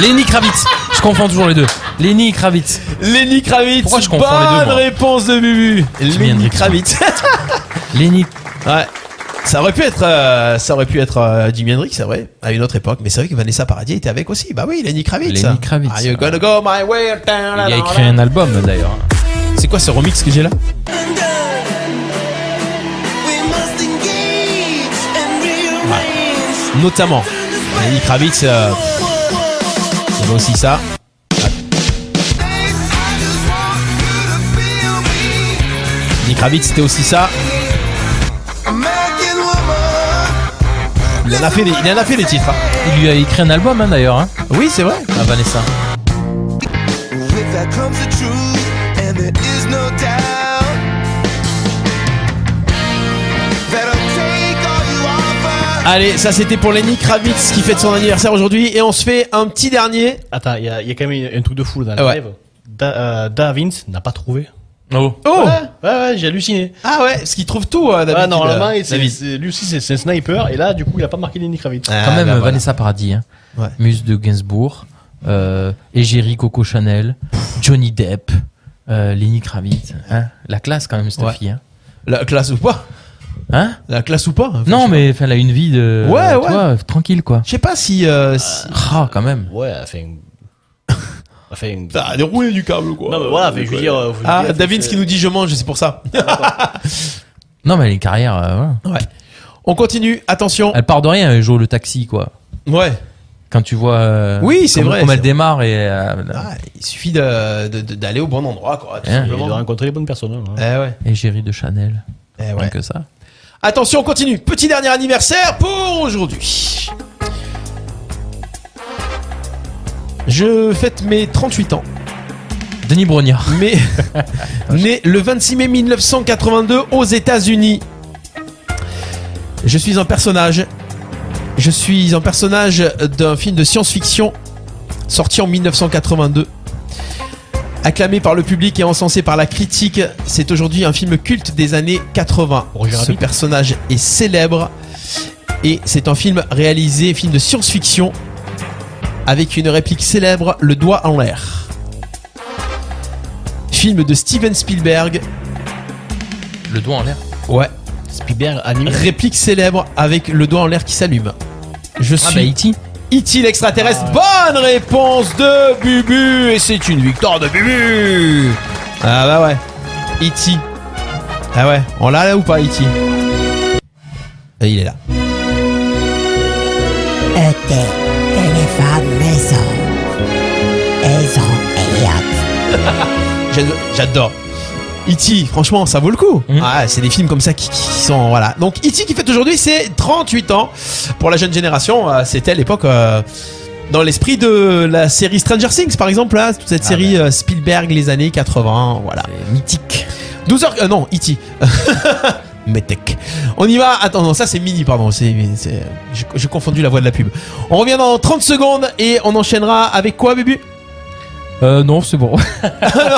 [SPEAKER 4] Lenny Kravitz. Je confonds toujours les deux. Lenny Kravitz.
[SPEAKER 3] Lenny Kravitz.
[SPEAKER 4] Pourquoi je
[SPEAKER 3] Bonne
[SPEAKER 4] confonds les deux, moi
[SPEAKER 3] réponse de Bubu. Lenny
[SPEAKER 4] Hendrix.
[SPEAKER 3] Kravitz.
[SPEAKER 4] Lenny.
[SPEAKER 3] Ouais. Ça aurait pu être, euh, ça aurait pu être euh, Jimi Hendrix, c'est vrai, à une autre époque. Mais c'est vrai que Vanessa Paradis était avec aussi. Bah oui, Lenny Kravitz.
[SPEAKER 4] Lenny Kravitz.
[SPEAKER 3] Are you gonna go my way?
[SPEAKER 4] Il a écrit un album d'ailleurs.
[SPEAKER 3] C'est quoi ce remix que j'ai là Notamment. Lenny Kravitz. euh, Il y avait aussi ça. Lenny Kravitz, c'était aussi ça. Il en a fait des, il en a fait des titres. hein.
[SPEAKER 4] Il lui a écrit un album hein, d'ailleurs. Hein.
[SPEAKER 3] Oui, c'est vrai.
[SPEAKER 4] Ah, Vanessa.
[SPEAKER 20] With that comes the truth, and there is no doubt that I'll take all you offer.
[SPEAKER 3] Allez, ça c'était pour Lenny Kravitz qui fête son anniversaire aujourd'hui et on se fait un petit dernier.
[SPEAKER 5] Attends, il y, a il y a quand même un truc de fou dans la
[SPEAKER 3] Ouais.
[SPEAKER 5] live. Da, euh, Da Vince n'a pas trouvé.
[SPEAKER 4] Oh.
[SPEAKER 3] Oh
[SPEAKER 5] Ouais, ouais, ouais, j'ai halluciné.
[SPEAKER 3] Ah ouais, parce qu'il trouve tout euh, d'habitude.
[SPEAKER 5] Ah, normalement,
[SPEAKER 3] euh,
[SPEAKER 5] il- c'est-
[SPEAKER 3] David.
[SPEAKER 5] c'est- lui aussi, c'est c'est un sniper. Et là, du coup, il a pas marqué Lenny Kravitz.
[SPEAKER 3] Ah,
[SPEAKER 4] Quand même,
[SPEAKER 3] bah, voilà.
[SPEAKER 4] Vanessa Paradis, hein.
[SPEAKER 3] Ouais.
[SPEAKER 4] Muse de Gainsbourg, euh, Égérie Coco Chanel, Johnny Depp, euh, Lenny Kravitz. hein. La classe quand même, cette
[SPEAKER 3] Ouais.
[SPEAKER 4] fille. Hein,
[SPEAKER 3] La classe ou pas
[SPEAKER 4] Hein
[SPEAKER 3] La classe ou pas enfin, je
[SPEAKER 4] Non,
[SPEAKER 3] sais
[SPEAKER 4] mais enfin, elle a une vie de.
[SPEAKER 3] Ouais,
[SPEAKER 4] euh,
[SPEAKER 3] ouais.
[SPEAKER 4] toi, euh, tranquille, quoi.
[SPEAKER 3] pas. Je sais pas si. euh, si-
[SPEAKER 4] Ah, quand même.
[SPEAKER 5] Ouais, elle fait une. elle fait une.
[SPEAKER 3] Ah, des rouées du câble quoi.
[SPEAKER 5] Non, mais voilà, fait, je veux dire. euh, je veux
[SPEAKER 3] Ah,
[SPEAKER 5] dire,
[SPEAKER 3] David
[SPEAKER 5] c'est- Ah,
[SPEAKER 3] qui nous dit je mange, c'est pour ça.
[SPEAKER 4] Non, mais elle a une carrière. euh, voilà.
[SPEAKER 3] Ouais. On continue, attention.
[SPEAKER 4] Elle part de rien, elle joue le taxi, quoi.
[SPEAKER 3] Ouais.
[SPEAKER 4] Quand tu vois. euh,
[SPEAKER 3] Oui, c'est
[SPEAKER 4] comment-
[SPEAKER 3] vrai,
[SPEAKER 4] Comment elle
[SPEAKER 3] c'est-
[SPEAKER 4] démarre et. euh,
[SPEAKER 3] Ah, il suffit de- de- de- d'aller au bon endroit quoi. tout
[SPEAKER 4] Hein,
[SPEAKER 5] Il
[SPEAKER 3] simplement.
[SPEAKER 5] doit rencontrer les bonnes personnes. hein.
[SPEAKER 3] Eh ouais.
[SPEAKER 4] Égérie de Chanel.
[SPEAKER 3] Eh
[SPEAKER 4] Rien
[SPEAKER 3] ouais.
[SPEAKER 4] que ça.
[SPEAKER 3] Attention, on continue. Petit dernier anniversaire pour aujourd'hui. Je fête mes 38 ans,
[SPEAKER 4] Denis Brognard.
[SPEAKER 3] mais né le 26 mai 1982 aux États-Unis. Je suis un personnage. Je suis un personnage d'un film de science-fiction sorti en 1982. Acclamé par le public et encensé par la critique, c'est aujourd'hui un film culte des années 80.
[SPEAKER 5] Roger
[SPEAKER 3] Ce
[SPEAKER 5] Rabbit.
[SPEAKER 3] personnage est célèbre et c'est un film réalisé, film de science-fiction, avec une réplique célèbre, le doigt en l'air. Film de Steven Spielberg,
[SPEAKER 4] Le doigt en l'air.
[SPEAKER 3] ouais,
[SPEAKER 5] Spielberg animé.
[SPEAKER 3] réplique célèbre avec le doigt en l'air qui s'allume. Je
[SPEAKER 4] Ah, bah, Ah,
[SPEAKER 3] suis
[SPEAKER 4] E.T.
[SPEAKER 3] E.T. l'extraterrestre. Bonne réponse de Bubu. Et c'est une victoire de Bubu. Ah bah ouais. E.T. Ah ouais. On l'a là ou pas, E.T. Et il est là. J'ado- J'adore. E.T., E franchement, ça vaut le coup.
[SPEAKER 4] Mhm.
[SPEAKER 3] Ah, c'est des films comme ça qui, qui sont. Voilà. Donc, E.T. qui fête aujourd'hui, c'est 38 ans. Pour la jeune génération, euh, c'était à l'époque. euh, dans l'esprit de la série Stranger Things, par exemple, là, toute cette série euh, Spielberg, les années 80, voilà. Mythique. 12 heures. euh, non, E.T. Metec. On y va. Attends, non, ça c'est mini, pardon. C'est, c'est- j'ai, j'ai confondu la voix de la pub. On revient dans 30 secondes et on enchaînera avec quoi, Bubu
[SPEAKER 4] Euh, non, c'est bon.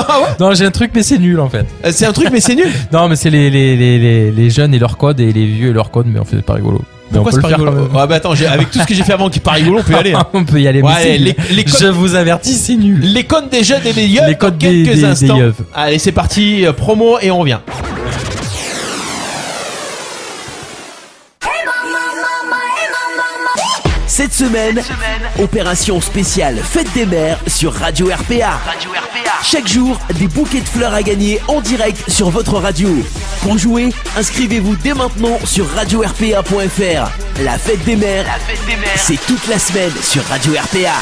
[SPEAKER 3] Ah ouais
[SPEAKER 4] non, j'ai un truc, mais c'est nul en fait.
[SPEAKER 3] Euh, C'est un truc, mais c'est nul.
[SPEAKER 4] Non, mais c'est les, les, les, les, les jeunes et leur code et les vieux et leur code, mais on fait pas rigolo. Mais
[SPEAKER 3] Pourquoi c'est
[SPEAKER 4] on peut
[SPEAKER 3] pas
[SPEAKER 4] le faire
[SPEAKER 3] rigolo
[SPEAKER 4] quand même.
[SPEAKER 3] Ah bah attends, j'ai- avec tout ce que j'ai fait avant qui est pas rigolo, on peut y aller. hein.
[SPEAKER 4] on peut y aller. mais
[SPEAKER 3] Ouais,
[SPEAKER 4] c'est
[SPEAKER 3] les-
[SPEAKER 4] nul.
[SPEAKER 3] les codes-
[SPEAKER 4] Je vous avertis, c'est nul.
[SPEAKER 3] Les codes des jeunes et des yeux.
[SPEAKER 4] Les codes
[SPEAKER 3] dans quelques
[SPEAKER 4] des- des- des
[SPEAKER 3] instants.
[SPEAKER 4] yeux.
[SPEAKER 3] Allez, c'est parti, euh, promo et on revient.
[SPEAKER 1] Cette semaine, opération spéciale Fête des Mères sur Radio RPA. Chaque jour, des bouquets de fleurs à gagner en direct sur votre radio. Pour jouer, inscrivez-vous dès maintenant sur radio-rpa.fr. La Fête des Mères, c'est toute la semaine sur Radio RPA.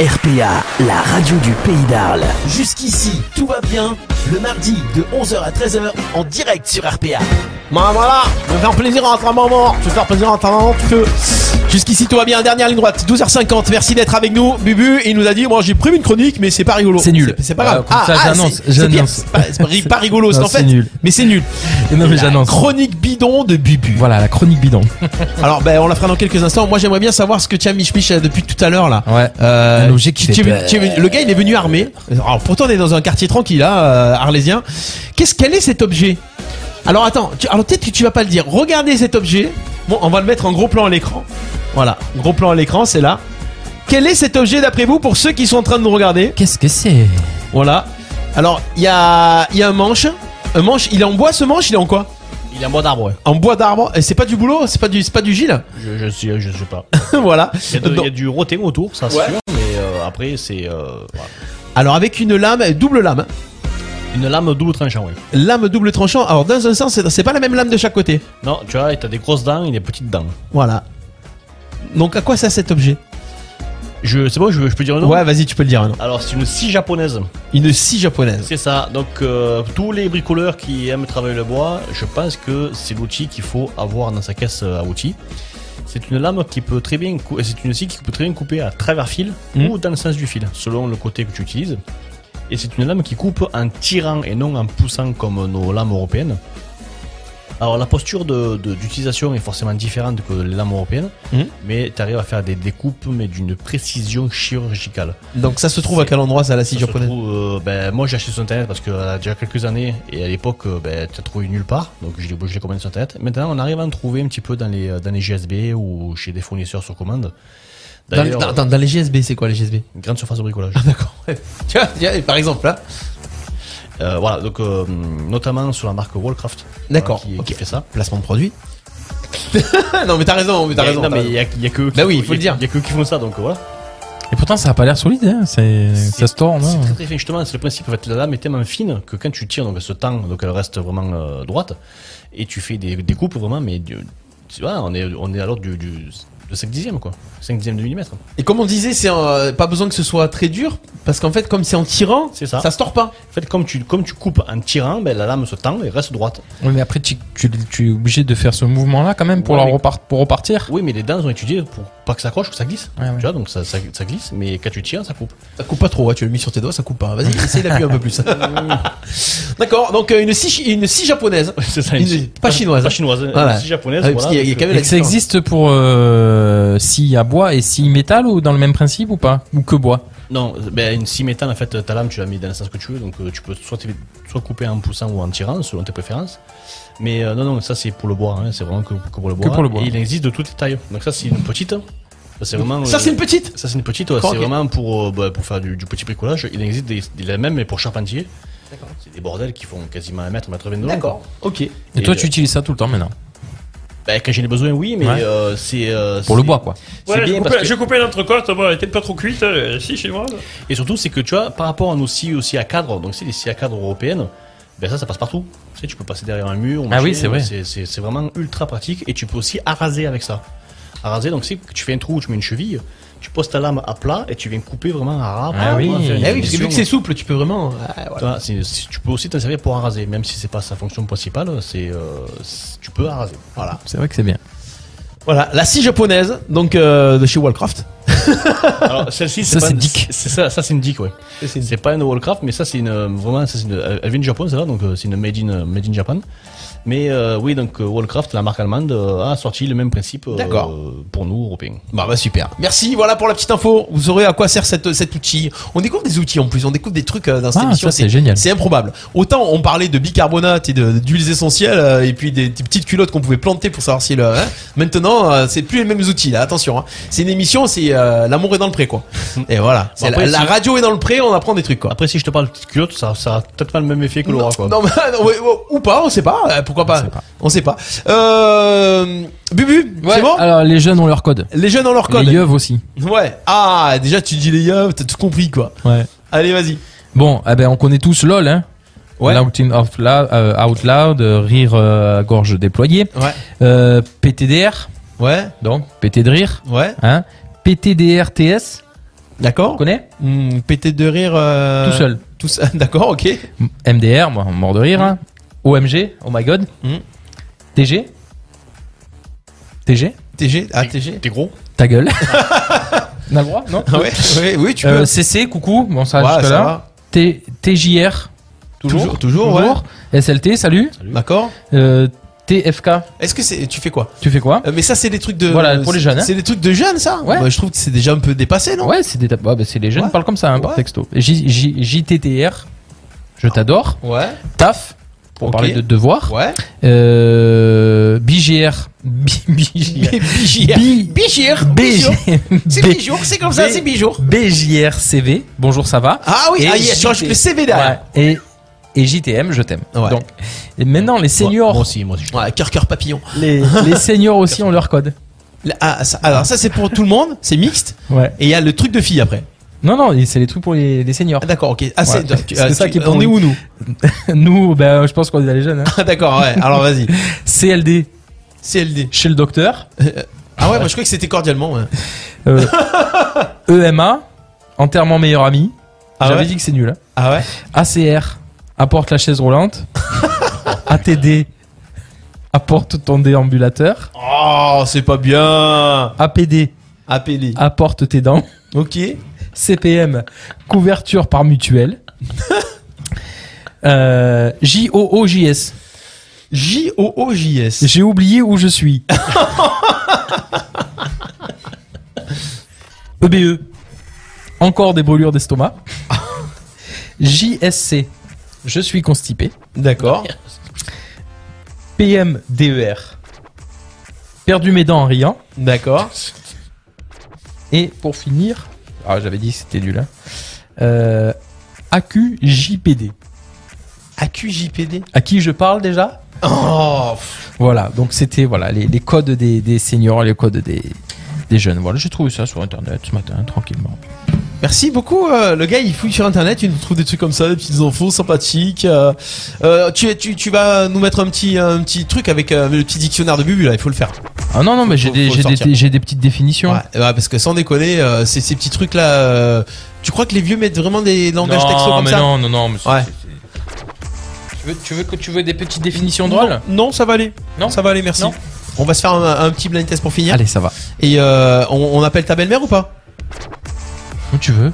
[SPEAKER 1] RPA, la radio du pays d'Arles. Jusqu'ici, tout va bien. Le mardi de 11h à 13h en direct sur RPA.
[SPEAKER 3] Bah voilà, je vais faire plaisir à ta maman. Je vais faire plaisir à ta maman, tu peux. Jusqu'ici, tout va bien. Dernière ligne droite, 12h50. Merci d'être avec nous. Bubu, il nous a dit Moi, j'ai prévu une chronique, mais c'est pas rigolo.
[SPEAKER 4] C'est nul.
[SPEAKER 3] C'est, c'est pas
[SPEAKER 4] Euh,
[SPEAKER 3] grave. Ah,
[SPEAKER 4] comme ça, j'annonce,
[SPEAKER 3] c'est- c'est
[SPEAKER 4] j'annonce.
[SPEAKER 3] bien, C'est pas, c'est pas ri- pas rigolo, c'est
[SPEAKER 4] Non,
[SPEAKER 3] en
[SPEAKER 4] c'est
[SPEAKER 3] fait.
[SPEAKER 4] nul.
[SPEAKER 3] Mais c'est nul.
[SPEAKER 4] Non, mais
[SPEAKER 3] La
[SPEAKER 4] j'annonce.
[SPEAKER 3] Chronique bidon de Bubu.
[SPEAKER 4] Voilà, la chronique bidon.
[SPEAKER 3] Alors, ben, on la fera dans quelques instants. Moi, j'aimerais bien savoir ce que tient Mich Mich euh, depuis tout à l'heure là.
[SPEAKER 4] Ouais.
[SPEAKER 3] Euh,
[SPEAKER 4] Un objet qui
[SPEAKER 3] tu-
[SPEAKER 4] fait
[SPEAKER 3] tu es-
[SPEAKER 4] peur.
[SPEAKER 3] tu es venu- le gars, il est venu armé. Alors, pourtant, on est dans un quartier tranquille, là, euh, arlésien. Qu'est-ce qu'elle est cet objet Alors, attends. tu- alors, peut-être que tu vas pas le dire. Regardez cet objet. Bon, on va le mettre en gros plan à l'écran. Voilà, gros plan à l'écran, c'est là. Quel est cet objet d'après vous pour ceux qui sont en train de nous regarder
[SPEAKER 4] Qu'est-ce que c'est
[SPEAKER 3] Voilà. Alors, il y a, il y a un manche. Un manche. Il est en bois, ce manche. Il est en quoi
[SPEAKER 5] Il est en bois d'arbre, ouais.
[SPEAKER 3] En bois d'arbre. Et c'est pas du boulot. C'est pas du, c'est pas du gil.
[SPEAKER 5] Je, je, sais, je sais pas.
[SPEAKER 3] voilà.
[SPEAKER 5] Il y a, de-
[SPEAKER 3] Donc-
[SPEAKER 5] il y a du rotin autour, ça c'est
[SPEAKER 3] Ouais.
[SPEAKER 5] sûr, mais euh, après c'est euh, voilà.
[SPEAKER 3] Alors avec une lame, double lame, hein.
[SPEAKER 5] une lame double tranchant, ouais.
[SPEAKER 3] lame double tranchant. Alors dans un sens, c'est- c'est pas la même lame de chaque côté.
[SPEAKER 5] Non, tu vois, t'as des grosses dents et des petites dents.
[SPEAKER 3] Voilà. Donc à quoi sert cet objet
[SPEAKER 5] Je, c'est bon, je, je peux dire un nom
[SPEAKER 3] Ouais, vas-y, tu peux le dire un nom.
[SPEAKER 5] Alors, c'est une scie japonaise.
[SPEAKER 3] Une scie japonaise.
[SPEAKER 5] C'est ça. Donc, euh, tous les bricoleurs qui aiment travailler le bois, je pense que c'est l'outil qu'il faut avoir dans sa caisse euh, à outils. C'est une lame qui peut très bien, cou- c'est une scie qui peut très bien couper à travers fil
[SPEAKER 3] Mhm.
[SPEAKER 5] ou dans le sens du fil, selon le côté que tu utilises. Et c'est une lame qui coupe en tirant et non en poussant comme nos lames européennes. Alors la posture de- de- d'utilisation est forcément différente que les lames européennes,
[SPEAKER 3] Mhm.
[SPEAKER 5] mais tu arrives à faire des découpes mais d'une précision chirurgicale.
[SPEAKER 3] Donc ça se trouve à quel endroit ça la scie
[SPEAKER 5] Ça se
[SPEAKER 3] japonaise
[SPEAKER 5] trouve, euh, ben, moi j'ai acheté sur internet parce qu'il y a déjà quelques années et à l'époque euh, ben, t'as trouvé nulle part donc j'ai obligé de commander sur internet. Maintenant on arrive à en trouver un petit peu dans les, euh, dans les GSB ou chez des fournisseurs sur commande.
[SPEAKER 3] dans,
[SPEAKER 5] D'ailleurs,
[SPEAKER 3] dans- dans- dans les GSB, c'est quoi les GSB
[SPEAKER 5] une grande surface de bricolage.
[SPEAKER 3] Ah, Tu vois, tiens, par exemple
[SPEAKER 5] hein.
[SPEAKER 3] là.
[SPEAKER 5] Euh, voilà donc euh, notamment sur la marque Wallcraft.
[SPEAKER 3] D'accord,
[SPEAKER 5] Voilà, qui, qui fait ça.
[SPEAKER 3] Placement de produit. non mais t'as raison, mais t'as
[SPEAKER 5] Il y a-
[SPEAKER 3] raison.
[SPEAKER 5] non, mais
[SPEAKER 3] t'as raison.
[SPEAKER 5] il y a, il y a que eux qui
[SPEAKER 3] Bah oui,
[SPEAKER 5] font-
[SPEAKER 3] il faut le
[SPEAKER 5] il y a-
[SPEAKER 3] dire.
[SPEAKER 5] Il y a que eux qui font ça donc voilà.
[SPEAKER 4] Et pourtant, ça a pas l'air solide, hein. C'est, ça se tourne,
[SPEAKER 5] C'est
[SPEAKER 4] hein.
[SPEAKER 5] très très fin, justement, c'est le principe. En fait, la lame est tellement fine que quand tu tires, donc elle se tend, donc elle reste vraiment euh, droite, et tu fais des, des coupes vraiment, mais du- tu vois, on est, on est à l'ordre du, du, de 5 dixièmes, quoi. 5 dixièmes de millimètre.
[SPEAKER 3] Et comme on disait, c'est euh, pas besoin que ce soit très dur parce qu'en fait, comme c'est en tirant,
[SPEAKER 5] C'est ça.
[SPEAKER 3] se tord pas.
[SPEAKER 5] En fait, comme tu, comme tu coupes en tirant, ben, la lame se tend et reste droite.
[SPEAKER 4] Ouais, mais après, tu, tu- tu es obligé de faire ce mouvement-là quand même pour,
[SPEAKER 5] Ouais,
[SPEAKER 4] la
[SPEAKER 5] mais-
[SPEAKER 4] repart- pour repartir.
[SPEAKER 5] Oui, mais les dents sont étudiées pour pas que ça accroche, que ça glisse.
[SPEAKER 4] Ouais, ouais.
[SPEAKER 5] Tu vois, donc ça, ça, ça glisse, mais quand tu tires, ça coupe.
[SPEAKER 3] Ça coupe pas trop. ouais, tu l'as mis sur tes doigts, ça coupe pas. Vas-y, essaye d'appuyer un peu plus. D'accord. Donc euh, une scie, une scie japonaise.
[SPEAKER 5] c'est ça,
[SPEAKER 3] Une- pas Ah, chinoise.
[SPEAKER 5] Pas chinoise, hein,
[SPEAKER 3] Voilà.
[SPEAKER 5] une scie japonaise.
[SPEAKER 3] Ah oui, parce
[SPEAKER 5] voilà,
[SPEAKER 3] qu'il y a- il y a
[SPEAKER 5] donc,
[SPEAKER 3] quand même
[SPEAKER 5] euh,
[SPEAKER 3] la
[SPEAKER 4] Et que ça
[SPEAKER 3] différence.
[SPEAKER 4] existe pour euh, scie à bois et scie métal ou dans le même principe ou pas Ou que bois
[SPEAKER 5] Non, ben, une scie métal, en fait, ta lame, tu l'as mis dans le sens que tu veux, donc euh, tu peux soit, t'é- soit couper en poussant ou en tirant, selon tes préférences. Mais euh, non, non, ça c'est pour le bois, hein, c'est vraiment que, que pour le bois.
[SPEAKER 4] pour le bois.
[SPEAKER 5] Et il existe de toutes les tailles. Donc ça c'est une petite. Ça c'est vraiment.
[SPEAKER 3] Ça
[SPEAKER 5] euh,
[SPEAKER 3] c'est une petite.
[SPEAKER 5] ça, c'est une petite, ouais,
[SPEAKER 3] D'accord,
[SPEAKER 5] c'est
[SPEAKER 3] ok.
[SPEAKER 5] vraiment pour, euh, bah, pour faire du, du petit bricolage. Il existe des, des- la même, mais pour charpentier. C'est des bordels qui font quasiment 1 mètre, 1 mètre 22.
[SPEAKER 3] D'accord. Ok.
[SPEAKER 4] Et,
[SPEAKER 5] Et euh,
[SPEAKER 4] toi,
[SPEAKER 5] le-
[SPEAKER 4] tu utilises ça tout le temps maintenant
[SPEAKER 5] Bah, quand j'ai les besoins, oui, mais
[SPEAKER 4] Ouais.
[SPEAKER 5] euh, c'est. euh,
[SPEAKER 4] Pour le
[SPEAKER 5] c'est-
[SPEAKER 4] bois, quoi.
[SPEAKER 5] C'est
[SPEAKER 21] Voilà, je
[SPEAKER 5] bien
[SPEAKER 21] coupais,
[SPEAKER 5] parce que-
[SPEAKER 21] je coupais l'entrecôte, bon, elle était pas trop cuite, euh, si chez moi. là.
[SPEAKER 5] Et surtout, c'est que tu vois, par rapport à nos scies aussi à cadre, donc c'est les scies à cadre européennes, ben ça, ça passe partout. Tu sais, tu peux passer derrière un mur.
[SPEAKER 4] Ah oui,
[SPEAKER 5] machin,
[SPEAKER 4] c'est vrai.
[SPEAKER 5] C'est, c'est- c'est vraiment ultra pratique et tu peux aussi araser avec ça. Araser, donc c'est que tu fais un trou, tu mets une cheville, tu poses ta lame à plat et tu viens couper vraiment à ras. pour
[SPEAKER 4] Ah
[SPEAKER 5] vraiment
[SPEAKER 4] oui.
[SPEAKER 5] faire une
[SPEAKER 3] Eh oui, parce que
[SPEAKER 5] finition.
[SPEAKER 3] vu que c'est souple, tu peux vraiment. ah,
[SPEAKER 5] Tu
[SPEAKER 3] voilà.
[SPEAKER 5] vois, c'est- c'est- tu peux aussi t'en servir pour araser, même si c'est pas sa fonction principale, c'est, euh, c'est- tu peux araser. Voilà.
[SPEAKER 4] C'est vrai que c'est bien.
[SPEAKER 3] Voilà, la scie japonaise, donc euh, de chez Wallcraft.
[SPEAKER 5] Alors celle-ci,
[SPEAKER 4] Ça,
[SPEAKER 5] pas
[SPEAKER 4] c'est
[SPEAKER 5] une-
[SPEAKER 4] Dick.
[SPEAKER 5] C'est ça, ça c'est une dick, ouais. C'est pas une Wallcraft, mais ça c'est une euh, vraiment, ça, c'est une, elle elle vient du Japon, celle-là, donc euh, c'est une made in euh, made in Japan. Mais euh, oui, donc euh, Wallcraft, la marque allemande, euh, a sorti le même principe euh,
[SPEAKER 3] D'accord.
[SPEAKER 5] pour nous Européens.
[SPEAKER 3] Bah, bah super. Merci, voilà pour la petite info. Vous saurez à quoi sert cette, cet outil. On découvre des outils en plus, on découvre des trucs euh, dans cette
[SPEAKER 4] Ah,
[SPEAKER 3] émission.
[SPEAKER 4] ça, c'est génial.
[SPEAKER 3] C'est improbable. Autant on parlait de bicarbonate et de- d'huiles essentielles euh, et puis des, des petites culottes qu'on pouvait planter pour savoir si le. hein. Maintenant, euh, c'est plus les mêmes outils là, attention. hein. C'est une émission, c'est euh, l'amour est dans le pré quoi. Et voilà. C'est
[SPEAKER 5] après,
[SPEAKER 3] la, la
[SPEAKER 5] si-
[SPEAKER 3] radio est dans le pré, on apprend des trucs quoi.
[SPEAKER 5] Après, si je te parle de petite culotte, ça, ça a peut-être pas le même effet que l'aura, quoi.
[SPEAKER 3] Non, mais- euh, non, ouais, ouais, ou pas, on sait pas. euh, Pourquoi pas
[SPEAKER 4] sait pas.
[SPEAKER 3] On sait pas. Euh, Bubu, c'est bon
[SPEAKER 4] Alors, les jeunes ont leur code.
[SPEAKER 3] Les jeunes ont leur code.
[SPEAKER 4] Les yeux aussi.
[SPEAKER 3] Ouais. Ah, déjà tu dis les yeux, t'as tout compris quoi.
[SPEAKER 4] Ouais.
[SPEAKER 3] Allez, vas-y.
[SPEAKER 4] Bon, eh ben, on connaît tous LOL, hein.
[SPEAKER 3] Ouais.
[SPEAKER 4] Laughing out loud, euh, out loud, euh, rire euh, à gorge déployée.
[SPEAKER 3] Ouais.
[SPEAKER 4] Euh, PTDR,
[SPEAKER 3] Ouais.
[SPEAKER 4] donc PT de rire.
[SPEAKER 3] Ouais.
[SPEAKER 4] Hein. PTDRTS, on
[SPEAKER 3] D'accord.
[SPEAKER 4] connaît
[SPEAKER 3] Hmm, pété de rire. euh,
[SPEAKER 4] Tout seul.
[SPEAKER 3] Tout seul. D'accord, Oh, ok.
[SPEAKER 4] MDR, moi, mort de rire. hein. OMG, oh my god.
[SPEAKER 3] Mm.
[SPEAKER 4] TG. TG,
[SPEAKER 3] TG. Ah, TG.
[SPEAKER 5] T'es gros
[SPEAKER 4] ta gueule. On a le droit, non
[SPEAKER 3] Ah ouais, ouais, oui, tu peux.
[SPEAKER 4] Euh, CC, coucou, bon ça
[SPEAKER 3] Ouais,
[SPEAKER 4] jusque
[SPEAKER 3] ça
[SPEAKER 4] là.
[SPEAKER 3] va.
[SPEAKER 4] T- TJR,
[SPEAKER 3] Toujours, toujours, ouais.
[SPEAKER 4] SLT, salut.
[SPEAKER 3] D'accord.
[SPEAKER 4] Euh, TFK,
[SPEAKER 3] Est-ce que c'est, tu fais quoi
[SPEAKER 4] tu fais quoi
[SPEAKER 3] Euh, Mais ça, c'est des trucs de.
[SPEAKER 4] Voilà, pour les jeunes, hein.
[SPEAKER 3] C'est des trucs de jeunes, ça.
[SPEAKER 4] Ouais.
[SPEAKER 3] Bah, je trouve que c'est déjà un peu dépassé, non
[SPEAKER 4] Ouais, c'est des tapes. c'est les jeunes
[SPEAKER 3] Ouais.
[SPEAKER 4] parlent comme ça hein, par
[SPEAKER 3] Ouais.
[SPEAKER 4] texto. J- J- JTTR, je t'adore.
[SPEAKER 3] Ouais.
[SPEAKER 4] TAF, pour
[SPEAKER 3] Ok.
[SPEAKER 4] parler de devoir.
[SPEAKER 3] Ouais.
[SPEAKER 4] Euh, BGR, B- BGR,
[SPEAKER 3] Bichir.
[SPEAKER 4] B-
[SPEAKER 3] Bichir.
[SPEAKER 4] BG-
[SPEAKER 3] C'est
[SPEAKER 4] B-
[SPEAKER 3] bijour, c'est comme ça,
[SPEAKER 4] B-
[SPEAKER 3] c'est bijour.
[SPEAKER 4] BJRCV, bonjour, ça va.
[SPEAKER 3] Ah oui,
[SPEAKER 4] Et
[SPEAKER 3] ah, il y a- tu
[SPEAKER 4] JT.
[SPEAKER 3] rajoutes le CV derrière.
[SPEAKER 4] Ouais. Et, et JTM, je t'aime.
[SPEAKER 3] Ouais.
[SPEAKER 4] Donc, et maintenant, les
[SPEAKER 5] Moi, moi
[SPEAKER 4] seniors,
[SPEAKER 5] aussi, moi aussi.
[SPEAKER 3] Ouais, cœur, cœur, papillon.
[SPEAKER 4] les, les seniors aussi ont leur code.
[SPEAKER 3] Là, ah, ça- alors, ça, c'est pour tout le monde, c'est mixte.
[SPEAKER 4] Ouais.
[SPEAKER 3] Et il y a le truc de fille après.
[SPEAKER 4] Non, non, et c'est les trucs pour les, les seniors.
[SPEAKER 3] Ah, d'accord, ok. Ah, c'est,
[SPEAKER 4] Ouais.
[SPEAKER 3] tu-
[SPEAKER 4] C'est
[SPEAKER 3] ah,
[SPEAKER 4] ça
[SPEAKER 3] tu-
[SPEAKER 4] qui est
[SPEAKER 3] On
[SPEAKER 4] pour
[SPEAKER 3] est
[SPEAKER 4] nous.
[SPEAKER 3] où nous
[SPEAKER 4] Nous, ben, je pense qu'on est les jeunes. hein.
[SPEAKER 3] Ah, d'accord, ouais. Alors, vas-y.
[SPEAKER 4] CLD,
[SPEAKER 3] CLD.
[SPEAKER 4] chez le docteur.
[SPEAKER 3] Ah Ah ouais, moi je croyais que c'était cordialement. ouais.
[SPEAKER 4] Euh, EMA, enterrement meilleur ami.
[SPEAKER 3] Ah
[SPEAKER 4] J'avais
[SPEAKER 3] ouais
[SPEAKER 4] dit que c'est nul. hein.
[SPEAKER 3] Ah ouais
[SPEAKER 4] ACR, apporte la chaise roulante. ATD, apporte ton déambulateur.
[SPEAKER 3] Oh, c'est pas bien.
[SPEAKER 4] APD,
[SPEAKER 3] Appelé.
[SPEAKER 4] apporte tes dents.
[SPEAKER 3] Ok.
[SPEAKER 4] CPM, couverture par mutuelle. Euh, JOOJS,
[SPEAKER 3] J-O-O-J-S.
[SPEAKER 4] j'ai oublié où je suis. EBE, E encore des brûlures d'estomac. JSC, je suis constipé.
[SPEAKER 3] D'accord.
[SPEAKER 4] PMDER, E perdu mes dents en riant.
[SPEAKER 3] D'accord.
[SPEAKER 4] Et pour finir, ah j'avais dit que c'était nul. Hein. Euh, AQJPD.
[SPEAKER 3] AQJPD.
[SPEAKER 4] À qui je parle déjà
[SPEAKER 3] Oh, pff,
[SPEAKER 4] Voilà, donc c'était voilà les, les codes des, des seniors, les codes des, des jeunes. Voilà, j'ai trouvé ça sur internet ce matin tranquillement.
[SPEAKER 3] merci beaucoup. euh, le gars, il fouille sur internet, il nous trouve des trucs comme ça, des petites infos sympathiques. euh, euh, tu, tu, tu vas nous mettre un petit, un petit truc avec euh, le petit dictionnaire de Bubu là, il faut le faire.
[SPEAKER 4] Ah non non, mais j'ai
[SPEAKER 3] faut-
[SPEAKER 4] des,
[SPEAKER 3] faut
[SPEAKER 4] j'ai
[SPEAKER 3] sortir.
[SPEAKER 4] des j'ai des petites définitions.
[SPEAKER 3] Ouais, ouais, parce que sans déconner, euh, ces, ces petits trucs là, tu crois que les vieux mettent vraiment des langages texto comme
[SPEAKER 4] mais
[SPEAKER 3] ça
[SPEAKER 4] non non non. mais c'est-
[SPEAKER 3] Ouais.
[SPEAKER 4] Tu veux, tu veux que tu veux des petites définitions drôles
[SPEAKER 3] Non, ça va aller.
[SPEAKER 4] Non.
[SPEAKER 3] ça va aller, merci.
[SPEAKER 4] Non.
[SPEAKER 3] On va se faire un, un petit blind test pour finir.
[SPEAKER 4] Allez, ça va.
[SPEAKER 3] Et euh, on, on appelle ta belle-mère ou pas
[SPEAKER 4] Où tu veux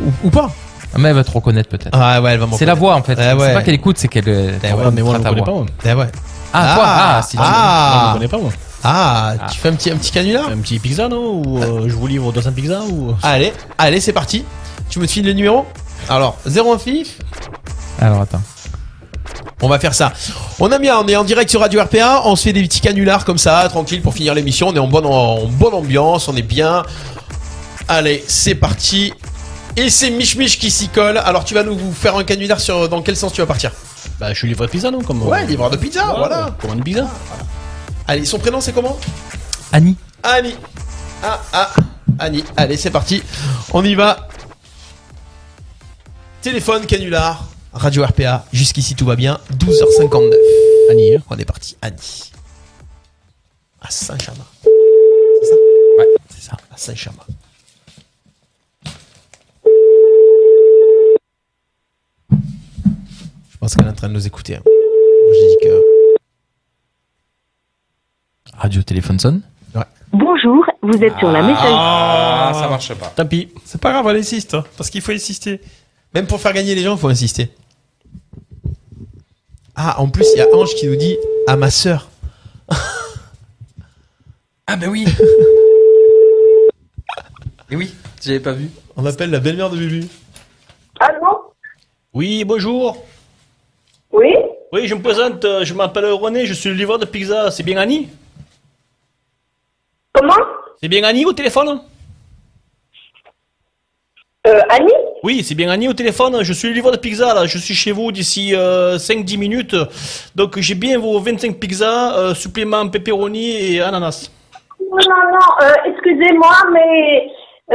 [SPEAKER 3] ou, ou pas
[SPEAKER 4] Ah, Mais elle va te reconnaître peut-être.
[SPEAKER 3] Ah ouais, elle va me
[SPEAKER 4] c'est la voix en fait.
[SPEAKER 3] Eh
[SPEAKER 4] C'est
[SPEAKER 3] ouais.
[SPEAKER 4] pas qu'elle écoute, c'est qu'elle. euh,
[SPEAKER 3] Eh ouais,
[SPEAKER 4] reconnaîtra
[SPEAKER 5] mais moi, on ne
[SPEAKER 4] ta
[SPEAKER 5] connaît
[SPEAKER 4] voix.
[SPEAKER 5] pas, moi.
[SPEAKER 3] Eh ouais.
[SPEAKER 4] Ah, toi Ah, si tu veux.
[SPEAKER 5] Ah,
[SPEAKER 3] ah,
[SPEAKER 5] on ne connaît pas, moi.
[SPEAKER 3] ah,
[SPEAKER 4] Ah.
[SPEAKER 3] tu fais un petit, un petit canular
[SPEAKER 5] Un petit pizza, non Ou euh, je vous livre 200 pizzas ou...
[SPEAKER 3] Allez, allez, c'est parti. Tu me files le numéro Alors, 01 FIF,
[SPEAKER 4] Alors attends.
[SPEAKER 3] on va faire ça. On a bien, on est en direct sur Radio RPA, on se fait des petits canulars comme ça, tranquille pour finir l'émission, on est en bonne, en bonne ambiance, on est bien. Allez, c'est parti. Et c'est Mich Mich qui s'y colle. Alors tu vas nous vous faire un canular sur dans quel sens tu vas partir
[SPEAKER 5] Bah, je suis livreur de pizza, non comme,
[SPEAKER 3] Ouais, livreur de pizza, voilà.
[SPEAKER 5] Comment une pizza
[SPEAKER 3] Allez, son prénom c'est comment
[SPEAKER 4] Annie.
[SPEAKER 3] Annie. Ah ah Annie. Allez, c'est parti. On y va. Téléphone canular. Radio RPA. Jusqu'ici tout va bien. 12h59.
[SPEAKER 5] Annie, hein.
[SPEAKER 3] On est parti. Annie. À Saint-Germain. C'est ça
[SPEAKER 4] Ouais,
[SPEAKER 3] c'est ça. À Saint-Germain. Je pense qu'elle est en train de nous écouter. hein. Moi, J'ai dit que.
[SPEAKER 4] Radio téléphone sonne.
[SPEAKER 18] Bonjour, vous êtes sur la messagerie.
[SPEAKER 4] Ah, ça marche pas.
[SPEAKER 5] Tant pis.
[SPEAKER 21] C'est pas grave, on insiste, hein, parce qu'il faut insister.
[SPEAKER 3] Même pour faire gagner les gens, il faut insister. Ah, en plus, il y a Ange qui nous dit à ma sœur.
[SPEAKER 4] Ah ben oui. Et oui, j'avais pas vu.
[SPEAKER 3] On appelle la belle-mère de Bubu.
[SPEAKER 22] Allô
[SPEAKER 5] Oui, bonjour.
[SPEAKER 22] Oui
[SPEAKER 5] Oui, je me présente, euh, je m'appelle René, je suis le livreur de pizza. C'est bien Annie
[SPEAKER 22] Comment
[SPEAKER 5] C'est bien Annie au téléphone
[SPEAKER 22] euh, Annie
[SPEAKER 5] Oui, c'est bien Annie au téléphone. Je suis le livreur de pizza, là. Je suis chez vous d'ici euh, 5-10 minutes. Donc, j'ai bien vos 25 pizzas, euh, suppléments pepperoni et ananas.
[SPEAKER 22] Non, non, non, euh, excusez-moi, mais euh,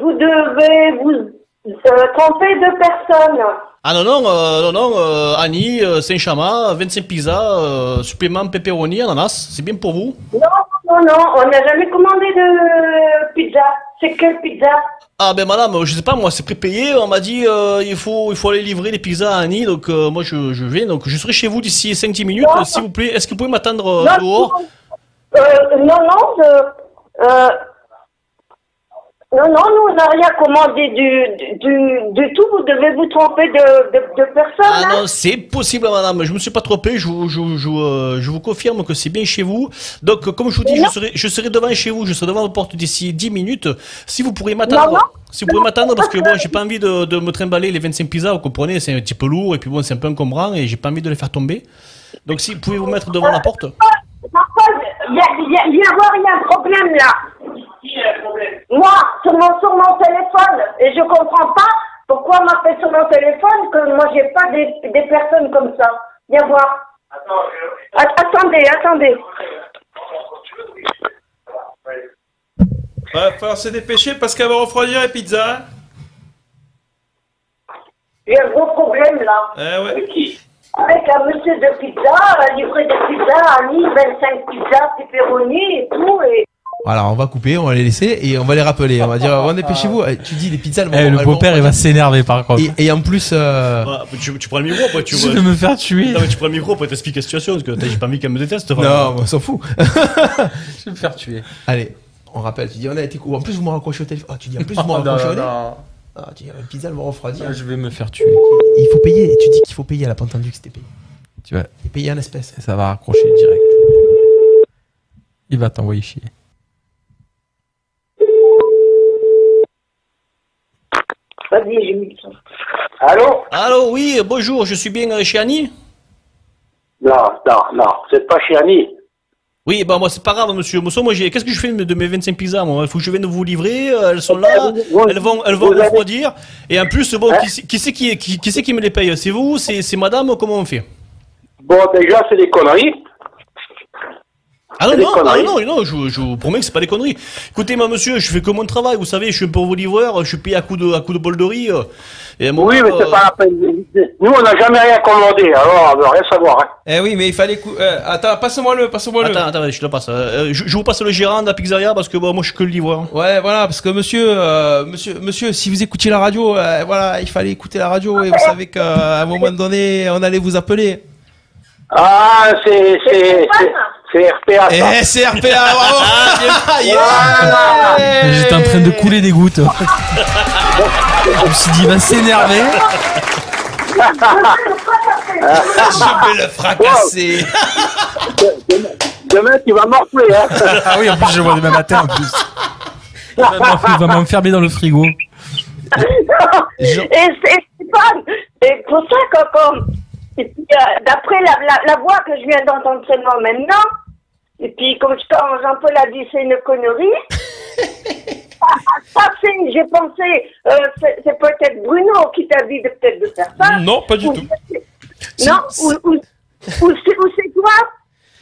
[SPEAKER 22] vous devez vous euh, tromper de personne.
[SPEAKER 5] Ah non, non, euh, non, non, euh, Annie, euh, Saint-Chama, 25 pizzas, euh, suppléments pepperoni, ananas. C'est bien pour vous
[SPEAKER 22] Non, non, non, on n'a jamais commandé de pizza. C'est quelle pizza
[SPEAKER 5] Ah ben madame, je sais pas moi, c'est prépayé, on m'a dit euh, il faut il faut aller livrer les pizzas à Annie, donc euh, moi je, je vais, donc je serai chez vous d'ici 5-10 minutes,
[SPEAKER 22] Non.
[SPEAKER 5] euh, s'il vous plaît, est-ce que vous pouvez m'attendre euh,
[SPEAKER 22] non,
[SPEAKER 5] dehors
[SPEAKER 22] non, euh, non, non, euh, euh, non, non, nous, on n'a rien commandé du, du, du tout. Vous devez vous tromper de, de, de personne.
[SPEAKER 5] Ah
[SPEAKER 22] hein.
[SPEAKER 5] non, c'est possible madame, je me suis pas trompé, je vous, je, vous- je, vous, euh, je vous confirme que c'est bien chez vous, donc euh, comme je vous dis, je
[SPEAKER 22] Non.
[SPEAKER 5] serai, je serai devant chez vous, je serai devant la porte d'ici 10 minutes, si vous pourriez
[SPEAKER 22] Non, non.
[SPEAKER 5] m'attendre, si vous pouvez
[SPEAKER 22] Non,
[SPEAKER 5] m'attendre, parce que
[SPEAKER 22] parce
[SPEAKER 5] bon,
[SPEAKER 22] que-
[SPEAKER 5] j'ai pas envie de, de me trimballer les 25 pizzas, vous comprenez, c'est un petit peu lourd, et puis bon, c'est un peu encombrant, et j'ai pas envie de les faire tomber, donc si vous pouvez vous mettre devant la porte
[SPEAKER 22] Il y, a- y a- y avoir y a un problème là. Moi, sur mon, sur mon téléphone, et je comprends pas pourquoi on m'appelle sur mon téléphone que moi j'ai pas des, des personnes comme ça. Viens voir. Att- attendez, attendez.
[SPEAKER 21] Ouais, va falloir se dépêcher parce qu'elle va refroidir hein. la pizza.
[SPEAKER 22] J'ai un gros problème là.
[SPEAKER 21] Eh ouais.
[SPEAKER 22] Avec un monsieur de pizza, à livrer des pizzas, Annie, 25 pizzas, pepperoni et tout, et
[SPEAKER 3] Voilà, on va couper, on va les laisser et on va les rappeler. On va dire, bon, dépêchez-vous. Eh, Tu dis les pizzas.
[SPEAKER 4] Eh, le beau-père, il va s'énerver par contre.
[SPEAKER 3] Et, et en plus, euh,
[SPEAKER 5] Bah, tu, tu prends le micro, après tu
[SPEAKER 4] Je vais me faire tuer.
[SPEAKER 5] Non, mais tu prends le micro, après t'expliques la situation, parce que t'as- j'ai pas envie qu'elle me déteste. enfin.
[SPEAKER 3] non, on s'en fout.
[SPEAKER 4] Je vais me faire tuer.
[SPEAKER 3] Allez, on rappelle. Tu dis, on a été coupé. En plus, vous me raccrochez au téléphone. Ah, tu dis, en plus, vous me
[SPEAKER 4] Oh,
[SPEAKER 3] raccrochez au
[SPEAKER 4] non,
[SPEAKER 3] téléphone.
[SPEAKER 4] non.
[SPEAKER 3] Ah, tu dis, la pizza, elle va refroidir.
[SPEAKER 4] Je vais me faire tuer.
[SPEAKER 3] Il faut payer. Et tu dis qu'il faut payer. Elle a pas entendu que c'était payé.
[SPEAKER 4] Tu vas,
[SPEAKER 3] Et payer en espèces.
[SPEAKER 4] ça va raccrocher direct. Il va t'envoyer chier.
[SPEAKER 22] Vas-y, j'ai mis ça.
[SPEAKER 7] Allô
[SPEAKER 5] Allô, oui, euh, bonjour, je suis bien euh, chez Annie
[SPEAKER 7] Non, non, non, c'est pas chez Annie.
[SPEAKER 5] Oui, bah moi c'est pas grave, monsieur Mousseau, moi j'ai... Qu'est-ce que je fais de mes 25 pizzas, moi Il faut que je vienne vous livrer, euh, elles sont là, elles vont, elles vont
[SPEAKER 7] vous Hein avez-
[SPEAKER 5] refroidir, et en plus, bon, qui, c'est- qui c'est qui, qui, qui c'est qui me les paye C'est vous C'est c'est madame Comment on fait
[SPEAKER 7] Bon, déjà, c'est des conneries.
[SPEAKER 5] Ah non,
[SPEAKER 7] C'est des
[SPEAKER 5] non, ah
[SPEAKER 7] conneries.
[SPEAKER 5] non, non, je, je vous promets que c'est pas des conneries. Écoutez, moi, monsieur, je fais que mon travail, vous savez, je suis un pauvre livreur, je suis payé à coup de, à coup de bol de riz. euh, Et à
[SPEAKER 7] Oui,
[SPEAKER 5] un moment,
[SPEAKER 7] mais
[SPEAKER 5] euh,
[SPEAKER 7] c'est pas la peine. Nous, on n'a jamais rien commandé, alors on veut rien savoir. hein.
[SPEAKER 6] Eh oui, mais il fallait. cou- euh, attends, passe-moi le, passe-moi le.
[SPEAKER 5] Attends, attends, je te le passe. Euh, euh, je, je vous passe le gérant de la pizzeria parce que bon, moi, je suis que le livreur.
[SPEAKER 6] Ouais, voilà, parce que monsieur, euh, monsieur, monsieur, si vous écoutiez la radio, euh, voilà, il fallait écouter la radio et vous savez qu'à un moment donné, on allait vous appeler.
[SPEAKER 7] Ah, c'est, c'est, c'est, c'est RPA, ça.
[SPEAKER 6] Eh, c'est RPA, bravo
[SPEAKER 4] Mais J'étais en train de couler des gouttes. Je me suis dit, il va s'énerver.
[SPEAKER 6] Ah, Je vais le fracasser
[SPEAKER 7] Demain, tu vas morfler, hein.
[SPEAKER 4] Ah oui, en plus, je le vois demain matin, en plus. Il va m'en- il va m'enfermer dans le frigo.
[SPEAKER 7] Et je-
[SPEAKER 22] Et c'est Stéphane, c'est pour ça que quand- et puis, euh, d'après la, la- la voix que je viens d'entendre seulement maintenant, et puis comme je- quand Jean-Paul a dit c'est une connerie, à, à ça c'est- j'ai pensé, euh, c'est c'est peut-être Bruno qui t'a dit de- peut-être de faire ça.
[SPEAKER 6] Non, pas du
[SPEAKER 22] Ou-
[SPEAKER 6] tout.
[SPEAKER 22] Non, ou, ou, ou c'est ou c'est toi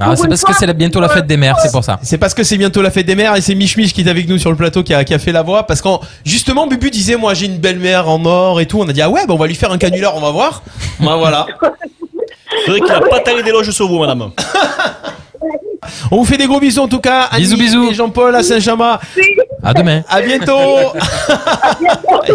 [SPEAKER 4] Ah, c'est parce que c'est la- bientôt la fête des mères, c'est pour ça.
[SPEAKER 3] C'est parce que c'est bientôt la fête des mères et c'est Mich Mich qui est avec nous sur le plateau qui a, qui a fait la voix parce qu'en justement Bubu disait moi j'ai une belle-mère en or et tout on a dit ah ouais bah, on va lui faire un canular on va voir bah voilà
[SPEAKER 5] C'est vrai qu'il a pas taillé des loges sur vous, madame.
[SPEAKER 3] on vous fait des gros bisous en tout cas
[SPEAKER 4] Bisous, bisous.
[SPEAKER 3] et Jean-Paul à Saint-Jamas
[SPEAKER 4] À demain.
[SPEAKER 3] à bientôt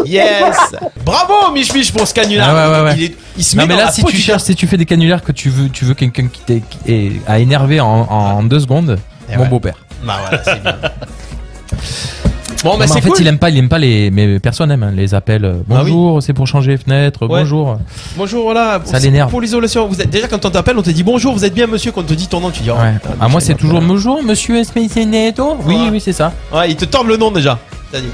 [SPEAKER 3] yes bravo Mich Mich pour ce canular
[SPEAKER 4] Ah ouais, ouais, ouais.
[SPEAKER 3] Il, est- il se met
[SPEAKER 4] Non, mais
[SPEAKER 3] dans
[SPEAKER 4] là,
[SPEAKER 3] la
[SPEAKER 4] si
[SPEAKER 3] peau
[SPEAKER 4] tu
[SPEAKER 3] du-
[SPEAKER 4] cherches, si tu fais des canulars que tu veux, tu veux quelqu'un qui t'est qui est- à énerver en, en deux secondes,
[SPEAKER 3] Eh
[SPEAKER 4] mon
[SPEAKER 3] ouais.
[SPEAKER 4] beau-père.
[SPEAKER 3] bah voilà c'est bien bon
[SPEAKER 4] Non,
[SPEAKER 3] bah
[SPEAKER 4] mais en
[SPEAKER 3] c'est
[SPEAKER 4] fait,
[SPEAKER 3] cool
[SPEAKER 4] il aime pas, il aime pas les, mais personne aime hein, les appels. euh,
[SPEAKER 3] Ah oui.
[SPEAKER 4] Bonjour, c'est pour changer les fenêtres.
[SPEAKER 3] Ouais.
[SPEAKER 4] Bonjour.
[SPEAKER 3] Bonjour, voilà.
[SPEAKER 4] Ça
[SPEAKER 3] C'est
[SPEAKER 4] l'énerve.
[SPEAKER 3] Pour l'isolation, vous êtes déjà quand on t'appelle, on te dit bonjour, vous êtes bien monsieur. Quand on te dit ton nom, tu dis. Oh,
[SPEAKER 4] Ouais.
[SPEAKER 3] putain,
[SPEAKER 4] Ah, moi,
[SPEAKER 3] je
[SPEAKER 4] c'est
[SPEAKER 3] sais
[SPEAKER 4] toujours bonjour, monsieur Esmeseneto. Oui,
[SPEAKER 3] Ouais.
[SPEAKER 4] oui, c'est ça.
[SPEAKER 3] pas. Ouais, ils te tordent le nom déjà. T'as dit.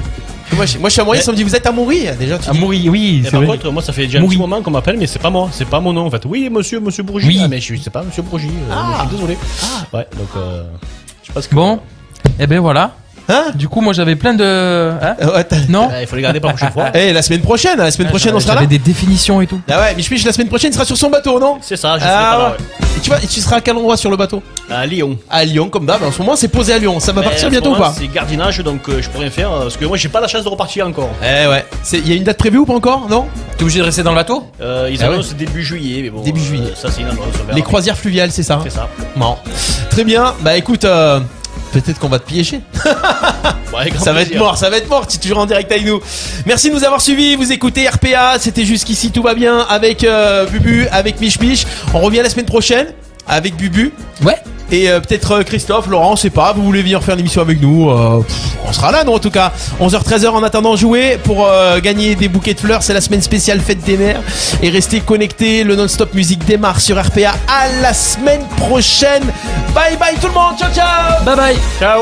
[SPEAKER 3] Moi, je, moi, je suis à Maurice, on me dit vous êtes à Maurice déjà. Tu
[SPEAKER 4] Ah,
[SPEAKER 3] dis,
[SPEAKER 4] Mouri, oui,
[SPEAKER 5] Et
[SPEAKER 4] c'est
[SPEAKER 5] Eh par
[SPEAKER 4] vrai.
[SPEAKER 5] contre, moi, ça fait déjà un
[SPEAKER 4] Mouri.
[SPEAKER 5] petit moment qu'on m'appelle, mais c'est pas moi, c'est pas mon nom en fait. Oui, monsieur, monsieur Bourgie.
[SPEAKER 4] Oui.
[SPEAKER 5] Ah, mais je suis- c'est pas monsieur Bourgie. euh,
[SPEAKER 3] Ah.
[SPEAKER 5] Je suis désolé. Ouais, donc, euh, je sais pas ce que.
[SPEAKER 4] Bon, eh ben voilà.
[SPEAKER 3] Hein
[SPEAKER 4] Du coup, moi, j'avais plein de. hein
[SPEAKER 3] Ah ouais, t'as-
[SPEAKER 4] non
[SPEAKER 5] Euh, il faut les garder pour la prochaine fois.
[SPEAKER 3] Eh, la semaine prochaine, la semaine prochaine, on sera là.
[SPEAKER 4] J'avais des définitions et tout.
[SPEAKER 3] Ah ouais, Mich Mich, la semaine prochaine, il sera sur son bateau, non
[SPEAKER 5] C'est ça, je
[SPEAKER 3] Ah
[SPEAKER 5] serai pas là,
[SPEAKER 3] ouais. Et tu, vas, et tu seras à quel endroit sur le bateau
[SPEAKER 5] ouais. À Lyon.
[SPEAKER 3] À Lyon, comme d'hab. En ce moment, c'est posé à Lyon. Ça va
[SPEAKER 5] Mais
[SPEAKER 3] partir
[SPEAKER 5] en ce
[SPEAKER 3] bientôt ou
[SPEAKER 5] moment,
[SPEAKER 3] pas
[SPEAKER 5] C'est gardinage, donc euh, je pourrais rien faire, euh, parce que moi, j'ai pas la chance de repartir encore.
[SPEAKER 3] Eh ouais. C'est- Il y a une date prévue ou pas encore Non
[SPEAKER 4] T'es obligé de rester dans le bateau
[SPEAKER 5] Euh, ils
[SPEAKER 3] Ah ouais.
[SPEAKER 5] annoncent début juillet, mais bon.
[SPEAKER 3] Début
[SPEAKER 5] euh,
[SPEAKER 3] juillet.
[SPEAKER 5] Ça, c'est une annonce. on verra.
[SPEAKER 3] Les croisières fluviales, c'est ça hein
[SPEAKER 5] C'est ça.
[SPEAKER 3] Bon. Très bien. Bah écoute, euh, peut-être qu'on va te piéger.
[SPEAKER 5] Bon, avec grand
[SPEAKER 3] Ça va être
[SPEAKER 5] plaisir.
[SPEAKER 3] mort, ça va être mort, tu es toujours en direct avec nous. Merci de nous avoir suivis, vous écoutez RPA, c'était jusqu'ici, tout va bien avec euh, Bubu, avec Mich Mich. On revient la semaine prochaine avec Bubu
[SPEAKER 4] Ouais.
[SPEAKER 3] et euh, peut-être euh, Christophe, Laurent, je sais pas, vous voulez venir faire l'émission avec nous, euh, pff, on sera là, nous en tout cas. 11h-13h en attendant jouer pour euh, gagner des bouquets de fleurs, c'est la semaine spéciale fête des mères. Et restez connectés, le non-stop musique démarre sur RPA à la semaine prochaine. Bye bye tout le monde, ciao ciao
[SPEAKER 4] Bye bye.
[SPEAKER 5] Ciao.